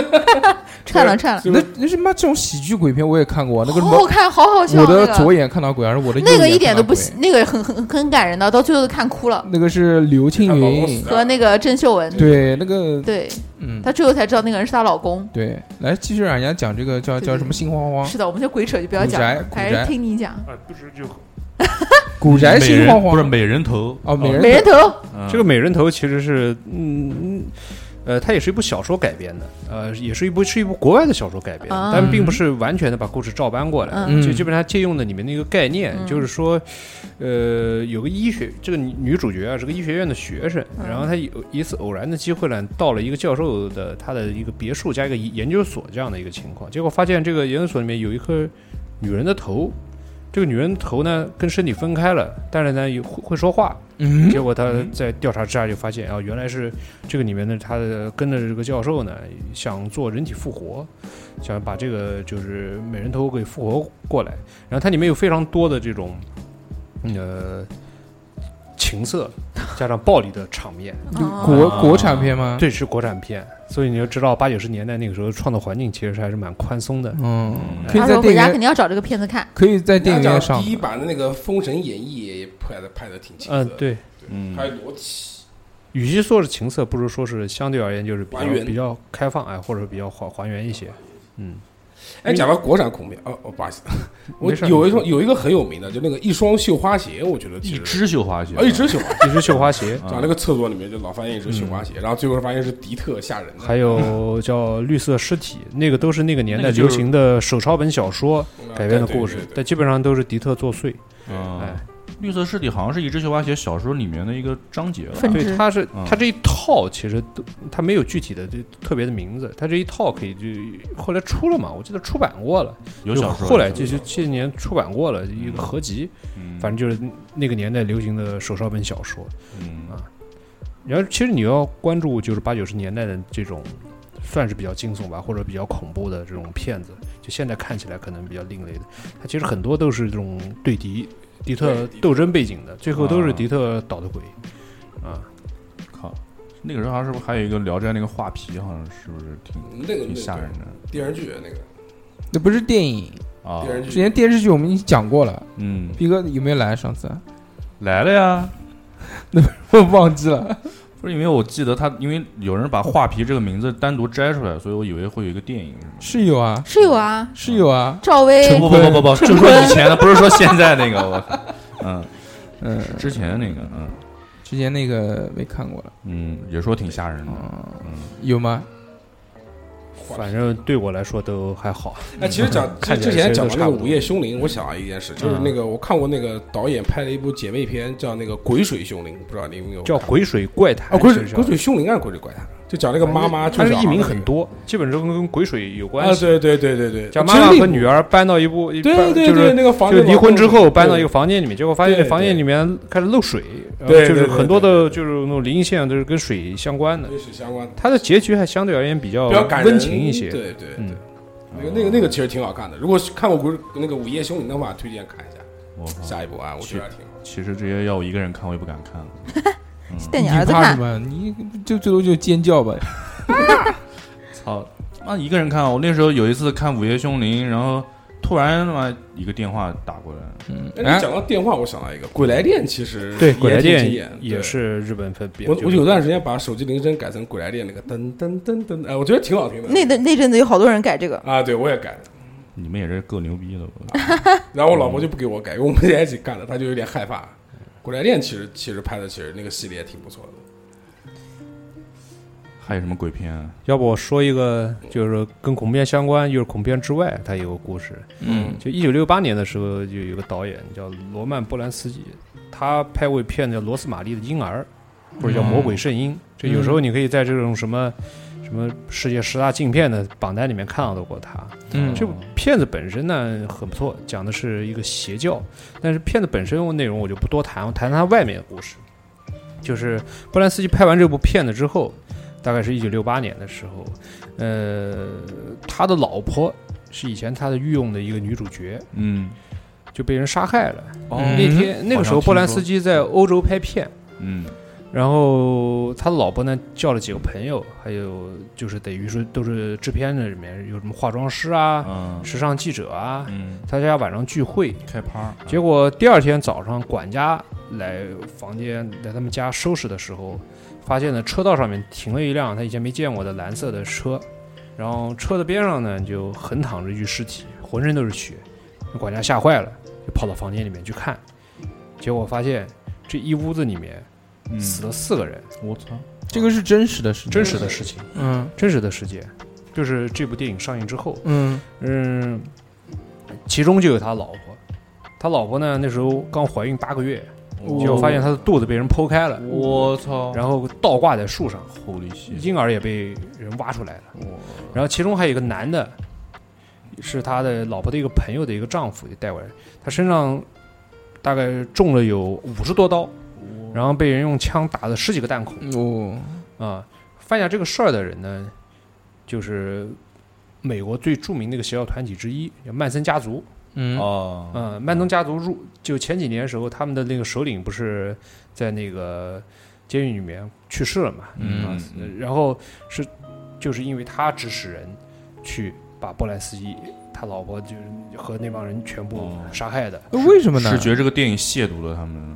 [SPEAKER 8] 串了串了，
[SPEAKER 2] 所以
[SPEAKER 6] 那那是妈这种喜剧鬼片我也看过，那个什
[SPEAKER 8] 好
[SPEAKER 6] 么
[SPEAKER 8] 好看，好好笑。啊
[SPEAKER 6] 我
[SPEAKER 8] 那
[SPEAKER 6] 的
[SPEAKER 8] 个
[SPEAKER 6] 左眼看到鬼，还是我的右
[SPEAKER 8] 那个
[SPEAKER 6] 眼
[SPEAKER 8] 一点
[SPEAKER 6] 看
[SPEAKER 8] 都
[SPEAKER 6] 到
[SPEAKER 8] 不
[SPEAKER 6] 鬼
[SPEAKER 8] 喜，那个很很很感人的，到最后都看哭了。
[SPEAKER 6] 那个是刘青
[SPEAKER 2] 看老公
[SPEAKER 6] 云
[SPEAKER 2] 死，
[SPEAKER 8] 和那个郑秀文，
[SPEAKER 6] 对，那个
[SPEAKER 8] 对，
[SPEAKER 6] 嗯，
[SPEAKER 8] 她最后才知道那个人是她老公。
[SPEAKER 6] 对，来继续让人家讲这个叫
[SPEAKER 8] 对
[SPEAKER 6] 叫
[SPEAKER 8] 对
[SPEAKER 6] 什么心慌慌，
[SPEAKER 8] 是的，我们这鬼扯就不要
[SPEAKER 6] 古
[SPEAKER 8] 讲了
[SPEAKER 6] 哦宅，古
[SPEAKER 8] 还是
[SPEAKER 6] 宅
[SPEAKER 8] 听你讲。
[SPEAKER 10] 啊，不是就
[SPEAKER 6] 古宅
[SPEAKER 9] 美
[SPEAKER 6] 心
[SPEAKER 9] 人
[SPEAKER 6] 慌慌
[SPEAKER 9] 不是美人头
[SPEAKER 6] 哦，美
[SPEAKER 8] 美
[SPEAKER 6] 人
[SPEAKER 8] 人头，
[SPEAKER 9] 嗯
[SPEAKER 10] 这个美人头其实是，嗯嗯，呃，它也是一部小说改编的，呃，也是一部是一部国外的小说改编，
[SPEAKER 8] 啊
[SPEAKER 10] 但并不是完全的把故事照搬过来，
[SPEAKER 8] 嗯
[SPEAKER 10] 就基本上借用的里面的一个概念，
[SPEAKER 8] 嗯
[SPEAKER 10] 就是说，呃，有个医学这个女女主角啊是个医学院的学生，
[SPEAKER 8] 嗯
[SPEAKER 10] 然后她有一次偶然的机会呢，到了一个教授的他的一个别墅加一个研究所这样的一个情况，结果发现这个研究所里面有一颗女人的头。这个女人头呢跟身体分开了，但是呢有会会说话，
[SPEAKER 6] 嗯
[SPEAKER 10] 结果他在调查之下就发现啊，原来是这个里面的他的跟着这个教授呢，想做人体复活，想把这个就是美人头给复活过来。然后它里面有非常多的这种呃情色，加上暴力的场面，
[SPEAKER 8] 嗯
[SPEAKER 6] 国
[SPEAKER 9] 啊
[SPEAKER 6] 国产片吗？，
[SPEAKER 10] 这是国产片，所以你就知道八九十年代那个时候创作环境其实还是蛮宽松的。
[SPEAKER 6] 嗯，可以
[SPEAKER 8] 到时
[SPEAKER 6] 在
[SPEAKER 8] 候啊回
[SPEAKER 6] 电
[SPEAKER 8] 家
[SPEAKER 6] 影
[SPEAKER 8] 肯
[SPEAKER 6] 院
[SPEAKER 8] 定要找这个片子看。
[SPEAKER 6] 可以在电影
[SPEAKER 2] 人
[SPEAKER 6] 院
[SPEAKER 2] 家讲
[SPEAKER 6] 上
[SPEAKER 2] 第，一版的那个《封神演义》也拍的拍的挺清
[SPEAKER 6] 呃
[SPEAKER 10] 嗯、
[SPEAKER 2] 楚的，
[SPEAKER 10] 对，
[SPEAKER 9] 嗯
[SPEAKER 2] 还有裸体，
[SPEAKER 10] 与其说是情色，不如说是相对而言就是比较
[SPEAKER 2] 还原
[SPEAKER 10] 比较开放哎，或者比较还还原一些。嗯，
[SPEAKER 2] 哎，讲到国产恐怖片，哦哦，不 好意思，我
[SPEAKER 10] 没事
[SPEAKER 2] 有一种有一个很有名的，就那个一双绣花鞋，我觉得其
[SPEAKER 9] 一
[SPEAKER 2] 实
[SPEAKER 9] 只绣花鞋
[SPEAKER 2] 啊，一只绣花鞋，
[SPEAKER 10] 一只嗯绣花鞋，
[SPEAKER 9] 嗯
[SPEAKER 2] 讲那个厕所里面就老发现一只绣花鞋，然后最后发现是迪特吓人的，
[SPEAKER 10] 嗯 还有叫《绿色尸体》，那个都是那个年代
[SPEAKER 9] 那个就
[SPEAKER 10] 流
[SPEAKER 9] 是
[SPEAKER 10] 行的手抄本小说
[SPEAKER 2] 嗯
[SPEAKER 10] 改编的故事
[SPEAKER 2] 对对，对
[SPEAKER 10] 但基本上都是迪特作祟。
[SPEAKER 9] 嗯
[SPEAKER 10] 哎，
[SPEAKER 9] 绿色尸体好像是一只绣花鞋小说里面的一个章节吧，
[SPEAKER 8] 分
[SPEAKER 10] 对，
[SPEAKER 8] 支
[SPEAKER 10] 它是
[SPEAKER 9] 嗯
[SPEAKER 10] 它这一套其实都它没有具体的这特别的名字，它这一套可以就后来出了嘛，我记得出版过了，
[SPEAKER 9] 有
[SPEAKER 10] 就
[SPEAKER 9] 小说的。
[SPEAKER 10] 后来就就这几年出版过了一个合集，
[SPEAKER 9] 嗯
[SPEAKER 10] 反正就是那个年代流行的手抄本小说。
[SPEAKER 9] 嗯
[SPEAKER 10] 然后其实你要关注就是八九十年代的这种，算是比较惊悚吧，或者比较恐怖的这种片子，就现在看起来可能比较另类的，它其实很多都是这种对敌敌特
[SPEAKER 2] 对敌特
[SPEAKER 10] 斗争背景的，最后都
[SPEAKER 9] 啊
[SPEAKER 10] 是敌特捣的鬼。啊，
[SPEAKER 9] 靠，那个时候好像是不是还有一个《聊斋》那个画皮，好像是不是挺
[SPEAKER 2] 那个那
[SPEAKER 9] 挺吓
[SPEAKER 2] 个
[SPEAKER 9] 人的
[SPEAKER 2] 电视剧啊那个
[SPEAKER 6] 那不是电影，
[SPEAKER 10] 哦
[SPEAKER 9] 啊？
[SPEAKER 2] 电视
[SPEAKER 6] 之
[SPEAKER 2] 剧
[SPEAKER 6] 前电视剧我们已经讲过了。
[SPEAKER 9] 嗯，
[SPEAKER 6] 逼哥有没有来上次？啊
[SPEAKER 9] 来了呀。
[SPEAKER 6] 我忘记了。
[SPEAKER 9] 不是因为我记得他，因为有人把画皮这个名字单独摘出来，所以我以为会有一个电影什么的。
[SPEAKER 6] 是有啊，
[SPEAKER 8] 是有啊，
[SPEAKER 6] 是有啊。
[SPEAKER 8] 赵薇
[SPEAKER 6] 陈
[SPEAKER 9] 不不
[SPEAKER 6] 坤
[SPEAKER 9] 不不不，就说以前的，不是说现在那 个，我靠，嗯，
[SPEAKER 6] 嗯，
[SPEAKER 9] 之前那个，嗯
[SPEAKER 6] 之前那个没看过了。
[SPEAKER 9] 嗯，也说挺吓人的，
[SPEAKER 6] 嗯，
[SPEAKER 9] 嗯，
[SPEAKER 6] 有吗？
[SPEAKER 10] 反正对我来说都还好。
[SPEAKER 2] 哎，其实 讲其实
[SPEAKER 10] 看
[SPEAKER 2] 之
[SPEAKER 10] 起来
[SPEAKER 2] 前讲到
[SPEAKER 10] 其实都
[SPEAKER 2] 那
[SPEAKER 10] 差
[SPEAKER 2] 个
[SPEAKER 10] 不
[SPEAKER 2] 《
[SPEAKER 10] 多
[SPEAKER 2] 午夜凶铃》，我想到一件事，就是
[SPEAKER 10] 嗯
[SPEAKER 2] 那个我看过那个导演拍了一部姐妹片，叫那个《鬼水凶铃》，不知道你有没有
[SPEAKER 10] 叫《
[SPEAKER 2] 看
[SPEAKER 10] 鬼水怪谈》
[SPEAKER 2] 啊？鬼
[SPEAKER 10] 其
[SPEAKER 2] 水
[SPEAKER 10] 实
[SPEAKER 2] 鬼水凶铃还是鬼水怪谈？就讲那个妈妈，就
[SPEAKER 10] 它
[SPEAKER 2] 是
[SPEAKER 10] 是
[SPEAKER 2] 好
[SPEAKER 10] 艺
[SPEAKER 2] 像
[SPEAKER 10] 名
[SPEAKER 2] 那个
[SPEAKER 10] 很多，基本上跟跟鬼水有关
[SPEAKER 2] 啊，
[SPEAKER 10] 系。
[SPEAKER 2] 对对对对对，
[SPEAKER 10] 叫
[SPEAKER 2] 其
[SPEAKER 10] 妈
[SPEAKER 2] 实
[SPEAKER 10] 妈
[SPEAKER 2] 那
[SPEAKER 10] 和
[SPEAKER 2] 部
[SPEAKER 10] 女儿搬到一部，一
[SPEAKER 2] 对
[SPEAKER 10] 搬
[SPEAKER 2] 对
[SPEAKER 10] 就是
[SPEAKER 2] 对，那个房
[SPEAKER 10] 就
[SPEAKER 2] 子
[SPEAKER 10] 离婚之后搬到一
[SPEAKER 2] 个
[SPEAKER 10] 个房间里面，结果发现
[SPEAKER 2] 对
[SPEAKER 10] 那房间里面开始漏水，然后
[SPEAKER 2] 对
[SPEAKER 10] 就是
[SPEAKER 2] 对对
[SPEAKER 10] 很多
[SPEAKER 2] 对
[SPEAKER 10] 的就是那种灵异现象都是跟水相关的。
[SPEAKER 2] 历史相关的，
[SPEAKER 10] 它的结局还相对而言比较
[SPEAKER 2] 比较感人
[SPEAKER 10] 哦温情一些。
[SPEAKER 2] 对对对
[SPEAKER 10] 嗯，
[SPEAKER 2] 那个那个那个其实挺好看的，如果看过鬼那个《午夜凶铃》的话，推荐看一下
[SPEAKER 9] 我
[SPEAKER 10] 哦
[SPEAKER 9] 靠，
[SPEAKER 2] 下一部啊，我觉得还挺好。
[SPEAKER 9] 其实这些要我一个人看，我也不敢看了。
[SPEAKER 8] 带
[SPEAKER 6] 你
[SPEAKER 8] 你儿子
[SPEAKER 6] 怕什
[SPEAKER 8] 看，
[SPEAKER 6] 么？你就最多就尖叫吧。
[SPEAKER 9] 操，妈一个人看啊！我那时候有一次看《午夜凶铃》，然后突然他妈一个电话打过来，
[SPEAKER 6] 嗯，
[SPEAKER 2] 哎，你讲到电话，我想到一个鬼来电，其实
[SPEAKER 10] 对，
[SPEAKER 2] 也
[SPEAKER 10] 鬼来
[SPEAKER 2] 挺
[SPEAKER 10] 电
[SPEAKER 2] 经典对
[SPEAKER 10] 也是日本分别。
[SPEAKER 2] 我
[SPEAKER 10] 就
[SPEAKER 2] 我
[SPEAKER 10] 是
[SPEAKER 2] 有段时间把手机铃声改成鬼来电那个噔噔噔噔，哎，我觉得挺好听的。
[SPEAKER 8] 那阵那阵子有好多人改这个，
[SPEAKER 2] 啊，对我也改了，
[SPEAKER 9] 你们也是够牛逼的，
[SPEAKER 2] 然后我
[SPEAKER 10] 嗯
[SPEAKER 2] 老婆就不给我改，因为我们在一起干的，她就有点害怕。鬼来电其实其实拍的其实那个系列挺不错的，
[SPEAKER 9] 还有什么鬼片啊？
[SPEAKER 10] 要不我说一个，就是跟恐怖片相关，又是恐怖片之外，它有个故事。
[SPEAKER 6] 嗯，
[SPEAKER 10] 就一九六八年的时候，就有个导演叫罗曼·波兰斯基，他拍过一片叫《罗斯玛丽的婴儿》，或者叫《魔鬼圣婴》。这有时候你可以在这种什么什么世界十大禁片的榜单里面看到过他。
[SPEAKER 6] 嗯
[SPEAKER 10] 这部片子本身呢很不错，讲的是一个邪教，但是片子本身内容我就不多谈，我谈谈它外面的故事。就是波兰斯基拍完这部片子之后，大概是一九六八年的时候，呃，他的老婆是以前他的御用的一个女主角，
[SPEAKER 9] 嗯，
[SPEAKER 10] 就被人杀害了。
[SPEAKER 9] 哦
[SPEAKER 6] 嗯
[SPEAKER 10] 那天那个时候，波兰斯基在欧洲拍片，
[SPEAKER 9] 嗯
[SPEAKER 10] 然后他老婆呢叫了几个朋友，还有就是等于说都是制片的里面有什么化妆师啊、
[SPEAKER 9] 嗯
[SPEAKER 10] 时尚记者啊，
[SPEAKER 9] 嗯，
[SPEAKER 10] 大家晚上聚会。
[SPEAKER 9] 开趴，啊
[SPEAKER 10] 结果第二天早上，管家来房间来他们家收拾的时候，发现呢车道上面停了一辆他以前没见过的蓝色的车，然后车的边上呢就横躺着一具尸体，浑身都是血。那管家吓坏了，就跑到房间里面去看，结果发现这一屋子里面
[SPEAKER 9] 嗯
[SPEAKER 10] 死了四个人，
[SPEAKER 9] 我操，
[SPEAKER 6] 这个是真实的事情，
[SPEAKER 10] 真实的事情，
[SPEAKER 6] 嗯
[SPEAKER 10] 真实的事件，就是这部电影上映之后，
[SPEAKER 6] 嗯
[SPEAKER 10] 嗯，其中就有他老婆，他老婆呢那时候刚怀孕八个月，结果发现她的肚子被人剖开了，
[SPEAKER 9] 我操，
[SPEAKER 10] 然后倒挂在树上，
[SPEAKER 9] 后离奇，
[SPEAKER 10] 婴儿也被人挖出来了。哦然后其中还有一个男的，是他的老婆的一个朋友的一个丈夫也带过来，他身上大概中了有五十多刀，然后被人用枪打了十几个弹孔。
[SPEAKER 6] 哦，
[SPEAKER 10] 啊，犯下这个事儿的人呢，就是美国最著名的一个邪教团体之一，叫曼森家族。
[SPEAKER 6] 嗯
[SPEAKER 9] 哦，
[SPEAKER 10] 嗯，曼森家族入就前几年的时候，他们的那个首领不是在那个监狱里面去世了嘛？
[SPEAKER 9] 嗯
[SPEAKER 10] 啊
[SPEAKER 9] 嗯
[SPEAKER 10] 然后是就是因为他指使人去把波兰斯基他老婆就是和那帮人全部
[SPEAKER 9] 哦
[SPEAKER 10] 杀害的。
[SPEAKER 6] 那为什么呢？
[SPEAKER 9] 是觉得这个电影亵渎了他们，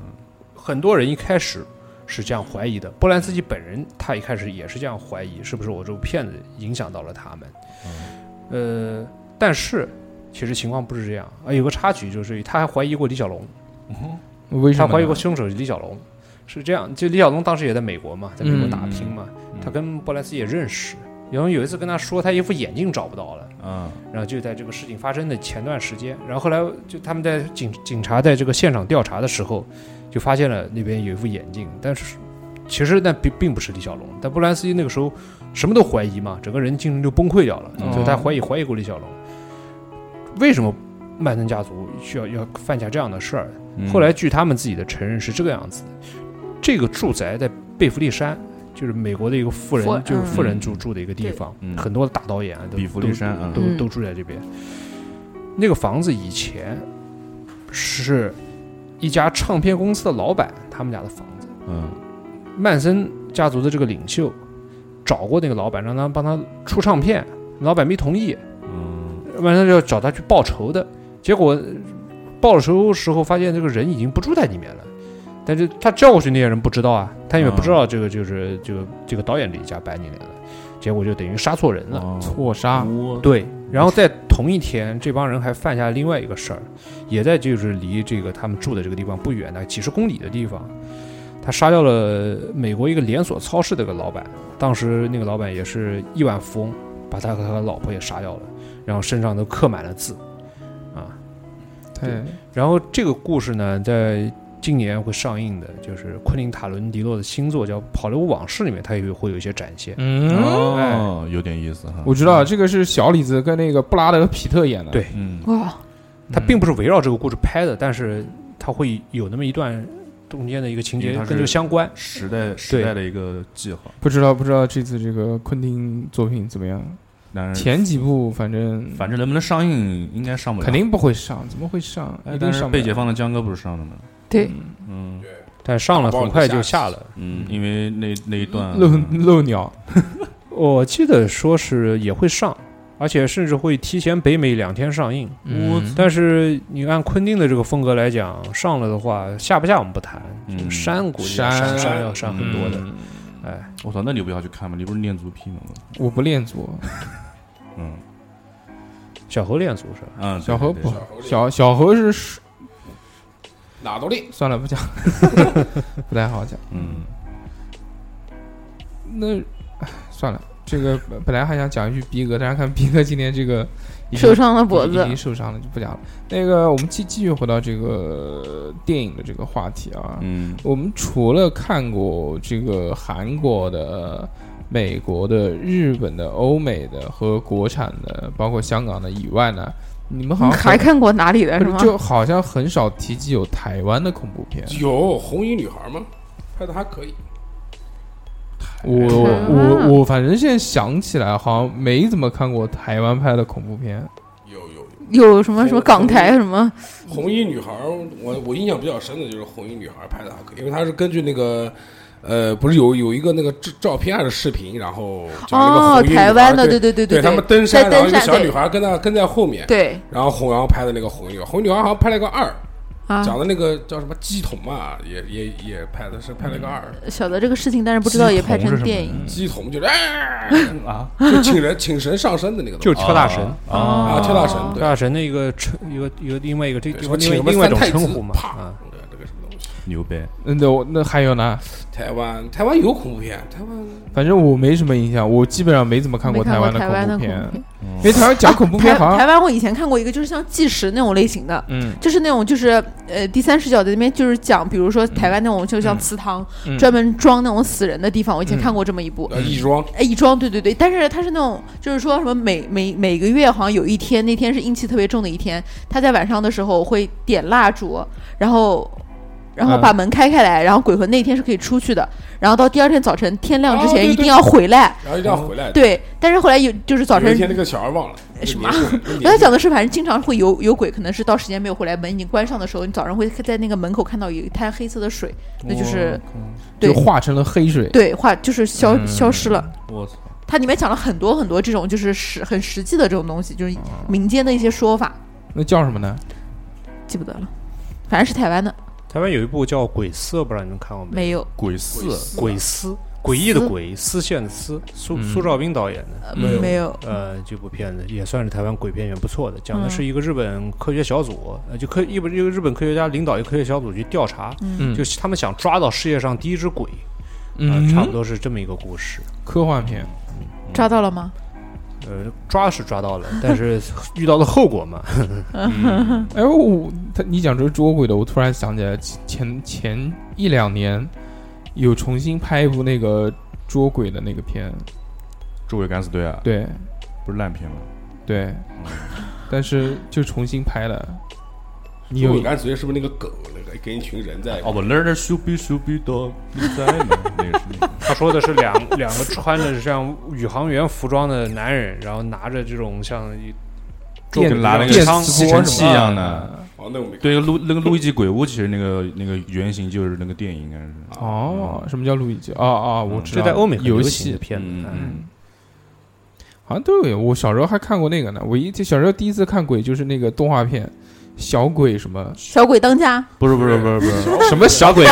[SPEAKER 10] 很多人一开始是这样怀疑的，波兰斯基本人他一开始也是这样怀疑，是不是我这部片子影响到了他们？
[SPEAKER 9] 嗯
[SPEAKER 10] 呃，但是其实情况不是这样啊，有个插曲就是他还怀疑过李小龙，
[SPEAKER 6] 为什么
[SPEAKER 10] 他
[SPEAKER 6] 呢？
[SPEAKER 10] 怀疑过凶手是李小龙，是这样，就李小龙当时也在美国嘛，在
[SPEAKER 6] 嗯
[SPEAKER 10] 美国打拼嘛，他跟波兰斯基也认识，然后有一次跟他说他一副眼镜找不到了。
[SPEAKER 9] 嗯
[SPEAKER 10] 然后就在这个事情发生的前段时间，然后后来就他们在警警察在这个现场调查的时候，就发现了那边有一副眼镜，但是其实那并并不是李小龙，但波兰斯基那个时候什么都怀疑嘛，整个人精神就崩溃掉了，
[SPEAKER 9] 哦
[SPEAKER 10] 所以他怀疑怀疑过李小龙。为什么曼森家族需要要犯下这样的事儿？
[SPEAKER 9] 嗯，
[SPEAKER 10] 后来据他们自己的承认是这个样子的，这个住宅在贝弗利山。就是美国的一个富人
[SPEAKER 8] 富，
[SPEAKER 10] 就是富人
[SPEAKER 9] 嗯
[SPEAKER 10] 住住的一个地
[SPEAKER 8] 对
[SPEAKER 10] 方，
[SPEAKER 9] 嗯
[SPEAKER 10] 很多大导演啊都
[SPEAKER 9] 比弗利山啊
[SPEAKER 10] 都
[SPEAKER 8] 嗯
[SPEAKER 10] 都住在这边。那个房子以前是一家唱片公司的老板他们家的房子，
[SPEAKER 9] 嗯
[SPEAKER 10] 曼森家族的这个领袖找过那个老板，让他帮他出唱片，老板没同意，
[SPEAKER 9] 嗯
[SPEAKER 10] 曼森就要找他去报仇的。结果呃报仇时候发现这个人已经不住在里面了。但是他叫过去那些人不知道啊，他也不知道这个就是这个这个导演这一家搬进来了，结果就等于杀错人了。
[SPEAKER 9] 哦
[SPEAKER 6] 错啊杀，
[SPEAKER 10] 对，然后在同一天，这帮人还犯下另外一个事儿，也在就是离这个他们住的这个地方不远的几十公里的地方，他杀掉了美国一个连锁超市的一个老板。当时那个老板也是亿万富翁，把他和他老婆也杀掉了，然后身上都刻满了字，啊，
[SPEAKER 6] 对，
[SPEAKER 10] 然后这个故事呢，在今年会上映的，就是昆汀塔伦迪诺的新作叫《跑路往事》里面，它也会有一些展现。
[SPEAKER 6] 嗯，
[SPEAKER 9] 哦，有点意思哈，
[SPEAKER 6] 我知道这个是小李子跟那个布拉德皮特演的，
[SPEAKER 10] 对
[SPEAKER 9] 嗯
[SPEAKER 8] 哇，
[SPEAKER 10] 它并不是围绕这个故事拍的，但是它会有那么一段中间的一个情
[SPEAKER 9] 因
[SPEAKER 10] 节
[SPEAKER 9] 为它
[SPEAKER 10] 跟
[SPEAKER 9] 是
[SPEAKER 10] 这个相关。
[SPEAKER 9] 时代时代的一个记号，
[SPEAKER 6] 不知道不知道这次这个昆汀作品怎么样？
[SPEAKER 9] 但是
[SPEAKER 6] 前几部反正
[SPEAKER 9] 反正能不能上映应该上不了，
[SPEAKER 6] 肯定不会上，怎么会上？
[SPEAKER 9] 哎
[SPEAKER 6] 一定
[SPEAKER 9] 但是
[SPEAKER 6] 上不
[SPEAKER 9] 被
[SPEAKER 6] 了
[SPEAKER 9] 解放的江哥不是上了吗？
[SPEAKER 8] 对，
[SPEAKER 9] 嗯
[SPEAKER 10] 但上了
[SPEAKER 2] 把我
[SPEAKER 10] 很快
[SPEAKER 2] 吓死
[SPEAKER 10] 就下了。
[SPEAKER 9] 嗯，因为那那一段
[SPEAKER 6] 漏漏鸟，
[SPEAKER 10] 我记得说是也会上，而且甚至会提前北美两天上映。
[SPEAKER 6] 嗯
[SPEAKER 10] 但是你按昆汀的这个风格来讲，上了的话下不下我们不谈，
[SPEAKER 9] 嗯
[SPEAKER 10] 这个删估计要
[SPEAKER 6] 删
[SPEAKER 10] 删要删很多的。
[SPEAKER 9] 嗯
[SPEAKER 10] 哎，
[SPEAKER 9] 我操，那你不要去看吗？你不是恋足癖吗？
[SPEAKER 6] 我不练足，
[SPEAKER 9] 嗯
[SPEAKER 10] 小猴恋足是吧？
[SPEAKER 9] 嗯，
[SPEAKER 6] 小何
[SPEAKER 9] 何
[SPEAKER 6] 不
[SPEAKER 2] 小猴练
[SPEAKER 6] 小小何是属
[SPEAKER 2] 哪都练。
[SPEAKER 6] 算了不讲， 不太好讲。
[SPEAKER 9] 嗯，
[SPEAKER 6] 那唉算了，这个本本来还想讲一句逼哥，但是看逼哥今天这个已经
[SPEAKER 8] 受伤了脖
[SPEAKER 6] 已
[SPEAKER 8] 子
[SPEAKER 6] 经，受伤了，就不讲了。那个我们继继续回到这个呃电影的这个话题啊，
[SPEAKER 9] 嗯
[SPEAKER 6] 我们除了看过这个韩国的、美国的、日本的、欧美的和国产的，包括香港的以外呢，你们好像
[SPEAKER 8] 嗯还
[SPEAKER 6] 很
[SPEAKER 8] 看过哪里的
[SPEAKER 6] 不是
[SPEAKER 8] 是吗？
[SPEAKER 6] 就好像很少提及有台湾的恐怖片。
[SPEAKER 2] 有红衣女孩吗？拍的还可以，
[SPEAKER 6] 我我我反正现在想起来，好像没怎么看过台湾拍的恐怖片。
[SPEAKER 2] 有有有。
[SPEAKER 8] 有什么什么港台什么
[SPEAKER 2] 红衣女孩儿，我我印象比较深的就是红衣女孩儿拍的还可以，因为她是根据那个。呃，不是有有一个那个照照片还是视频，然后讲那个
[SPEAKER 8] 哦
[SPEAKER 2] 红衣女孩
[SPEAKER 8] 台湾的
[SPEAKER 2] 对
[SPEAKER 8] 对对对对
[SPEAKER 2] 他们登山，
[SPEAKER 8] 在
[SPEAKER 2] 然后一个
[SPEAKER 8] 登山
[SPEAKER 2] 小
[SPEAKER 8] 对
[SPEAKER 2] 女孩跟她跟在后面，
[SPEAKER 8] 对
[SPEAKER 2] 然后红然后拍的那个红衣女孩，红衣女孩好像拍了个二，
[SPEAKER 8] 啊？
[SPEAKER 2] 讲的那个叫什么鸡童嘛，也也也拍的是拍了个二，
[SPEAKER 8] 晓得这个事情，但是不知道也拍成电
[SPEAKER 6] 嗯
[SPEAKER 8] 影。
[SPEAKER 2] 鸡童就是哎，
[SPEAKER 9] 啊
[SPEAKER 2] 就请人请神上身的那个东西，
[SPEAKER 10] 就是跳大神，
[SPEAKER 9] 啊，
[SPEAKER 2] 啊跳大神，
[SPEAKER 8] 哦
[SPEAKER 10] 跳
[SPEAKER 2] 对，
[SPEAKER 10] 大神的一个称一个一个另外一个这
[SPEAKER 2] 对什么请什么
[SPEAKER 10] 另外另外
[SPEAKER 2] 三
[SPEAKER 10] 一种
[SPEAKER 2] 太
[SPEAKER 10] 称
[SPEAKER 2] 子
[SPEAKER 10] 呼，嘛
[SPEAKER 2] 啪
[SPEAKER 10] 啊。，
[SPEAKER 2] 对那个什么东西。
[SPEAKER 9] 牛掰，
[SPEAKER 6] 嗯，那我那还有呢，
[SPEAKER 2] 台湾台湾有恐怖片，台湾
[SPEAKER 10] 嗯
[SPEAKER 6] 反正我没什么印象，我基本上没怎么看
[SPEAKER 8] 没
[SPEAKER 6] 过
[SPEAKER 8] 看
[SPEAKER 6] 台
[SPEAKER 8] 过
[SPEAKER 6] 湾的
[SPEAKER 8] 台湾的
[SPEAKER 6] 恐
[SPEAKER 8] 恐
[SPEAKER 6] 怖片，
[SPEAKER 8] 怖片，
[SPEAKER 9] 嗯
[SPEAKER 6] 因
[SPEAKER 9] 哎
[SPEAKER 6] 为台湾讲恐怖
[SPEAKER 8] 台
[SPEAKER 6] 片好像
[SPEAKER 8] 台湾我以前看过一个，就是像纪实那种类型的，
[SPEAKER 6] 嗯
[SPEAKER 8] 就是那种就是呃第三视角的那边就是讲，比如说台湾那种就像祠堂
[SPEAKER 6] 嗯
[SPEAKER 8] 专门装那种死人的地方，我以前
[SPEAKER 6] 嗯
[SPEAKER 8] 看过这么一部。
[SPEAKER 2] 呃亦庄，
[SPEAKER 8] 哎，亦庄，对对对，但是它是那种，就是说什么每每每个月好像有一天，那天是阴气特别重的一天，他在晚上的时候会点蜡烛，然后然后
[SPEAKER 6] 嗯
[SPEAKER 2] 啊
[SPEAKER 8] 把门开开来，然后鬼魂那天是可以出去的，然后到第二天早晨天亮之
[SPEAKER 2] 哦
[SPEAKER 8] 前
[SPEAKER 2] 对对
[SPEAKER 8] 一定要回来。
[SPEAKER 2] 然后一定要回来的。
[SPEAKER 8] 对，但是后来有就是早
[SPEAKER 2] 有
[SPEAKER 8] 晨
[SPEAKER 2] 一天那个小孩忘了
[SPEAKER 8] 什么哎
[SPEAKER 2] 那
[SPEAKER 8] 他讲的是，反正经常会有有鬼，可能是到时间没有回来，门已经关上的时候，你早上会在那个门口看到有一滩黑色的水，那就是
[SPEAKER 6] 就
[SPEAKER 8] 对
[SPEAKER 6] 化成了黑水。
[SPEAKER 8] 对化就是消、
[SPEAKER 6] 嗯
[SPEAKER 8] 消失了。
[SPEAKER 9] 我操，
[SPEAKER 8] 它里面讲了很多很多这种就是实很实际的这种东西，
[SPEAKER 2] 哦
[SPEAKER 8] 就是民间的一些说法，
[SPEAKER 6] 那叫什么呢？
[SPEAKER 8] 记不得了。反正是台湾的，
[SPEAKER 10] 台湾有一部叫《鬼丝》，不知道你们看过没？
[SPEAKER 8] 没有
[SPEAKER 9] 鬼四
[SPEAKER 10] 鬼丝，诡异的
[SPEAKER 8] 丝
[SPEAKER 10] 诡，丝线的丝，苏
[SPEAKER 6] 嗯
[SPEAKER 10] 苏兆斌导演的。
[SPEAKER 8] 呃
[SPEAKER 6] 没有
[SPEAKER 8] 没有，
[SPEAKER 2] 嗯
[SPEAKER 10] 呃，这部片子也算是台湾鬼片里面不错的，讲的
[SPEAKER 8] 嗯
[SPEAKER 10] 是一个日本科学小组，呃，就科一本一个日本科学家领导一个科学小组去调查，
[SPEAKER 6] 嗯，
[SPEAKER 10] 就是他们想抓到世界上第一只鬼，
[SPEAKER 6] 嗯
[SPEAKER 10] 呃，差不多是这么一个故事。
[SPEAKER 6] 科幻片。
[SPEAKER 8] 抓到了吗？
[SPEAKER 10] 呃，抓是抓到了，但是遇到了后果嘛。
[SPEAKER 6] 哎，我他你讲这个捉鬼的，我突然想起来，前前一两年有重新拍一部那个捉鬼的那个片，
[SPEAKER 9] 诸位敢死队啊，
[SPEAKER 6] 对
[SPEAKER 9] 不是烂片吗？
[SPEAKER 6] 对，但是就重新拍了。你
[SPEAKER 2] 你
[SPEAKER 6] 有
[SPEAKER 2] 敢随是不是那个狗，那个跟一群人在
[SPEAKER 9] 哦，我 learn to be s h o be dog，你在吗？那个是那个
[SPEAKER 10] 他说的是两两个穿着像宇航员服装的男人，然后拿着这种像一
[SPEAKER 6] 电
[SPEAKER 9] 跟拿那个
[SPEAKER 6] 电
[SPEAKER 10] 枪
[SPEAKER 6] 吸
[SPEAKER 9] 吸尘
[SPEAKER 6] 尘
[SPEAKER 9] 器一样的。
[SPEAKER 2] 哦，那我没看。
[SPEAKER 9] 对，路那个路易吉鬼屋，其实那个那个原型就是那个电影，应该是。
[SPEAKER 6] 哦，什么叫路易吉？哦哦，我知
[SPEAKER 10] 嗯这
[SPEAKER 6] 道。
[SPEAKER 10] 在欧美很
[SPEAKER 6] 游
[SPEAKER 10] 流行
[SPEAKER 6] 戏
[SPEAKER 10] 的片子。
[SPEAKER 9] 嗯
[SPEAKER 10] 嗯
[SPEAKER 6] 嗯，好像都有。我小时候还看过那个呢。我一小时候第一次看鬼就是那个动画片，小鬼什么
[SPEAKER 8] 小鬼当家，
[SPEAKER 9] 不是不是不是不是，
[SPEAKER 6] 什么小鬼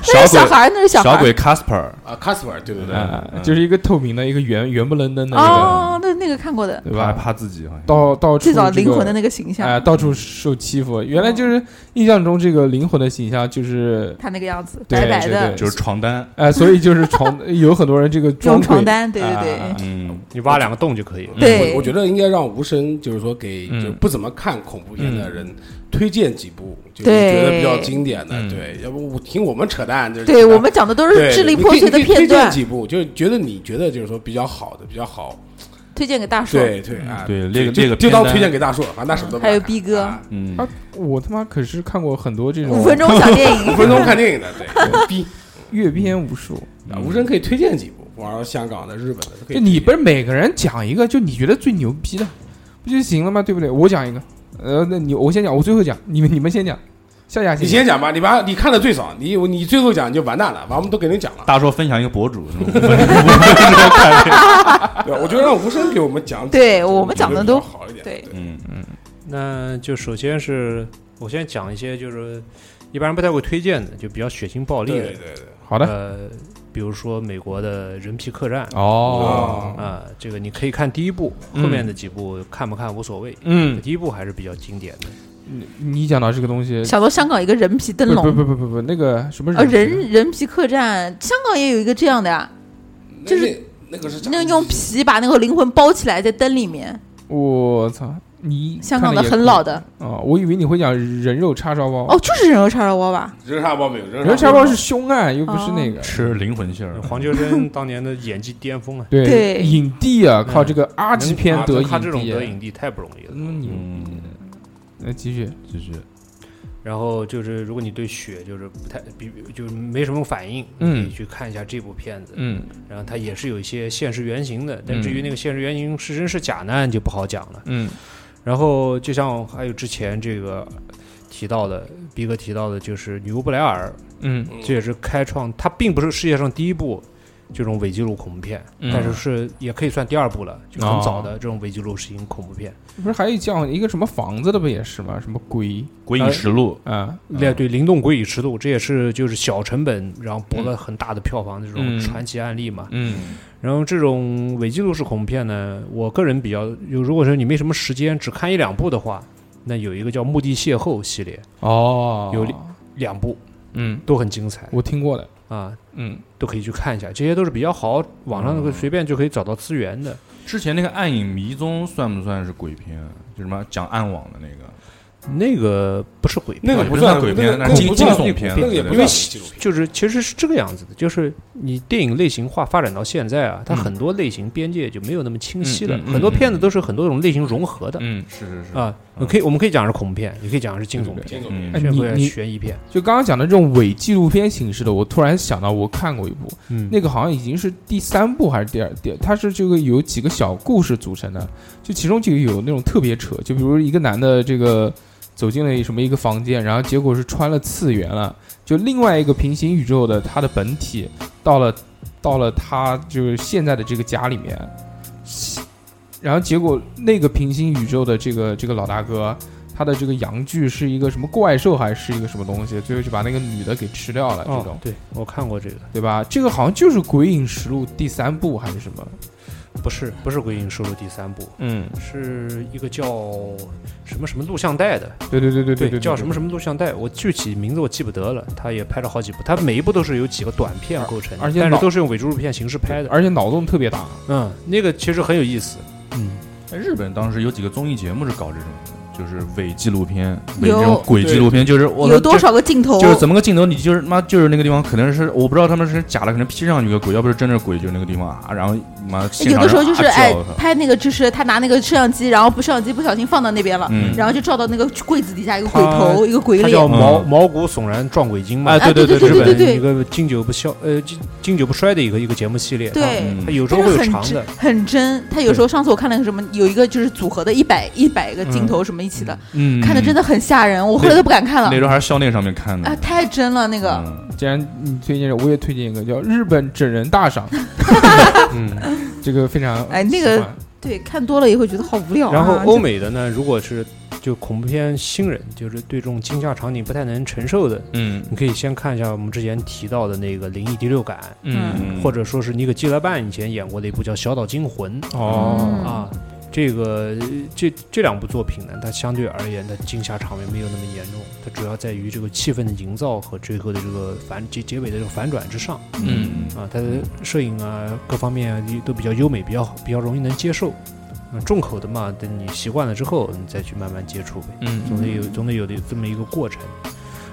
[SPEAKER 8] 那是
[SPEAKER 9] 小
[SPEAKER 8] 小
[SPEAKER 9] 鬼
[SPEAKER 8] 孩儿，那是小孩
[SPEAKER 9] 小
[SPEAKER 8] 儿。
[SPEAKER 9] 鬼 Casper，
[SPEAKER 2] 啊，卡斯尔，对对对，
[SPEAKER 6] 啊，
[SPEAKER 9] 嗯
[SPEAKER 6] 就是一个透明的一个圆圆不愣登的那个，
[SPEAKER 8] 哦，那那个看过的，
[SPEAKER 6] 对
[SPEAKER 9] 怕
[SPEAKER 6] 吧？
[SPEAKER 9] 怕自己好像。
[SPEAKER 6] 到到处
[SPEAKER 8] 最早
[SPEAKER 6] 这
[SPEAKER 8] 灵
[SPEAKER 6] 个
[SPEAKER 8] 魂的那个形象，
[SPEAKER 6] 哎，到处受欺负。原来就是印象中这个灵魂的形象就是
[SPEAKER 8] 他那个样子，
[SPEAKER 6] 对
[SPEAKER 8] 白白
[SPEAKER 6] 对对
[SPEAKER 8] 的，
[SPEAKER 9] 就是床单，
[SPEAKER 6] 哎，所以就是 床有很多人这个装
[SPEAKER 8] 用
[SPEAKER 6] 鬼
[SPEAKER 8] 床单，对
[SPEAKER 6] 啊
[SPEAKER 8] 对对。
[SPEAKER 9] 嗯，
[SPEAKER 10] 你挖两个洞就可以了。
[SPEAKER 8] 对，
[SPEAKER 2] 嗯我我觉得应该让无声，就是说给
[SPEAKER 6] 嗯
[SPEAKER 2] 就不怎么看恐怖片
[SPEAKER 10] 嗯
[SPEAKER 2] 的人推荐几部，就是
[SPEAKER 8] 对
[SPEAKER 2] 觉得比较经典的
[SPEAKER 6] 嗯，
[SPEAKER 2] 对，要不我听我们扯淡，就是
[SPEAKER 8] 对我们讲的都是
[SPEAKER 2] 对
[SPEAKER 8] 支离破碎的
[SPEAKER 2] 你可以你可
[SPEAKER 8] 片
[SPEAKER 2] 以推荐
[SPEAKER 8] 段，
[SPEAKER 2] 几部，就是觉得你觉得就是说比较好的，比较好，
[SPEAKER 8] 推荐给大叔。
[SPEAKER 2] 对对啊，
[SPEAKER 9] 对列个
[SPEAKER 2] 就
[SPEAKER 9] 列个
[SPEAKER 2] 就当
[SPEAKER 9] 片单
[SPEAKER 2] 推荐给大叔，反正他什么都不
[SPEAKER 8] 嗯还有
[SPEAKER 2] 看
[SPEAKER 8] 逼哥
[SPEAKER 2] 啊
[SPEAKER 9] 嗯
[SPEAKER 6] 啊我他妈可是看过很多这种
[SPEAKER 8] 五分钟小电 影
[SPEAKER 2] 五，分钟看电影的，对，逼
[SPEAKER 6] 阅片无数。
[SPEAKER 2] 啊，无声可以推荐几部，玩儿香港的、日本的，都可以
[SPEAKER 6] 就你
[SPEAKER 2] 推
[SPEAKER 6] 不是每个人讲一个，就你觉得最牛逼的，不就行了吗？对不对？我讲一个，呃，那你我先讲，我最后讲，你们你们先讲，夏夏
[SPEAKER 2] 你先讲吧，你把你看的最少，你你最后讲你就完蛋了，完我们都给你 讲了。
[SPEAKER 9] 大硕分享一个博主，是吗
[SPEAKER 2] 对，我觉得让无声给我们讲，
[SPEAKER 8] 对我们讲的都
[SPEAKER 2] 我觉得比较好一点。
[SPEAKER 8] 对，
[SPEAKER 9] 嗯嗯，
[SPEAKER 10] 那就首先是我先讲一些就是一般人不太会推荐的，就比较血腥暴力
[SPEAKER 2] 对
[SPEAKER 10] 的，
[SPEAKER 2] 对对对，
[SPEAKER 6] 好的
[SPEAKER 10] 呃，比如说美国的人皮客栈啊、
[SPEAKER 6] 哦，
[SPEAKER 10] 这个你可以看第一部，后
[SPEAKER 6] 嗯
[SPEAKER 10] 面的几部看不看无所谓，
[SPEAKER 6] 嗯，
[SPEAKER 10] 第一部还是比较经典的。
[SPEAKER 6] 你你讲到这个东西，
[SPEAKER 8] 想到香港一个人皮灯
[SPEAKER 6] 不不
[SPEAKER 8] 笼，
[SPEAKER 6] 不不不不，那个什么
[SPEAKER 8] 呃，
[SPEAKER 6] 人
[SPEAKER 8] 人人皮客栈，香港也有一个这样的呀，就是
[SPEAKER 2] 那那个是
[SPEAKER 8] 那用皮把那个灵魂包起来在灯里面，
[SPEAKER 6] 我操，你
[SPEAKER 8] 香港的
[SPEAKER 6] 看得也
[SPEAKER 8] 很老的
[SPEAKER 6] 哦，我以为你会讲人肉叉烧包，
[SPEAKER 8] 哦，就是人肉叉烧包吧？
[SPEAKER 2] 人沙包没有，人
[SPEAKER 6] 人肉叉烧包是凶案，又不是那
[SPEAKER 8] 哦
[SPEAKER 6] 个。
[SPEAKER 9] 吃灵魂馅儿，
[SPEAKER 10] 黄秋生当年的演技巅
[SPEAKER 6] ，
[SPEAKER 10] 峰啊
[SPEAKER 6] 对
[SPEAKER 8] 对
[SPEAKER 6] 影帝啊，靠
[SPEAKER 10] 嗯
[SPEAKER 6] 这个阿级片
[SPEAKER 10] 能
[SPEAKER 6] 得
[SPEAKER 10] 能
[SPEAKER 6] 影
[SPEAKER 10] 他这种
[SPEAKER 6] 帝啊
[SPEAKER 10] 得，影帝太不容易了。
[SPEAKER 6] 嗯，你
[SPEAKER 9] 嗯，
[SPEAKER 6] 那继续，
[SPEAKER 9] 继续，
[SPEAKER 10] 然后就是，如果你对血就是不太比，就是没什么反应，
[SPEAKER 6] 嗯
[SPEAKER 10] 你可以去看一下这部片子。
[SPEAKER 6] 嗯
[SPEAKER 10] 然后它也是有一些现实原型的，但
[SPEAKER 6] 嗯
[SPEAKER 10] 至于那个现实原型是真是假呢，就不好讲了。
[SPEAKER 6] 嗯
[SPEAKER 10] 然后就像还有之前这个提到的，逼哥提到的，就是女巫布莱尔，
[SPEAKER 6] 嗯
[SPEAKER 10] 这也是开创，它并不是世界上第一部这种伪纪录恐怖片，
[SPEAKER 6] 嗯
[SPEAKER 10] 但是是也可以算第二部了，就
[SPEAKER 6] 哦
[SPEAKER 10] 很早的这种伪纪录式型恐怖片。
[SPEAKER 6] 不是还有讲一个什么房子的不也是吗？什么鬼
[SPEAKER 9] 《鬼影实录
[SPEAKER 6] 啊？
[SPEAKER 10] 那对《灵动鬼与迟度》，这也是就是小成本，然后博了很大的票房的这
[SPEAKER 6] 嗯
[SPEAKER 10] 种传奇案例嘛。
[SPEAKER 6] 嗯
[SPEAKER 10] 然后这种伪纪录式恐怖片呢，我个人比较有，如果说你没什么时间，只看一两部的话，那有一个叫《墓地邂逅》系列，
[SPEAKER 6] 哦，
[SPEAKER 10] 有两部
[SPEAKER 6] 嗯，
[SPEAKER 10] 都很精彩
[SPEAKER 6] 我听过的，
[SPEAKER 10] 啊，
[SPEAKER 6] 嗯
[SPEAKER 10] 都可以去看一下。这些都是比较好，网上都随便就可以找到资源的。》
[SPEAKER 8] 呃
[SPEAKER 9] 之前那个《暗影迷踪》算不算是鬼片？啊就什么讲暗网的那个，
[SPEAKER 10] 那个不是鬼片，
[SPEAKER 2] 那个
[SPEAKER 9] 不
[SPEAKER 2] 算
[SPEAKER 9] 啊算鬼
[SPEAKER 2] 那
[SPEAKER 9] 片，
[SPEAKER 2] 个
[SPEAKER 9] 那是惊
[SPEAKER 2] 不
[SPEAKER 9] 惊
[SPEAKER 2] 算
[SPEAKER 9] 悚片，
[SPEAKER 2] 那个也不
[SPEAKER 9] 对
[SPEAKER 2] 算
[SPEAKER 9] 嗯对
[SPEAKER 2] 纪录片。
[SPEAKER 10] 就是其实是这个样子的，就是你电影类型化发展到现在啊，它
[SPEAKER 6] 嗯
[SPEAKER 10] 很多类型边界就没有那么清晰了，
[SPEAKER 6] 嗯嗯嗯
[SPEAKER 10] 很多片子都是很多种类型融合的、
[SPEAKER 6] 嗯，
[SPEAKER 9] 是是是，
[SPEAKER 8] 呃
[SPEAKER 10] 啊。可以，我们可以讲是恐怖片，也可以讲是惊悚片，
[SPEAKER 2] 惊悚
[SPEAKER 9] 嗯
[SPEAKER 8] 哦
[SPEAKER 2] 片
[SPEAKER 6] 哎
[SPEAKER 10] 甚
[SPEAKER 6] 你
[SPEAKER 10] 至
[SPEAKER 6] 你
[SPEAKER 10] 悬疑片。
[SPEAKER 6] 就刚刚讲的这种伪纪录片形式的，我突然想到，我看过一部，
[SPEAKER 10] 嗯
[SPEAKER 6] 那个好像已经是第三部还是第二第二，它是这个有几个小故事组成的，就其中就有那种特别扯，就比如一个男的这个走进了什么一个房间，然后结果是穿了次元了，就另外一个平行宇宙的他的本体到了到了他就是现在的这个家里面，然后结果那个平行宇宙的这个这个老大哥。他的这个阳具是一个什么怪兽还是一个什么东西？最后就把那个女的给吃掉啊了，这种、
[SPEAKER 10] 哦，对我看过这个，
[SPEAKER 6] 对吧？这个好像就是《鬼影实录》第三部还是什么？
[SPEAKER 10] 不是不是《鬼影收录》第三部，
[SPEAKER 6] 嗯，
[SPEAKER 10] 是一个叫什么什么录像带的，
[SPEAKER 6] 对对对对对，
[SPEAKER 10] 叫什么什么录像带，我具体名字我记不得了。他也拍了好几部，他每一部都是由几个短片构成的，
[SPEAKER 6] 而且
[SPEAKER 10] 但
[SPEAKER 6] 脑
[SPEAKER 10] 是都是用伪纪录片形式拍
[SPEAKER 6] 么，
[SPEAKER 10] 的。
[SPEAKER 6] 而且脑洞特别大。
[SPEAKER 10] 嗯，那个其实很有意思。
[SPEAKER 9] 哎日本当时有几个综艺节目是搞这种的，就是伪纪录片，伪
[SPEAKER 8] 有
[SPEAKER 9] 那种鬼纪录片，就是我
[SPEAKER 8] 有多少个镜头？
[SPEAKER 9] 就？就是怎么个镜头，你就是妈就是那个地方，可能是我不知道他们是假的，可能 P 上去个鬼，要不是真的鬼，就是那个地方啊，然后妈现
[SPEAKER 8] 有
[SPEAKER 9] 场
[SPEAKER 8] 的时候
[SPEAKER 9] 人
[SPEAKER 8] 就是
[SPEAKER 9] 啊
[SPEAKER 8] 哎
[SPEAKER 9] 叫，他
[SPEAKER 8] 拍那个就是他拿那个摄像机，然后不摄像机不小心放到那边了，
[SPEAKER 9] 嗯，
[SPEAKER 8] 然后就照到那个柜子底下一个鬼头，一个鬼
[SPEAKER 10] 它
[SPEAKER 8] 脸
[SPEAKER 10] 叫。毛、
[SPEAKER 9] 嗯
[SPEAKER 10] 毛骨悚然撞鬼经嘛，
[SPEAKER 9] 哎
[SPEAKER 8] 啊
[SPEAKER 9] 对对
[SPEAKER 8] 对对
[SPEAKER 10] 日
[SPEAKER 8] 对
[SPEAKER 10] 本一个经久不消呃经经久不衰的一个一个节目系列。啊
[SPEAKER 8] 对
[SPEAKER 10] 它
[SPEAKER 9] 嗯
[SPEAKER 10] 它有时
[SPEAKER 8] 但
[SPEAKER 10] 候
[SPEAKER 8] 是
[SPEAKER 10] 会
[SPEAKER 8] 很
[SPEAKER 10] 有长
[SPEAKER 8] 真
[SPEAKER 10] 的，
[SPEAKER 8] 很真，他有时候上次我看了个什么，有一个就是组合的，一百一百个镜头什么一起的，
[SPEAKER 6] 嗯
[SPEAKER 8] 看的真的很吓人，我后来都不敢看了
[SPEAKER 9] 嗯那。时候还是校内上面看的
[SPEAKER 8] 啊，，太真了那个，
[SPEAKER 9] 嗯
[SPEAKER 6] 既然你推荐，我也推荐一个叫《日本整人大赏》，
[SPEAKER 10] 嗯。
[SPEAKER 6] 这个非常
[SPEAKER 8] 哎那
[SPEAKER 6] 喜
[SPEAKER 8] 个
[SPEAKER 6] 欢
[SPEAKER 8] 对，看多了以后觉得好无聊啊。
[SPEAKER 10] 然后欧
[SPEAKER 8] 就
[SPEAKER 10] 美的呢，如果是就恐怖片新人，就是对这种惊吓场景不太能承受的，
[SPEAKER 6] 嗯
[SPEAKER 10] 你可以先看一下我们之前提到的那个《灵异第六感》。
[SPEAKER 6] 嗯
[SPEAKER 9] 嗯
[SPEAKER 10] 或者说是尼可基德曼以前演过的一部叫《小岛惊魂》
[SPEAKER 6] 哦
[SPEAKER 8] 嗯
[SPEAKER 10] 啊，这个这这两部作品呢，它相对而言的惊吓场面没有那么严重，它主要在于这个气氛的营造和最后的这个反结结尾的这个反转之上
[SPEAKER 6] 嗯
[SPEAKER 10] 啊，它的摄影啊各方面啊都比较优美，比较比较容易能接受。啊，重口的嘛，等你习惯了之后，你再去慢慢接触呗。
[SPEAKER 6] 嗯
[SPEAKER 10] 总得有总得有的这么一个过程。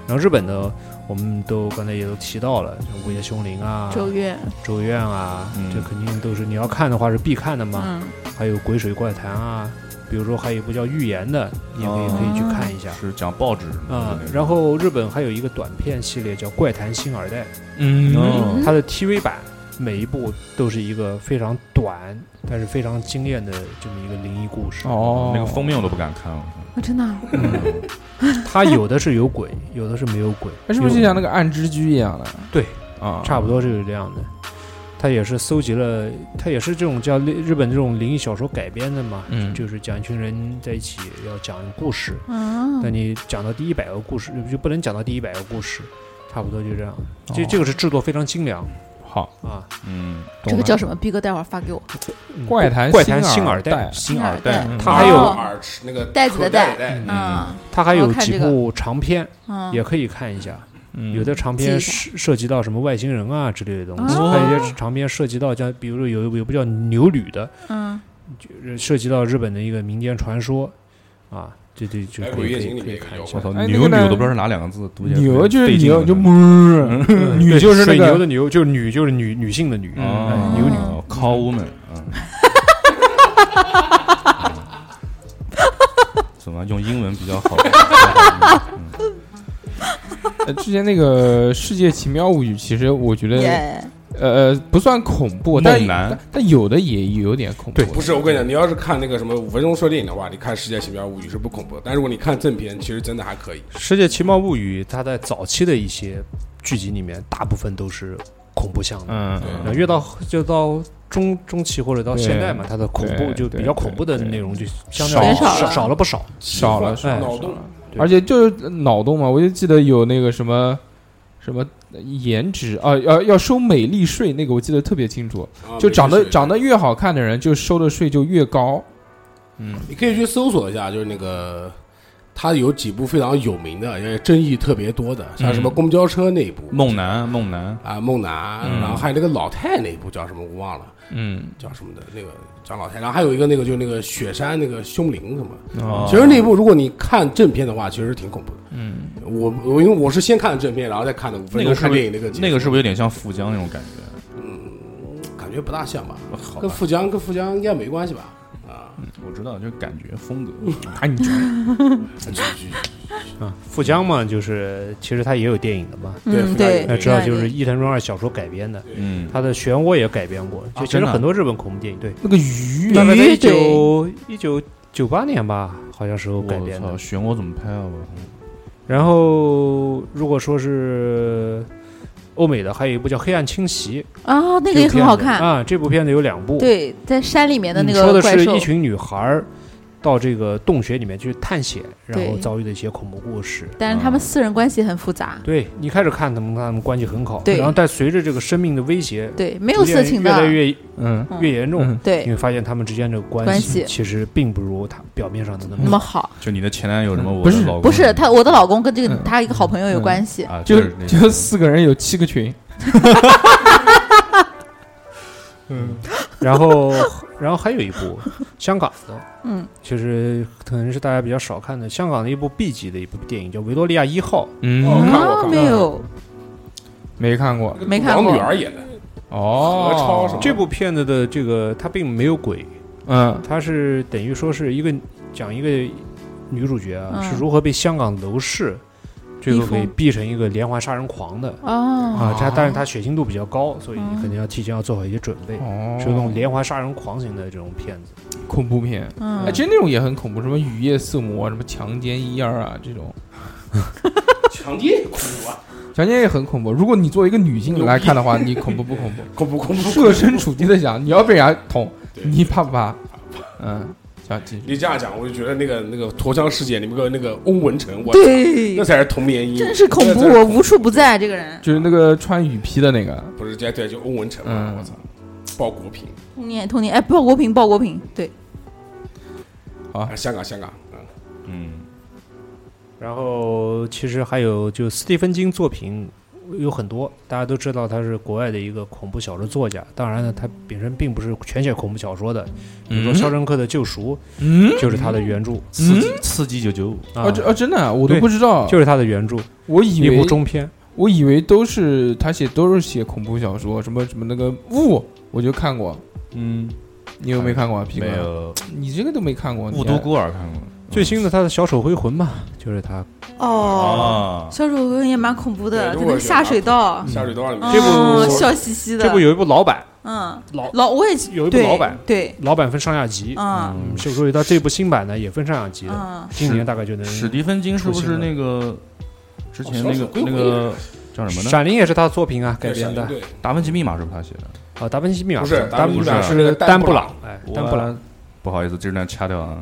[SPEAKER 10] 然后日本的，我们都刚才也都提到了，像《午夜凶铃》啊，
[SPEAKER 8] 周越，
[SPEAKER 10] 咒怨啊，
[SPEAKER 9] 嗯
[SPEAKER 10] 这肯定都是你要看的话是必看的嘛。
[SPEAKER 8] 嗯，
[SPEAKER 10] 还有鬼水怪谈啊，比如说还有一部叫《预言》的，你也可以、
[SPEAKER 9] 哦
[SPEAKER 10] 可以去看
[SPEAKER 6] 嗯
[SPEAKER 10] 一下。
[SPEAKER 9] 是讲报纸的
[SPEAKER 10] 啊、
[SPEAKER 9] 那种
[SPEAKER 10] 然后日本还有一个短片系列叫《怪谈星耳代》，
[SPEAKER 6] 嗯
[SPEAKER 9] 哦
[SPEAKER 10] 它的 TV 版每一部都是一个非常短但是非常惊艳的这么一个灵异故事。
[SPEAKER 6] 哦，
[SPEAKER 9] 那个封面我都不敢看了。嗯
[SPEAKER 8] 我真的 啊，
[SPEAKER 6] 嗯
[SPEAKER 10] 它有的是有鬼， 有的是没有鬼。
[SPEAKER 6] 那哎是不是就像那个暗之居一样的？
[SPEAKER 10] 对
[SPEAKER 6] 啊，
[SPEAKER 10] 差不多就是这样的。
[SPEAKER 6] 嗯
[SPEAKER 10] 他也是搜集了，他也是这种叫日本这种灵异小说改编的嘛，
[SPEAKER 6] 嗯
[SPEAKER 10] 就是讲一群人在一起要讲故事，那
[SPEAKER 8] 嗯，
[SPEAKER 10] 你讲到第一百个故事就不能讲到第一百个故事，差不多就这样。这、
[SPEAKER 6] 哦
[SPEAKER 10] 这个是制作非常精良
[SPEAKER 6] 好，
[SPEAKER 10] 啊，
[SPEAKER 9] 嗯，
[SPEAKER 6] 懂
[SPEAKER 8] 这个
[SPEAKER 6] 了
[SPEAKER 8] 叫什么？逼哥，待会儿发给我。
[SPEAKER 10] 嗯
[SPEAKER 6] 怪谈
[SPEAKER 10] 怪谈新
[SPEAKER 6] 新
[SPEAKER 10] 耳
[SPEAKER 6] 耳
[SPEAKER 10] 带
[SPEAKER 6] 带
[SPEAKER 10] 新
[SPEAKER 8] 耳带
[SPEAKER 9] 嗯
[SPEAKER 10] 它还有
[SPEAKER 8] 哦
[SPEAKER 2] 耳吃那个
[SPEAKER 8] 袋子的
[SPEAKER 2] 口袋
[SPEAKER 8] 袋
[SPEAKER 2] 袋
[SPEAKER 10] 嗯
[SPEAKER 8] 嗯
[SPEAKER 10] 它还有
[SPEAKER 8] 我要看
[SPEAKER 10] 几
[SPEAKER 8] 这个
[SPEAKER 10] 部长片、
[SPEAKER 8] 嗯，
[SPEAKER 10] 也可以看一下，
[SPEAKER 6] 嗯
[SPEAKER 10] 有的长
[SPEAKER 8] 记
[SPEAKER 10] 篇
[SPEAKER 8] 一下
[SPEAKER 10] 涉涉及到什么外星人啊之类的东西，
[SPEAKER 8] 哦
[SPEAKER 10] 还有一些长篇涉及到像比如说有一部有部叫牛旅的，
[SPEAKER 8] 嗯，
[SPEAKER 10] 就是涉及到日本的一个民间传说啊，对对，就
[SPEAKER 2] 哎
[SPEAKER 10] 可
[SPEAKER 2] 鬼
[SPEAKER 10] 以
[SPEAKER 2] 夜
[SPEAKER 10] 可
[SPEAKER 2] 行里
[SPEAKER 10] 以可以
[SPEAKER 2] 面
[SPEAKER 10] 看
[SPEAKER 2] 有
[SPEAKER 10] 一
[SPEAKER 2] 个
[SPEAKER 10] 下
[SPEAKER 9] 我。操，
[SPEAKER 6] 哎
[SPEAKER 9] 牛
[SPEAKER 6] 那个
[SPEAKER 9] 女
[SPEAKER 6] 呢
[SPEAKER 9] 我都不知道是哪两个字读起来
[SPEAKER 6] 牛就是
[SPEAKER 9] 费劲
[SPEAKER 6] 牛
[SPEAKER 9] 的
[SPEAKER 6] 就
[SPEAKER 9] 感觉
[SPEAKER 6] 哞，
[SPEAKER 10] 嗯
[SPEAKER 6] 女
[SPEAKER 10] 对
[SPEAKER 6] 就是那
[SPEAKER 10] 水牛
[SPEAKER 6] 个
[SPEAKER 10] 的牛，就是女就是女女性的女，
[SPEAKER 9] 哦
[SPEAKER 10] 哎牛女。
[SPEAKER 9] 哦，call woman，嗯，怎么用英文比较好？嗯
[SPEAKER 6] 呃之前那个《世界奇妙物语》，其实我觉得
[SPEAKER 8] 耶，
[SPEAKER 6] 呃呃不算恐怖，但
[SPEAKER 9] 梦男
[SPEAKER 6] 但但有的也有点恐怖。
[SPEAKER 2] 不是，我跟你讲，你要是看那个什么五分钟说电影的话，你看《世界奇妙物语》是不恐怖的，但如果你看正片，其实真的还可以。
[SPEAKER 10] 《世界奇妙物语》它在早期的一些剧集里面，大部分都是恐怖向的，
[SPEAKER 6] 嗯，
[SPEAKER 2] 对
[SPEAKER 10] 然后越到就到中中期或者到现代嘛，它的恐怖
[SPEAKER 6] 对
[SPEAKER 10] 就比较恐怖的内容就相
[SPEAKER 8] 对
[SPEAKER 10] 对
[SPEAKER 8] 少了
[SPEAKER 10] 少少了不少。
[SPEAKER 6] 少了
[SPEAKER 2] 奇
[SPEAKER 10] 哎
[SPEAKER 2] 幻脑洞，
[SPEAKER 10] 对
[SPEAKER 6] 而且就是脑洞嘛，我就记得有那个什么什么颜值啊，要要收美丽税，那个我记得特别清楚，
[SPEAKER 2] 啊
[SPEAKER 6] 就长
[SPEAKER 2] 没
[SPEAKER 6] 得
[SPEAKER 2] 事
[SPEAKER 6] 长得越好看的人，就收的税就越高。
[SPEAKER 2] 你可以去搜索一下，就是那个他有几部非常有名的，也争议特别多的，像什么公交车那一部
[SPEAKER 9] 嗯梦嗯男，梦男，
[SPEAKER 2] 啊，梦男，然后还有那个老太那一部叫什么我忘了，
[SPEAKER 6] 嗯，
[SPEAKER 2] 叫什么的那个叫老太，然后还有一个那个就是那个雪山那个凶灵什么。
[SPEAKER 9] 哦
[SPEAKER 2] 其实那一部如果你看正片的话，其实挺恐怖的。嗯，我我因为我是先看的正片，然后再看的五分
[SPEAKER 9] 那
[SPEAKER 2] 钟
[SPEAKER 9] 个是
[SPEAKER 2] 看
[SPEAKER 9] 不
[SPEAKER 2] 电
[SPEAKER 9] 是
[SPEAKER 2] 影那个节目
[SPEAKER 9] 那个是不是有点像富江那种感觉？
[SPEAKER 2] 感觉不大像吧？
[SPEAKER 9] 好
[SPEAKER 2] 跟
[SPEAKER 9] 吧，
[SPEAKER 2] 富江跟富江应该没关系吧？啊，
[SPEAKER 9] 我知道，就是感觉风格。
[SPEAKER 6] 那你
[SPEAKER 2] 哎去去
[SPEAKER 10] 啊，富江嘛，就是其实它也有电影的嘛，
[SPEAKER 2] 对
[SPEAKER 8] 嗯，对，
[SPEAKER 10] 那知道就是
[SPEAKER 8] 对
[SPEAKER 10] 伊藤润二小说改编的，
[SPEAKER 9] 嗯，
[SPEAKER 10] 他的漩涡也改编过，就其
[SPEAKER 9] 真
[SPEAKER 10] 实
[SPEAKER 9] 的啊
[SPEAKER 10] 很多日本恐怖电影，对，
[SPEAKER 6] 那个鱼
[SPEAKER 10] 大概在一
[SPEAKER 8] 鱼对
[SPEAKER 10] 九一九九八年吧，好像时候
[SPEAKER 9] 我
[SPEAKER 10] 改编的
[SPEAKER 9] 操，。漩涡怎么拍啊？我操
[SPEAKER 10] 然后如果说是欧美的，还有一部叫《黑暗侵袭》，
[SPEAKER 8] 啊，那
[SPEAKER 10] 这
[SPEAKER 8] 个也
[SPEAKER 10] 部片
[SPEAKER 8] 很好
[SPEAKER 10] 子
[SPEAKER 8] 看。
[SPEAKER 10] 啊。这部片子有两部，
[SPEAKER 8] 对，在山里面的
[SPEAKER 10] 嗯，
[SPEAKER 8] 那
[SPEAKER 10] 说
[SPEAKER 8] 个
[SPEAKER 10] 的
[SPEAKER 8] 怪
[SPEAKER 10] 是
[SPEAKER 8] 兽
[SPEAKER 10] 一，群女孩儿到这个洞穴里面去探险，然后
[SPEAKER 8] 对
[SPEAKER 10] 遭遇的一些恐怖故事。
[SPEAKER 8] 但是他们私人关系很复杂。
[SPEAKER 10] 对你开始看他们，他们关系很好，
[SPEAKER 8] 对
[SPEAKER 10] 然后但随着这个生命的威胁，
[SPEAKER 8] 对，没
[SPEAKER 10] 没
[SPEAKER 8] 有色情
[SPEAKER 10] 越
[SPEAKER 8] 的
[SPEAKER 10] 来，越
[SPEAKER 6] 嗯，
[SPEAKER 8] 嗯
[SPEAKER 10] 越严重，
[SPEAKER 6] 嗯
[SPEAKER 10] 你
[SPEAKER 8] 对，
[SPEAKER 10] 会发现他们之间的关
[SPEAKER 8] 关
[SPEAKER 10] 系
[SPEAKER 8] 系嗯
[SPEAKER 10] 其实并不如他表面上的那
[SPEAKER 8] 那么
[SPEAKER 10] 么。
[SPEAKER 8] 好。
[SPEAKER 9] 就你的前男友什么？我
[SPEAKER 6] 不
[SPEAKER 9] 的
[SPEAKER 6] 是
[SPEAKER 9] 老公
[SPEAKER 8] 不
[SPEAKER 10] 嗯
[SPEAKER 8] 是他，我的老公跟这个
[SPEAKER 6] 嗯
[SPEAKER 8] 他一个好朋友有关系。
[SPEAKER 9] 啊，
[SPEAKER 6] 就是
[SPEAKER 9] 那
[SPEAKER 6] 就
[SPEAKER 9] 种
[SPEAKER 6] 四个人有七个群，
[SPEAKER 10] 然后， 然后还有一部香港的，
[SPEAKER 8] 嗯，
[SPEAKER 10] 就是可能是大家比较少看的香港的一部 B 级的一部电影，叫《维多利亚一号
[SPEAKER 2] 我
[SPEAKER 6] 嗯，
[SPEAKER 2] 看过我看
[SPEAKER 8] 啊，
[SPEAKER 2] 过
[SPEAKER 8] 没有，
[SPEAKER 6] 没看过
[SPEAKER 8] 没看过
[SPEAKER 2] 王女儿演的，
[SPEAKER 6] 哦，
[SPEAKER 2] 何超什么》。
[SPEAKER 10] 这部片子的这个它并没有鬼，
[SPEAKER 6] 嗯
[SPEAKER 10] 它是等于说是一个讲一个女主角啊、
[SPEAKER 8] 嗯
[SPEAKER 10] 是如何被香港楼市这
[SPEAKER 8] 逼
[SPEAKER 10] 个给
[SPEAKER 8] 疯
[SPEAKER 10] 逼成一个连环杀人狂的
[SPEAKER 8] 哦，嗯
[SPEAKER 10] 啊。它但是它血腥度比较高，所以你肯定要提前要做好一些准备，
[SPEAKER 6] 哦，
[SPEAKER 10] 是那种连环杀人狂型的这种片子。
[SPEAKER 6] 恐怖片。哎，
[SPEAKER 8] 嗯，
[SPEAKER 6] 其实那种也很恐怖，什么雨夜色魔，什么强奸一二啊，这种
[SPEAKER 2] 强奸恐怖啊，
[SPEAKER 6] 强奸也很恐怖。如果你作为一个女性来看的话，你恐怖不恐怖？
[SPEAKER 2] 恐怖恐怖。
[SPEAKER 6] 设身处地的想，你要被人家捅，
[SPEAKER 2] 对
[SPEAKER 6] 你怕不怕？嗯，想继续。
[SPEAKER 2] 你这样讲，我就觉得那个那个《陀枪事件》里面个那个翁文成，我
[SPEAKER 8] 对
[SPEAKER 2] 那，才是童年阴影，
[SPEAKER 8] 真是恐怖，
[SPEAKER 2] 那才
[SPEAKER 8] 我无处不在这个人。
[SPEAKER 6] 就是那个穿雨披的那个，
[SPEAKER 2] 不是对对，就翁文成嘛，
[SPEAKER 6] 嗯
[SPEAKER 2] 我操，包国平
[SPEAKER 8] 童年，童年，哎，鲍国平，鲍国平，对，
[SPEAKER 2] 啊，香港香港，嗯
[SPEAKER 9] 嗯，
[SPEAKER 10] 然后其实还有就斯蒂芬金作品有很多，大家都知道他是国外的一个恐怖小说作家。当然呢，他本身并不是全写恐怖小说的，比如说《肖申克的救赎
[SPEAKER 6] 嗯》，
[SPEAKER 10] 就是他的原著
[SPEAKER 9] 刺激刺激九九五，
[SPEAKER 10] 啊
[SPEAKER 6] 哦，，这哦，真的啊，我都不知道，
[SPEAKER 10] 就是他的原著，
[SPEAKER 6] 我以
[SPEAKER 10] 一
[SPEAKER 6] 为
[SPEAKER 10] 部中篇。
[SPEAKER 6] 我以为都是他写都是写恐怖小说，什么什么那个雾，我就看过，
[SPEAKER 9] 嗯，
[SPEAKER 6] 你有没看过啊？皮哥
[SPEAKER 9] 没，有
[SPEAKER 6] 你这个都没看过，
[SPEAKER 9] 雾
[SPEAKER 6] 你还
[SPEAKER 9] 都孤儿看过，
[SPEAKER 10] 最新的他的《小手回魂》嘛，就是他
[SPEAKER 9] 啊
[SPEAKER 8] 哦，小丑哥也蛮恐怖的，
[SPEAKER 2] 对
[SPEAKER 8] 在那个下水道，
[SPEAKER 2] 下水道里面
[SPEAKER 8] 嗯
[SPEAKER 10] 这部
[SPEAKER 8] 笑嘻嘻的，
[SPEAKER 10] 这部有一部老版，
[SPEAKER 8] 嗯
[SPEAKER 10] 老
[SPEAKER 8] 老我也
[SPEAKER 10] 有一部
[SPEAKER 8] 对
[SPEAKER 10] 老版，
[SPEAKER 8] 对，
[SPEAKER 10] 老版分上下集，
[SPEAKER 8] 嗯
[SPEAKER 10] 嗯，就注意到这部新版呢也分上下集的，
[SPEAKER 8] 嗯，
[SPEAKER 10] 今年大概就能。
[SPEAKER 9] 史蒂芬金是不是那个之前那
[SPEAKER 2] 哦
[SPEAKER 9] 个
[SPEAKER 2] 小丑
[SPEAKER 9] 那个叫什么呢？
[SPEAKER 10] 闪灵也是他的作品啊改
[SPEAKER 2] 对
[SPEAKER 10] 编的
[SPEAKER 2] 闪灵
[SPEAKER 9] 达芬奇密码是不是他写的？
[SPEAKER 10] 啊，达芬奇密码
[SPEAKER 2] 不是达
[SPEAKER 10] 达
[SPEAKER 2] 芬奇密
[SPEAKER 9] 码
[SPEAKER 2] 是
[SPEAKER 10] 丹
[SPEAKER 2] 布
[SPEAKER 10] 朗，哎，丹布朗。
[SPEAKER 9] 我，不好意思，这段掐掉啊。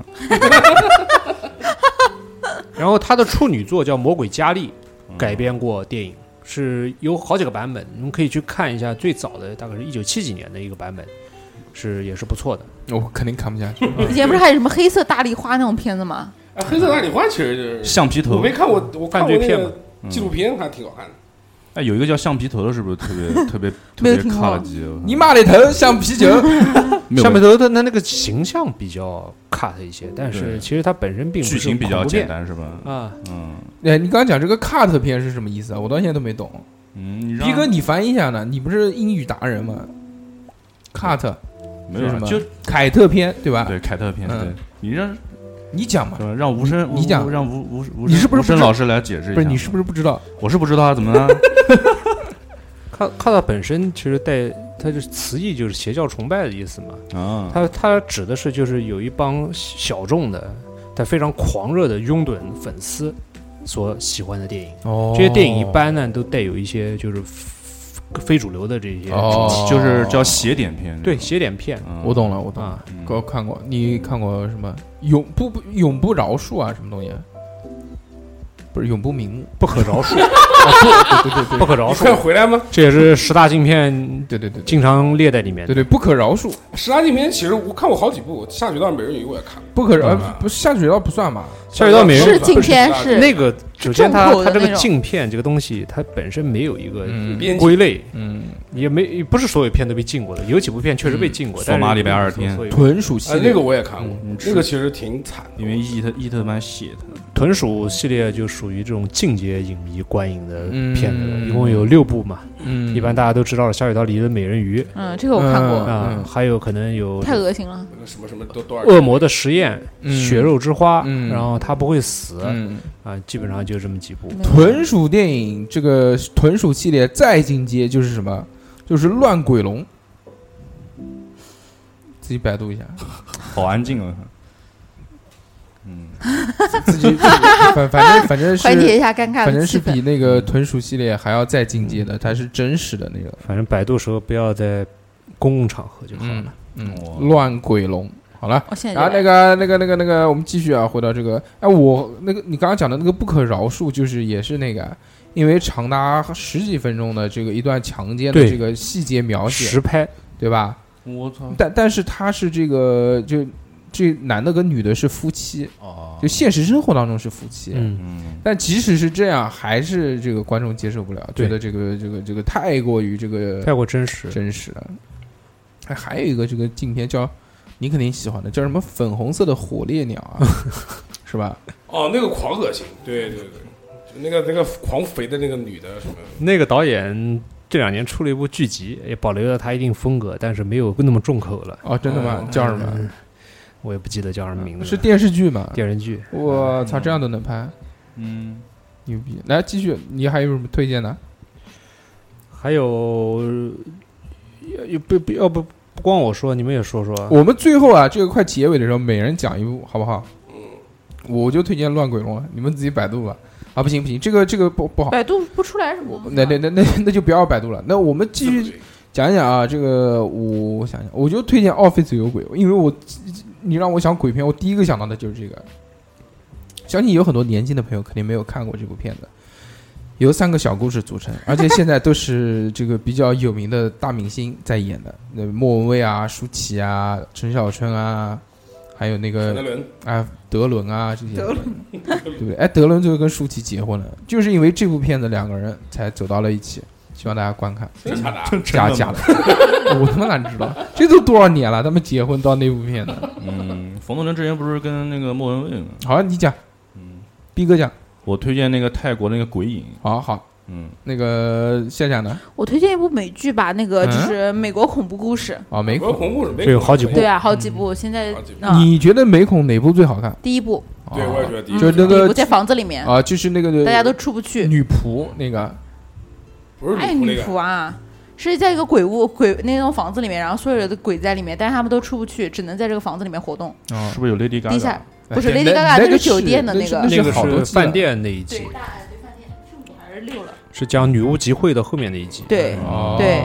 [SPEAKER 10] 然后他的处女作叫《魔鬼佳丽》，
[SPEAKER 9] 嗯
[SPEAKER 10] 改编过电影，是有好几个版本，你们可以去看一下。最早的大概是一九七几年的一个版本，是也是不错的。
[SPEAKER 6] 我肯定看不下去。
[SPEAKER 8] 以前不是还有什么黑色大丽花那种片子吗？
[SPEAKER 2] 哎，黑色大理花其实就是
[SPEAKER 9] 橡皮
[SPEAKER 2] 我
[SPEAKER 9] 头
[SPEAKER 2] 没，看过，我看
[SPEAKER 10] 犯
[SPEAKER 2] 过
[SPEAKER 10] 罪
[SPEAKER 2] 那
[SPEAKER 10] 片嘛
[SPEAKER 2] 个
[SPEAKER 10] 嗯
[SPEAKER 2] 纪录片还挺好看的。
[SPEAKER 9] 哎，有一个叫橡皮头的，是不是特别特别
[SPEAKER 8] 没有
[SPEAKER 9] 特别
[SPEAKER 8] 听过
[SPEAKER 9] 卡了机？我
[SPEAKER 6] 你妈的头像啤酒，
[SPEAKER 9] 没有
[SPEAKER 10] 下面头的他那个形象比较 cut 一些，但是
[SPEAKER 9] 对
[SPEAKER 10] 其实他本身并不是
[SPEAKER 9] 剧情比较
[SPEAKER 10] 恐怖
[SPEAKER 9] 简
[SPEAKER 10] 片
[SPEAKER 9] 单是吧？
[SPEAKER 10] 啊。
[SPEAKER 9] 嗯
[SPEAKER 6] 哎，你刚刚讲这个 cut 片是什么意思啊？我到现在都没懂。
[SPEAKER 9] 嗯，你让
[SPEAKER 6] 逼哥，你翻译一下呢？你不是英语达人吗？cut
[SPEAKER 9] 没有
[SPEAKER 6] 是什
[SPEAKER 9] 啊
[SPEAKER 6] 么
[SPEAKER 9] 就
[SPEAKER 6] 凯特片对吧？
[SPEAKER 9] 对凯特片，
[SPEAKER 6] 嗯
[SPEAKER 9] 对你让
[SPEAKER 6] 你讲嘛，
[SPEAKER 9] 让吴声，
[SPEAKER 6] 你讲
[SPEAKER 9] 吴让吴吴吴
[SPEAKER 6] 你是不是
[SPEAKER 9] 吴声
[SPEAKER 6] 不知
[SPEAKER 9] 老师来解释一下？
[SPEAKER 6] 不是你是不是不知道？
[SPEAKER 9] 我是不知道啊，怎么 了？
[SPEAKER 10] 看看到本身其实带它就是词义就是邪教崇拜的意思嘛，
[SPEAKER 9] 啊，
[SPEAKER 10] 它它指的是就是有一帮小众的但非常狂热的拥趸粉丝所喜欢的电影，
[SPEAKER 6] 哦
[SPEAKER 10] 这些电影一般呢都带有一些就是非非主流的这些
[SPEAKER 6] 哦
[SPEAKER 10] 主题
[SPEAKER 9] 就是叫邪点片。
[SPEAKER 10] 对，邪点片
[SPEAKER 9] 嗯
[SPEAKER 6] 我。懂了，我懂了。
[SPEAKER 10] 啊，
[SPEAKER 9] 嗯
[SPEAKER 6] 我看过，你看过什么永不不永不饶恕啊？什么东西？不是永不瞑目，
[SPEAKER 10] 不可饶恕，
[SPEAKER 6] 对对对
[SPEAKER 10] 不可饶
[SPEAKER 2] 你 快
[SPEAKER 10] 恕，
[SPEAKER 2] 回来吗？
[SPEAKER 10] 这也是十大禁片
[SPEAKER 6] 对对对对
[SPEAKER 10] 经常列在里面
[SPEAKER 6] 对。对，不可饶恕，
[SPEAKER 2] 十大禁片其实我看过好几部，《下水道美人鱼》我也看。
[SPEAKER 6] 不可饶
[SPEAKER 2] 嗯
[SPEAKER 6] 呃不下水道不算吧？
[SPEAKER 10] 下水道美人
[SPEAKER 8] 是
[SPEAKER 10] 鱼
[SPEAKER 8] 禁片是
[SPEAKER 10] 那个，首先它
[SPEAKER 8] 重口的
[SPEAKER 10] 它这
[SPEAKER 8] 那
[SPEAKER 10] 个
[SPEAKER 8] 种
[SPEAKER 10] 镜片这个东西，它本身没有一个
[SPEAKER 6] 嗯
[SPEAKER 2] 编辑
[SPEAKER 10] 归类，
[SPEAKER 6] 嗯，
[SPEAKER 10] 也没也不是所有片都被禁过的，有几部片确实被禁过。
[SPEAKER 9] 嗯
[SPEAKER 10] 但是
[SPEAKER 9] 索马里白二天
[SPEAKER 10] 所以
[SPEAKER 6] 豚鼠系
[SPEAKER 2] 哎，
[SPEAKER 6] 列
[SPEAKER 2] 那个我也看过，
[SPEAKER 9] 嗯是
[SPEAKER 2] 那个其实挺惨的，
[SPEAKER 9] 因为伊特伊特曼写的，
[SPEAKER 10] 豚鼠系列就属于这种境界影迷观影的片子了，
[SPEAKER 6] 嗯
[SPEAKER 10] 一共有六部嘛。
[SPEAKER 6] 嗯
[SPEAKER 10] 一般大家都知道了，《下水道里的美人鱼》
[SPEAKER 8] 嗯，这个我看过，
[SPEAKER 10] 啊，
[SPEAKER 6] 嗯
[SPEAKER 10] 还有可能有
[SPEAKER 8] 太
[SPEAKER 10] 《
[SPEAKER 8] 恶心了。
[SPEAKER 2] 那个什么什么都多少
[SPEAKER 10] 恶魔的实验》
[SPEAKER 6] 嗯
[SPEAKER 10] 血肉之花》
[SPEAKER 6] 嗯
[SPEAKER 10] 然后他不会死、
[SPEAKER 6] 嗯，
[SPEAKER 10] 啊，基本上就这么几部。
[SPEAKER 6] 豚鼠电影这个豚鼠系列再进阶就是什么？就是乱鬼龙，自己百度一下，
[SPEAKER 9] 好安静啊。嗯，
[SPEAKER 6] 自己反反 正反正
[SPEAKER 8] 缓解
[SPEAKER 6] 是
[SPEAKER 8] 一下尴尬
[SPEAKER 6] 反
[SPEAKER 8] 的嗯
[SPEAKER 6] 正
[SPEAKER 8] 气
[SPEAKER 6] 是
[SPEAKER 8] 氛
[SPEAKER 6] 比。那个豚鼠系列还要再进阶的，它是真实的那个。
[SPEAKER 10] 反正百度时候不要在公共场合就好
[SPEAKER 6] 嗯
[SPEAKER 10] 了。
[SPEAKER 6] 嗯，
[SPEAKER 9] 我
[SPEAKER 6] 乱鬼龙。好了，
[SPEAKER 8] 我现在
[SPEAKER 6] 然后那个那个那个那个，我们继续啊，回到这个，哎，我那个你刚刚讲的那个不可饶恕，就是也是那个，啊因为长达十几分钟的这个一段强奸的
[SPEAKER 10] 对
[SPEAKER 6] 这个细节描写，
[SPEAKER 10] 实拍
[SPEAKER 6] 对吧？
[SPEAKER 9] 我操
[SPEAKER 6] 但但是他是这个就这男的跟女的是夫妻，
[SPEAKER 9] 哦
[SPEAKER 6] 就现实生活当中是夫妻，
[SPEAKER 10] 嗯。
[SPEAKER 9] 嗯，
[SPEAKER 6] 但即使是这样，还是这个观众接受不了，
[SPEAKER 10] 对
[SPEAKER 6] 觉得这个这个这个太过于这个
[SPEAKER 10] 太过真实。
[SPEAKER 6] 真实的。还还有一个这个镜片叫你肯定喜欢的，叫什么粉红色的火烈鸟 啊，是吧？
[SPEAKER 2] 哦，那个狂恶心，对对对，就那个那个狂肥的那个女的什么，
[SPEAKER 10] 那个导演这两年出了一部剧集，也保留了他一定风格，但是没有那么重口了。
[SPEAKER 6] 哦，真的吗？叫什
[SPEAKER 10] 嗯
[SPEAKER 6] 么？？
[SPEAKER 10] 我也不记得叫什么名字了。
[SPEAKER 6] 是电视剧吗？
[SPEAKER 10] 电视剧。
[SPEAKER 6] 我操，这样都能拍，
[SPEAKER 9] 嗯，
[SPEAKER 6] 牛逼！来继续，你还有什么推荐的？
[SPEAKER 10] 还有，要要不不要不不光我说，你们也说说。
[SPEAKER 6] 我们最后啊，这个快结尾的时候，每人讲一部，好不好？我就推荐《乱鬼龙》了，你们自己百度吧。啊，不行不行，这个这个不不好，
[SPEAKER 8] 百度哎不出来什么。
[SPEAKER 6] 那那那那那就不要百度了。那我们
[SPEAKER 8] 嗯
[SPEAKER 6] 继
[SPEAKER 2] 对
[SPEAKER 6] 续
[SPEAKER 2] 不对
[SPEAKER 6] 讲一讲啊，这个我我想想，我就推荐《奥菲斯有鬼》，因为我你让我想鬼片，我第一个想到的就是这个。相信有很多年轻的朋友肯定没有看过这部片子，由三个小故事组成，而且现在都是这个比较有名的大明星在演的，那莫文蔚啊、舒淇啊、陈小春啊，还有那
[SPEAKER 2] 那
[SPEAKER 6] 个
[SPEAKER 2] 轮
[SPEAKER 6] 啊德伦啊这些，对不对？哎，德伦最后跟舒淇结婚了，就是因为这部片子两个人才走到了一起，希望大家观看。
[SPEAKER 2] 真假的啊？
[SPEAKER 6] 假假的，我他妈哪知道？这都多少年了，他们结婚到那部片的。
[SPEAKER 9] 嗯，冯诺伦之前不是跟那个莫文蔚吗？
[SPEAKER 6] 好，你讲，
[SPEAKER 9] 嗯，
[SPEAKER 6] 逼哥讲，
[SPEAKER 9] 我推荐那个泰国那个鬼影，
[SPEAKER 6] 好好，
[SPEAKER 9] 嗯，
[SPEAKER 6] 那个下讲的
[SPEAKER 8] 我推荐一部美剧吧，那个
[SPEAKER 6] 嗯
[SPEAKER 8] 就是美国恐怖故事。
[SPEAKER 6] 啊，美
[SPEAKER 2] 国
[SPEAKER 6] 恐。
[SPEAKER 2] 恐怖是没
[SPEAKER 10] 对有好几部
[SPEAKER 8] 对啊，好几部，现在
[SPEAKER 2] 好几部
[SPEAKER 8] 嗯，
[SPEAKER 6] 你觉得美恐哪部最好看？
[SPEAKER 8] 第一部
[SPEAKER 6] 啊，
[SPEAKER 2] 对，我也觉得第一
[SPEAKER 8] 嗯
[SPEAKER 2] 集
[SPEAKER 6] 就是那个
[SPEAKER 8] 你不在房子里面，
[SPEAKER 6] 啊，就是那个
[SPEAKER 8] 大家都出不去。
[SPEAKER 6] 女仆那个，
[SPEAKER 2] 不是女
[SPEAKER 8] 哎，
[SPEAKER 2] 仆那
[SPEAKER 8] 女
[SPEAKER 2] 个，
[SPEAKER 8] 仆啊，是在一个鬼屋鬼那栋房子里面，然后所有的鬼在里面，但是他们都出不去，只能在这个房子里面活动。
[SPEAKER 6] 哦
[SPEAKER 9] 是不是有 Lady
[SPEAKER 8] 地
[SPEAKER 9] Gaga？
[SPEAKER 8] 下不是
[SPEAKER 6] 哎
[SPEAKER 8] Lady
[SPEAKER 6] 那
[SPEAKER 8] Gaga，
[SPEAKER 6] 那
[SPEAKER 8] 这
[SPEAKER 6] 个
[SPEAKER 8] 酒店的
[SPEAKER 6] 那
[SPEAKER 8] 那个
[SPEAKER 6] 那
[SPEAKER 10] 个
[SPEAKER 6] 好多
[SPEAKER 10] 是
[SPEAKER 6] 集了啊
[SPEAKER 10] 饭店那一集，
[SPEAKER 8] 大爱对饭店是五还是六了？
[SPEAKER 10] 是讲女巫集会的后面那一集。，
[SPEAKER 8] 对，
[SPEAKER 2] 嗯
[SPEAKER 6] 哦，
[SPEAKER 8] 对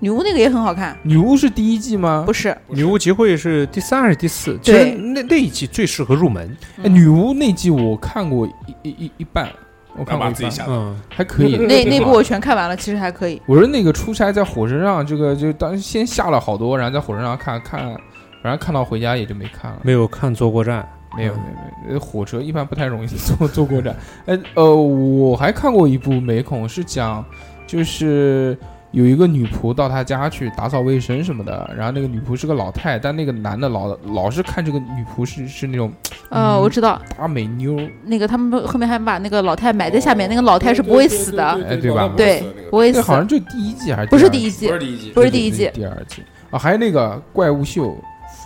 [SPEAKER 8] 女巫那个也很好看，
[SPEAKER 6] 女巫是第一季吗？
[SPEAKER 8] 不是？
[SPEAKER 10] 女巫集会是第三还是第四？其
[SPEAKER 8] 对
[SPEAKER 10] 实那那一集最适合入门。
[SPEAKER 6] 哎，女巫那季我看过一一一一半，我
[SPEAKER 2] 干
[SPEAKER 6] 看过
[SPEAKER 2] 嘛
[SPEAKER 6] 一
[SPEAKER 2] 自己
[SPEAKER 6] 半，
[SPEAKER 2] 吓的？
[SPEAKER 10] 嗯，
[SPEAKER 6] 还可以。
[SPEAKER 8] 那那部我全看完了，其实还可以。
[SPEAKER 6] 我是那个出差在火车上，这个就当时先下了好多，然后在火车上看看，然后看到回家也就没看了。
[SPEAKER 10] 没有看坐过站，
[SPEAKER 6] 没有没有没有，呃火车一般不太容易坐 坐过站。哎呃，我还看过一部美恐，是讲就是有一个女仆到她家去打扫卫生什么的，然后那个女仆是个老太，但那个男的老老是看这个女仆是是那种
[SPEAKER 8] 呃，
[SPEAKER 6] 嗯
[SPEAKER 8] 我知道
[SPEAKER 6] 大美妞，
[SPEAKER 8] 那个他们后面还把那个老太埋在下面，那个
[SPEAKER 2] 老
[SPEAKER 8] 老哦太是不会死的，
[SPEAKER 6] 哎对吧
[SPEAKER 8] 嗯对，不会
[SPEAKER 6] 那
[SPEAKER 8] 死，
[SPEAKER 6] 好像就第一季还是第
[SPEAKER 8] 不是
[SPEAKER 6] 二
[SPEAKER 8] 第
[SPEAKER 6] 季
[SPEAKER 8] 一
[SPEAKER 2] 不
[SPEAKER 8] 季
[SPEAKER 2] 是，第一集，
[SPEAKER 8] 不是第一季
[SPEAKER 6] 对。第二季啊，还有那个怪物秀，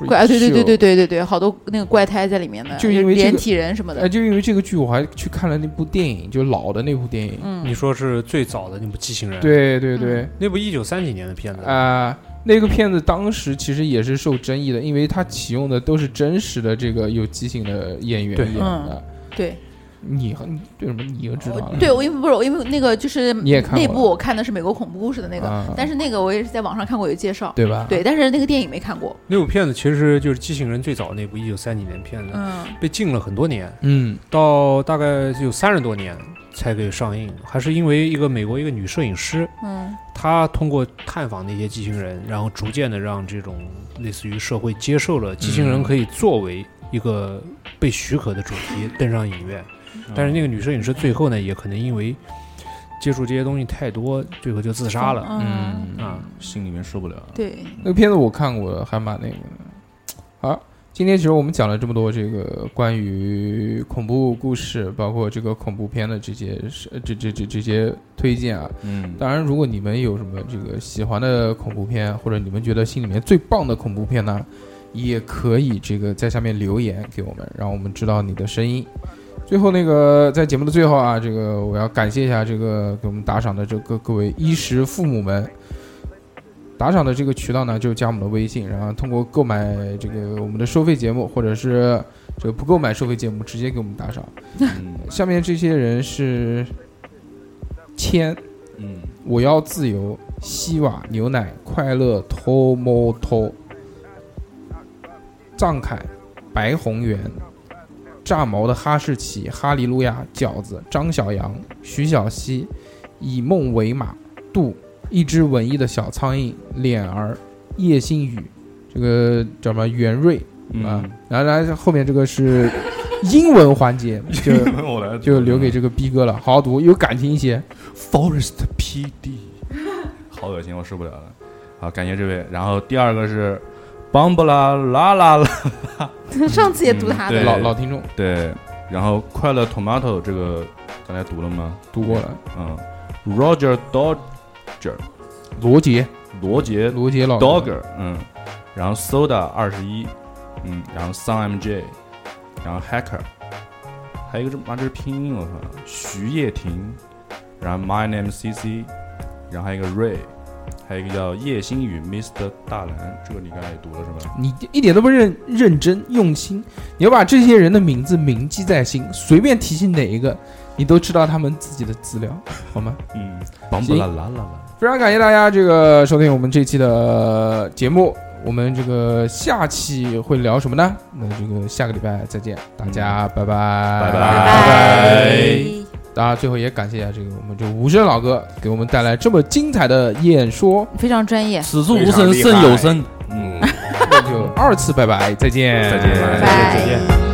[SPEAKER 8] 怪啊，对对对对
[SPEAKER 6] 对。
[SPEAKER 8] 对对对，好多那个怪胎在里面的，
[SPEAKER 6] 就因为这个
[SPEAKER 8] 连体人什么
[SPEAKER 6] 哎，
[SPEAKER 8] 的。
[SPEAKER 6] 就因为这个剧，我还去看了那部电影，就老的那部电影。
[SPEAKER 8] 嗯
[SPEAKER 10] 你，说是最早的那部《畸形人》，，
[SPEAKER 6] 对对对，
[SPEAKER 10] 那部一九三几年的片
[SPEAKER 8] 嗯
[SPEAKER 10] 子，
[SPEAKER 6] 啊、那个片子当时其实也是受争议的，因为它启用的都是真实的这个有畸形的演员
[SPEAKER 10] 对
[SPEAKER 6] 演的。
[SPEAKER 8] 对
[SPEAKER 6] 你和你对什么？你又知道了？
[SPEAKER 8] 嗯对，我因为不是我因为那个就是
[SPEAKER 6] 你也看过
[SPEAKER 8] 那部我看的是美国恐怖故事的那个，
[SPEAKER 6] 啊
[SPEAKER 8] 但是那个我也是在网上看过有介绍，
[SPEAKER 6] 对吧？
[SPEAKER 8] 对，但是那个电影没看过。
[SPEAKER 10] 那部片子其实就是《畸形人》最早那部一九三几年片子，
[SPEAKER 8] 嗯，
[SPEAKER 10] 被禁了很多年，
[SPEAKER 6] 嗯，
[SPEAKER 10] 到大概有三十多年才给上映，还是因为一个美国一个女摄影师，
[SPEAKER 8] 嗯
[SPEAKER 10] 她通过探访那些畸形人，然后逐渐的让这种类似于社会接受了畸形人可以作为一个被许可的主题登上影院。
[SPEAKER 9] 嗯
[SPEAKER 10] 但是那个女摄影师最后呢，也可能因为接触这些东西太多，最后就自杀了。
[SPEAKER 8] 嗯，
[SPEAKER 6] 嗯
[SPEAKER 10] 啊，
[SPEAKER 9] 心里面受不了。啊
[SPEAKER 8] 对，
[SPEAKER 6] 那个片子我看过的，还蛮那个的。好，今天其实我们讲了这么多这个关于恐怖故事，包括这个恐怖片的这些是这这这这些推荐啊。
[SPEAKER 9] 嗯，
[SPEAKER 6] 当然，如果你们有什么这个喜欢的恐怖片，或者你们觉得心里面最棒的恐怖片呢，也可以这个在下面留言给我们，让我们知道你的声音。最后那个在节目的最后啊，这个我要感谢一下这个给我们打赏的这个各位衣食父母们。打赏的这个渠道呢，就加我们的微信，然后通过购买这个我们的收费节目，或者是这个不购买收费节目，直接给我们打赏。
[SPEAKER 9] 嗯
[SPEAKER 6] 下面这些人是千
[SPEAKER 9] 嗯，
[SPEAKER 6] 我要自由，西瓦牛奶快乐偷摸偷，藏凯，白宏源，炸毛的哈士奇，哈利路亚饺子，张小杨，徐小溪，以梦为马，杜，一只文艺的小苍蝇，脸儿，叶星宇，这个叫什么袁瑞
[SPEAKER 9] 嗯
[SPEAKER 6] 啊，然后然后后面这个是英文环节，就
[SPEAKER 9] 我来
[SPEAKER 6] 就留给这个逼哥了，好好读，有感情一些。
[SPEAKER 9] Forest PD，好恶心，我受不了了。好，感谢这位。然后第二个是 b u m b l a 啦啦啦，
[SPEAKER 8] 上次也读他
[SPEAKER 9] 对
[SPEAKER 8] 的，
[SPEAKER 6] 老老听众
[SPEAKER 9] 对。然后快乐 Tomato 这个刚才读了吗？
[SPEAKER 6] 读过了。
[SPEAKER 9] 嗯，Roger Dodger
[SPEAKER 6] 罗杰，
[SPEAKER 9] 罗杰
[SPEAKER 6] 罗杰老
[SPEAKER 9] Dogger，嗯，然后 Soda 二十一，嗯，然后 Sun MJ，然后 Hacker，还有一个这妈这是拼音我操，徐叶婷，然后 My Name CC，然后还有一个 Ray，还有一个叫叶星宇 Mr 大蓝，这个你刚才也读了是吧？
[SPEAKER 6] 你一点都不认认真用心，你要把这些人的名字铭记在心，随便提起哪一个，你都知道他们自己的资料，好吗？
[SPEAKER 9] 嗯，邦布拉啦啦啦，
[SPEAKER 6] 非常感谢大家这个收听我们这期的节目，我们这个下期会聊什么呢？那这个下个礼拜再见，大家拜拜，
[SPEAKER 9] 拜拜
[SPEAKER 8] 拜。
[SPEAKER 6] 大家最后也感谢一下这个我们这个无声老哥给我们带来这么精彩的演说，
[SPEAKER 8] 非常专业，
[SPEAKER 9] 此处无声胜有声，嗯，
[SPEAKER 6] 那就二次拜拜，再见，
[SPEAKER 9] 再见，
[SPEAKER 8] 拜。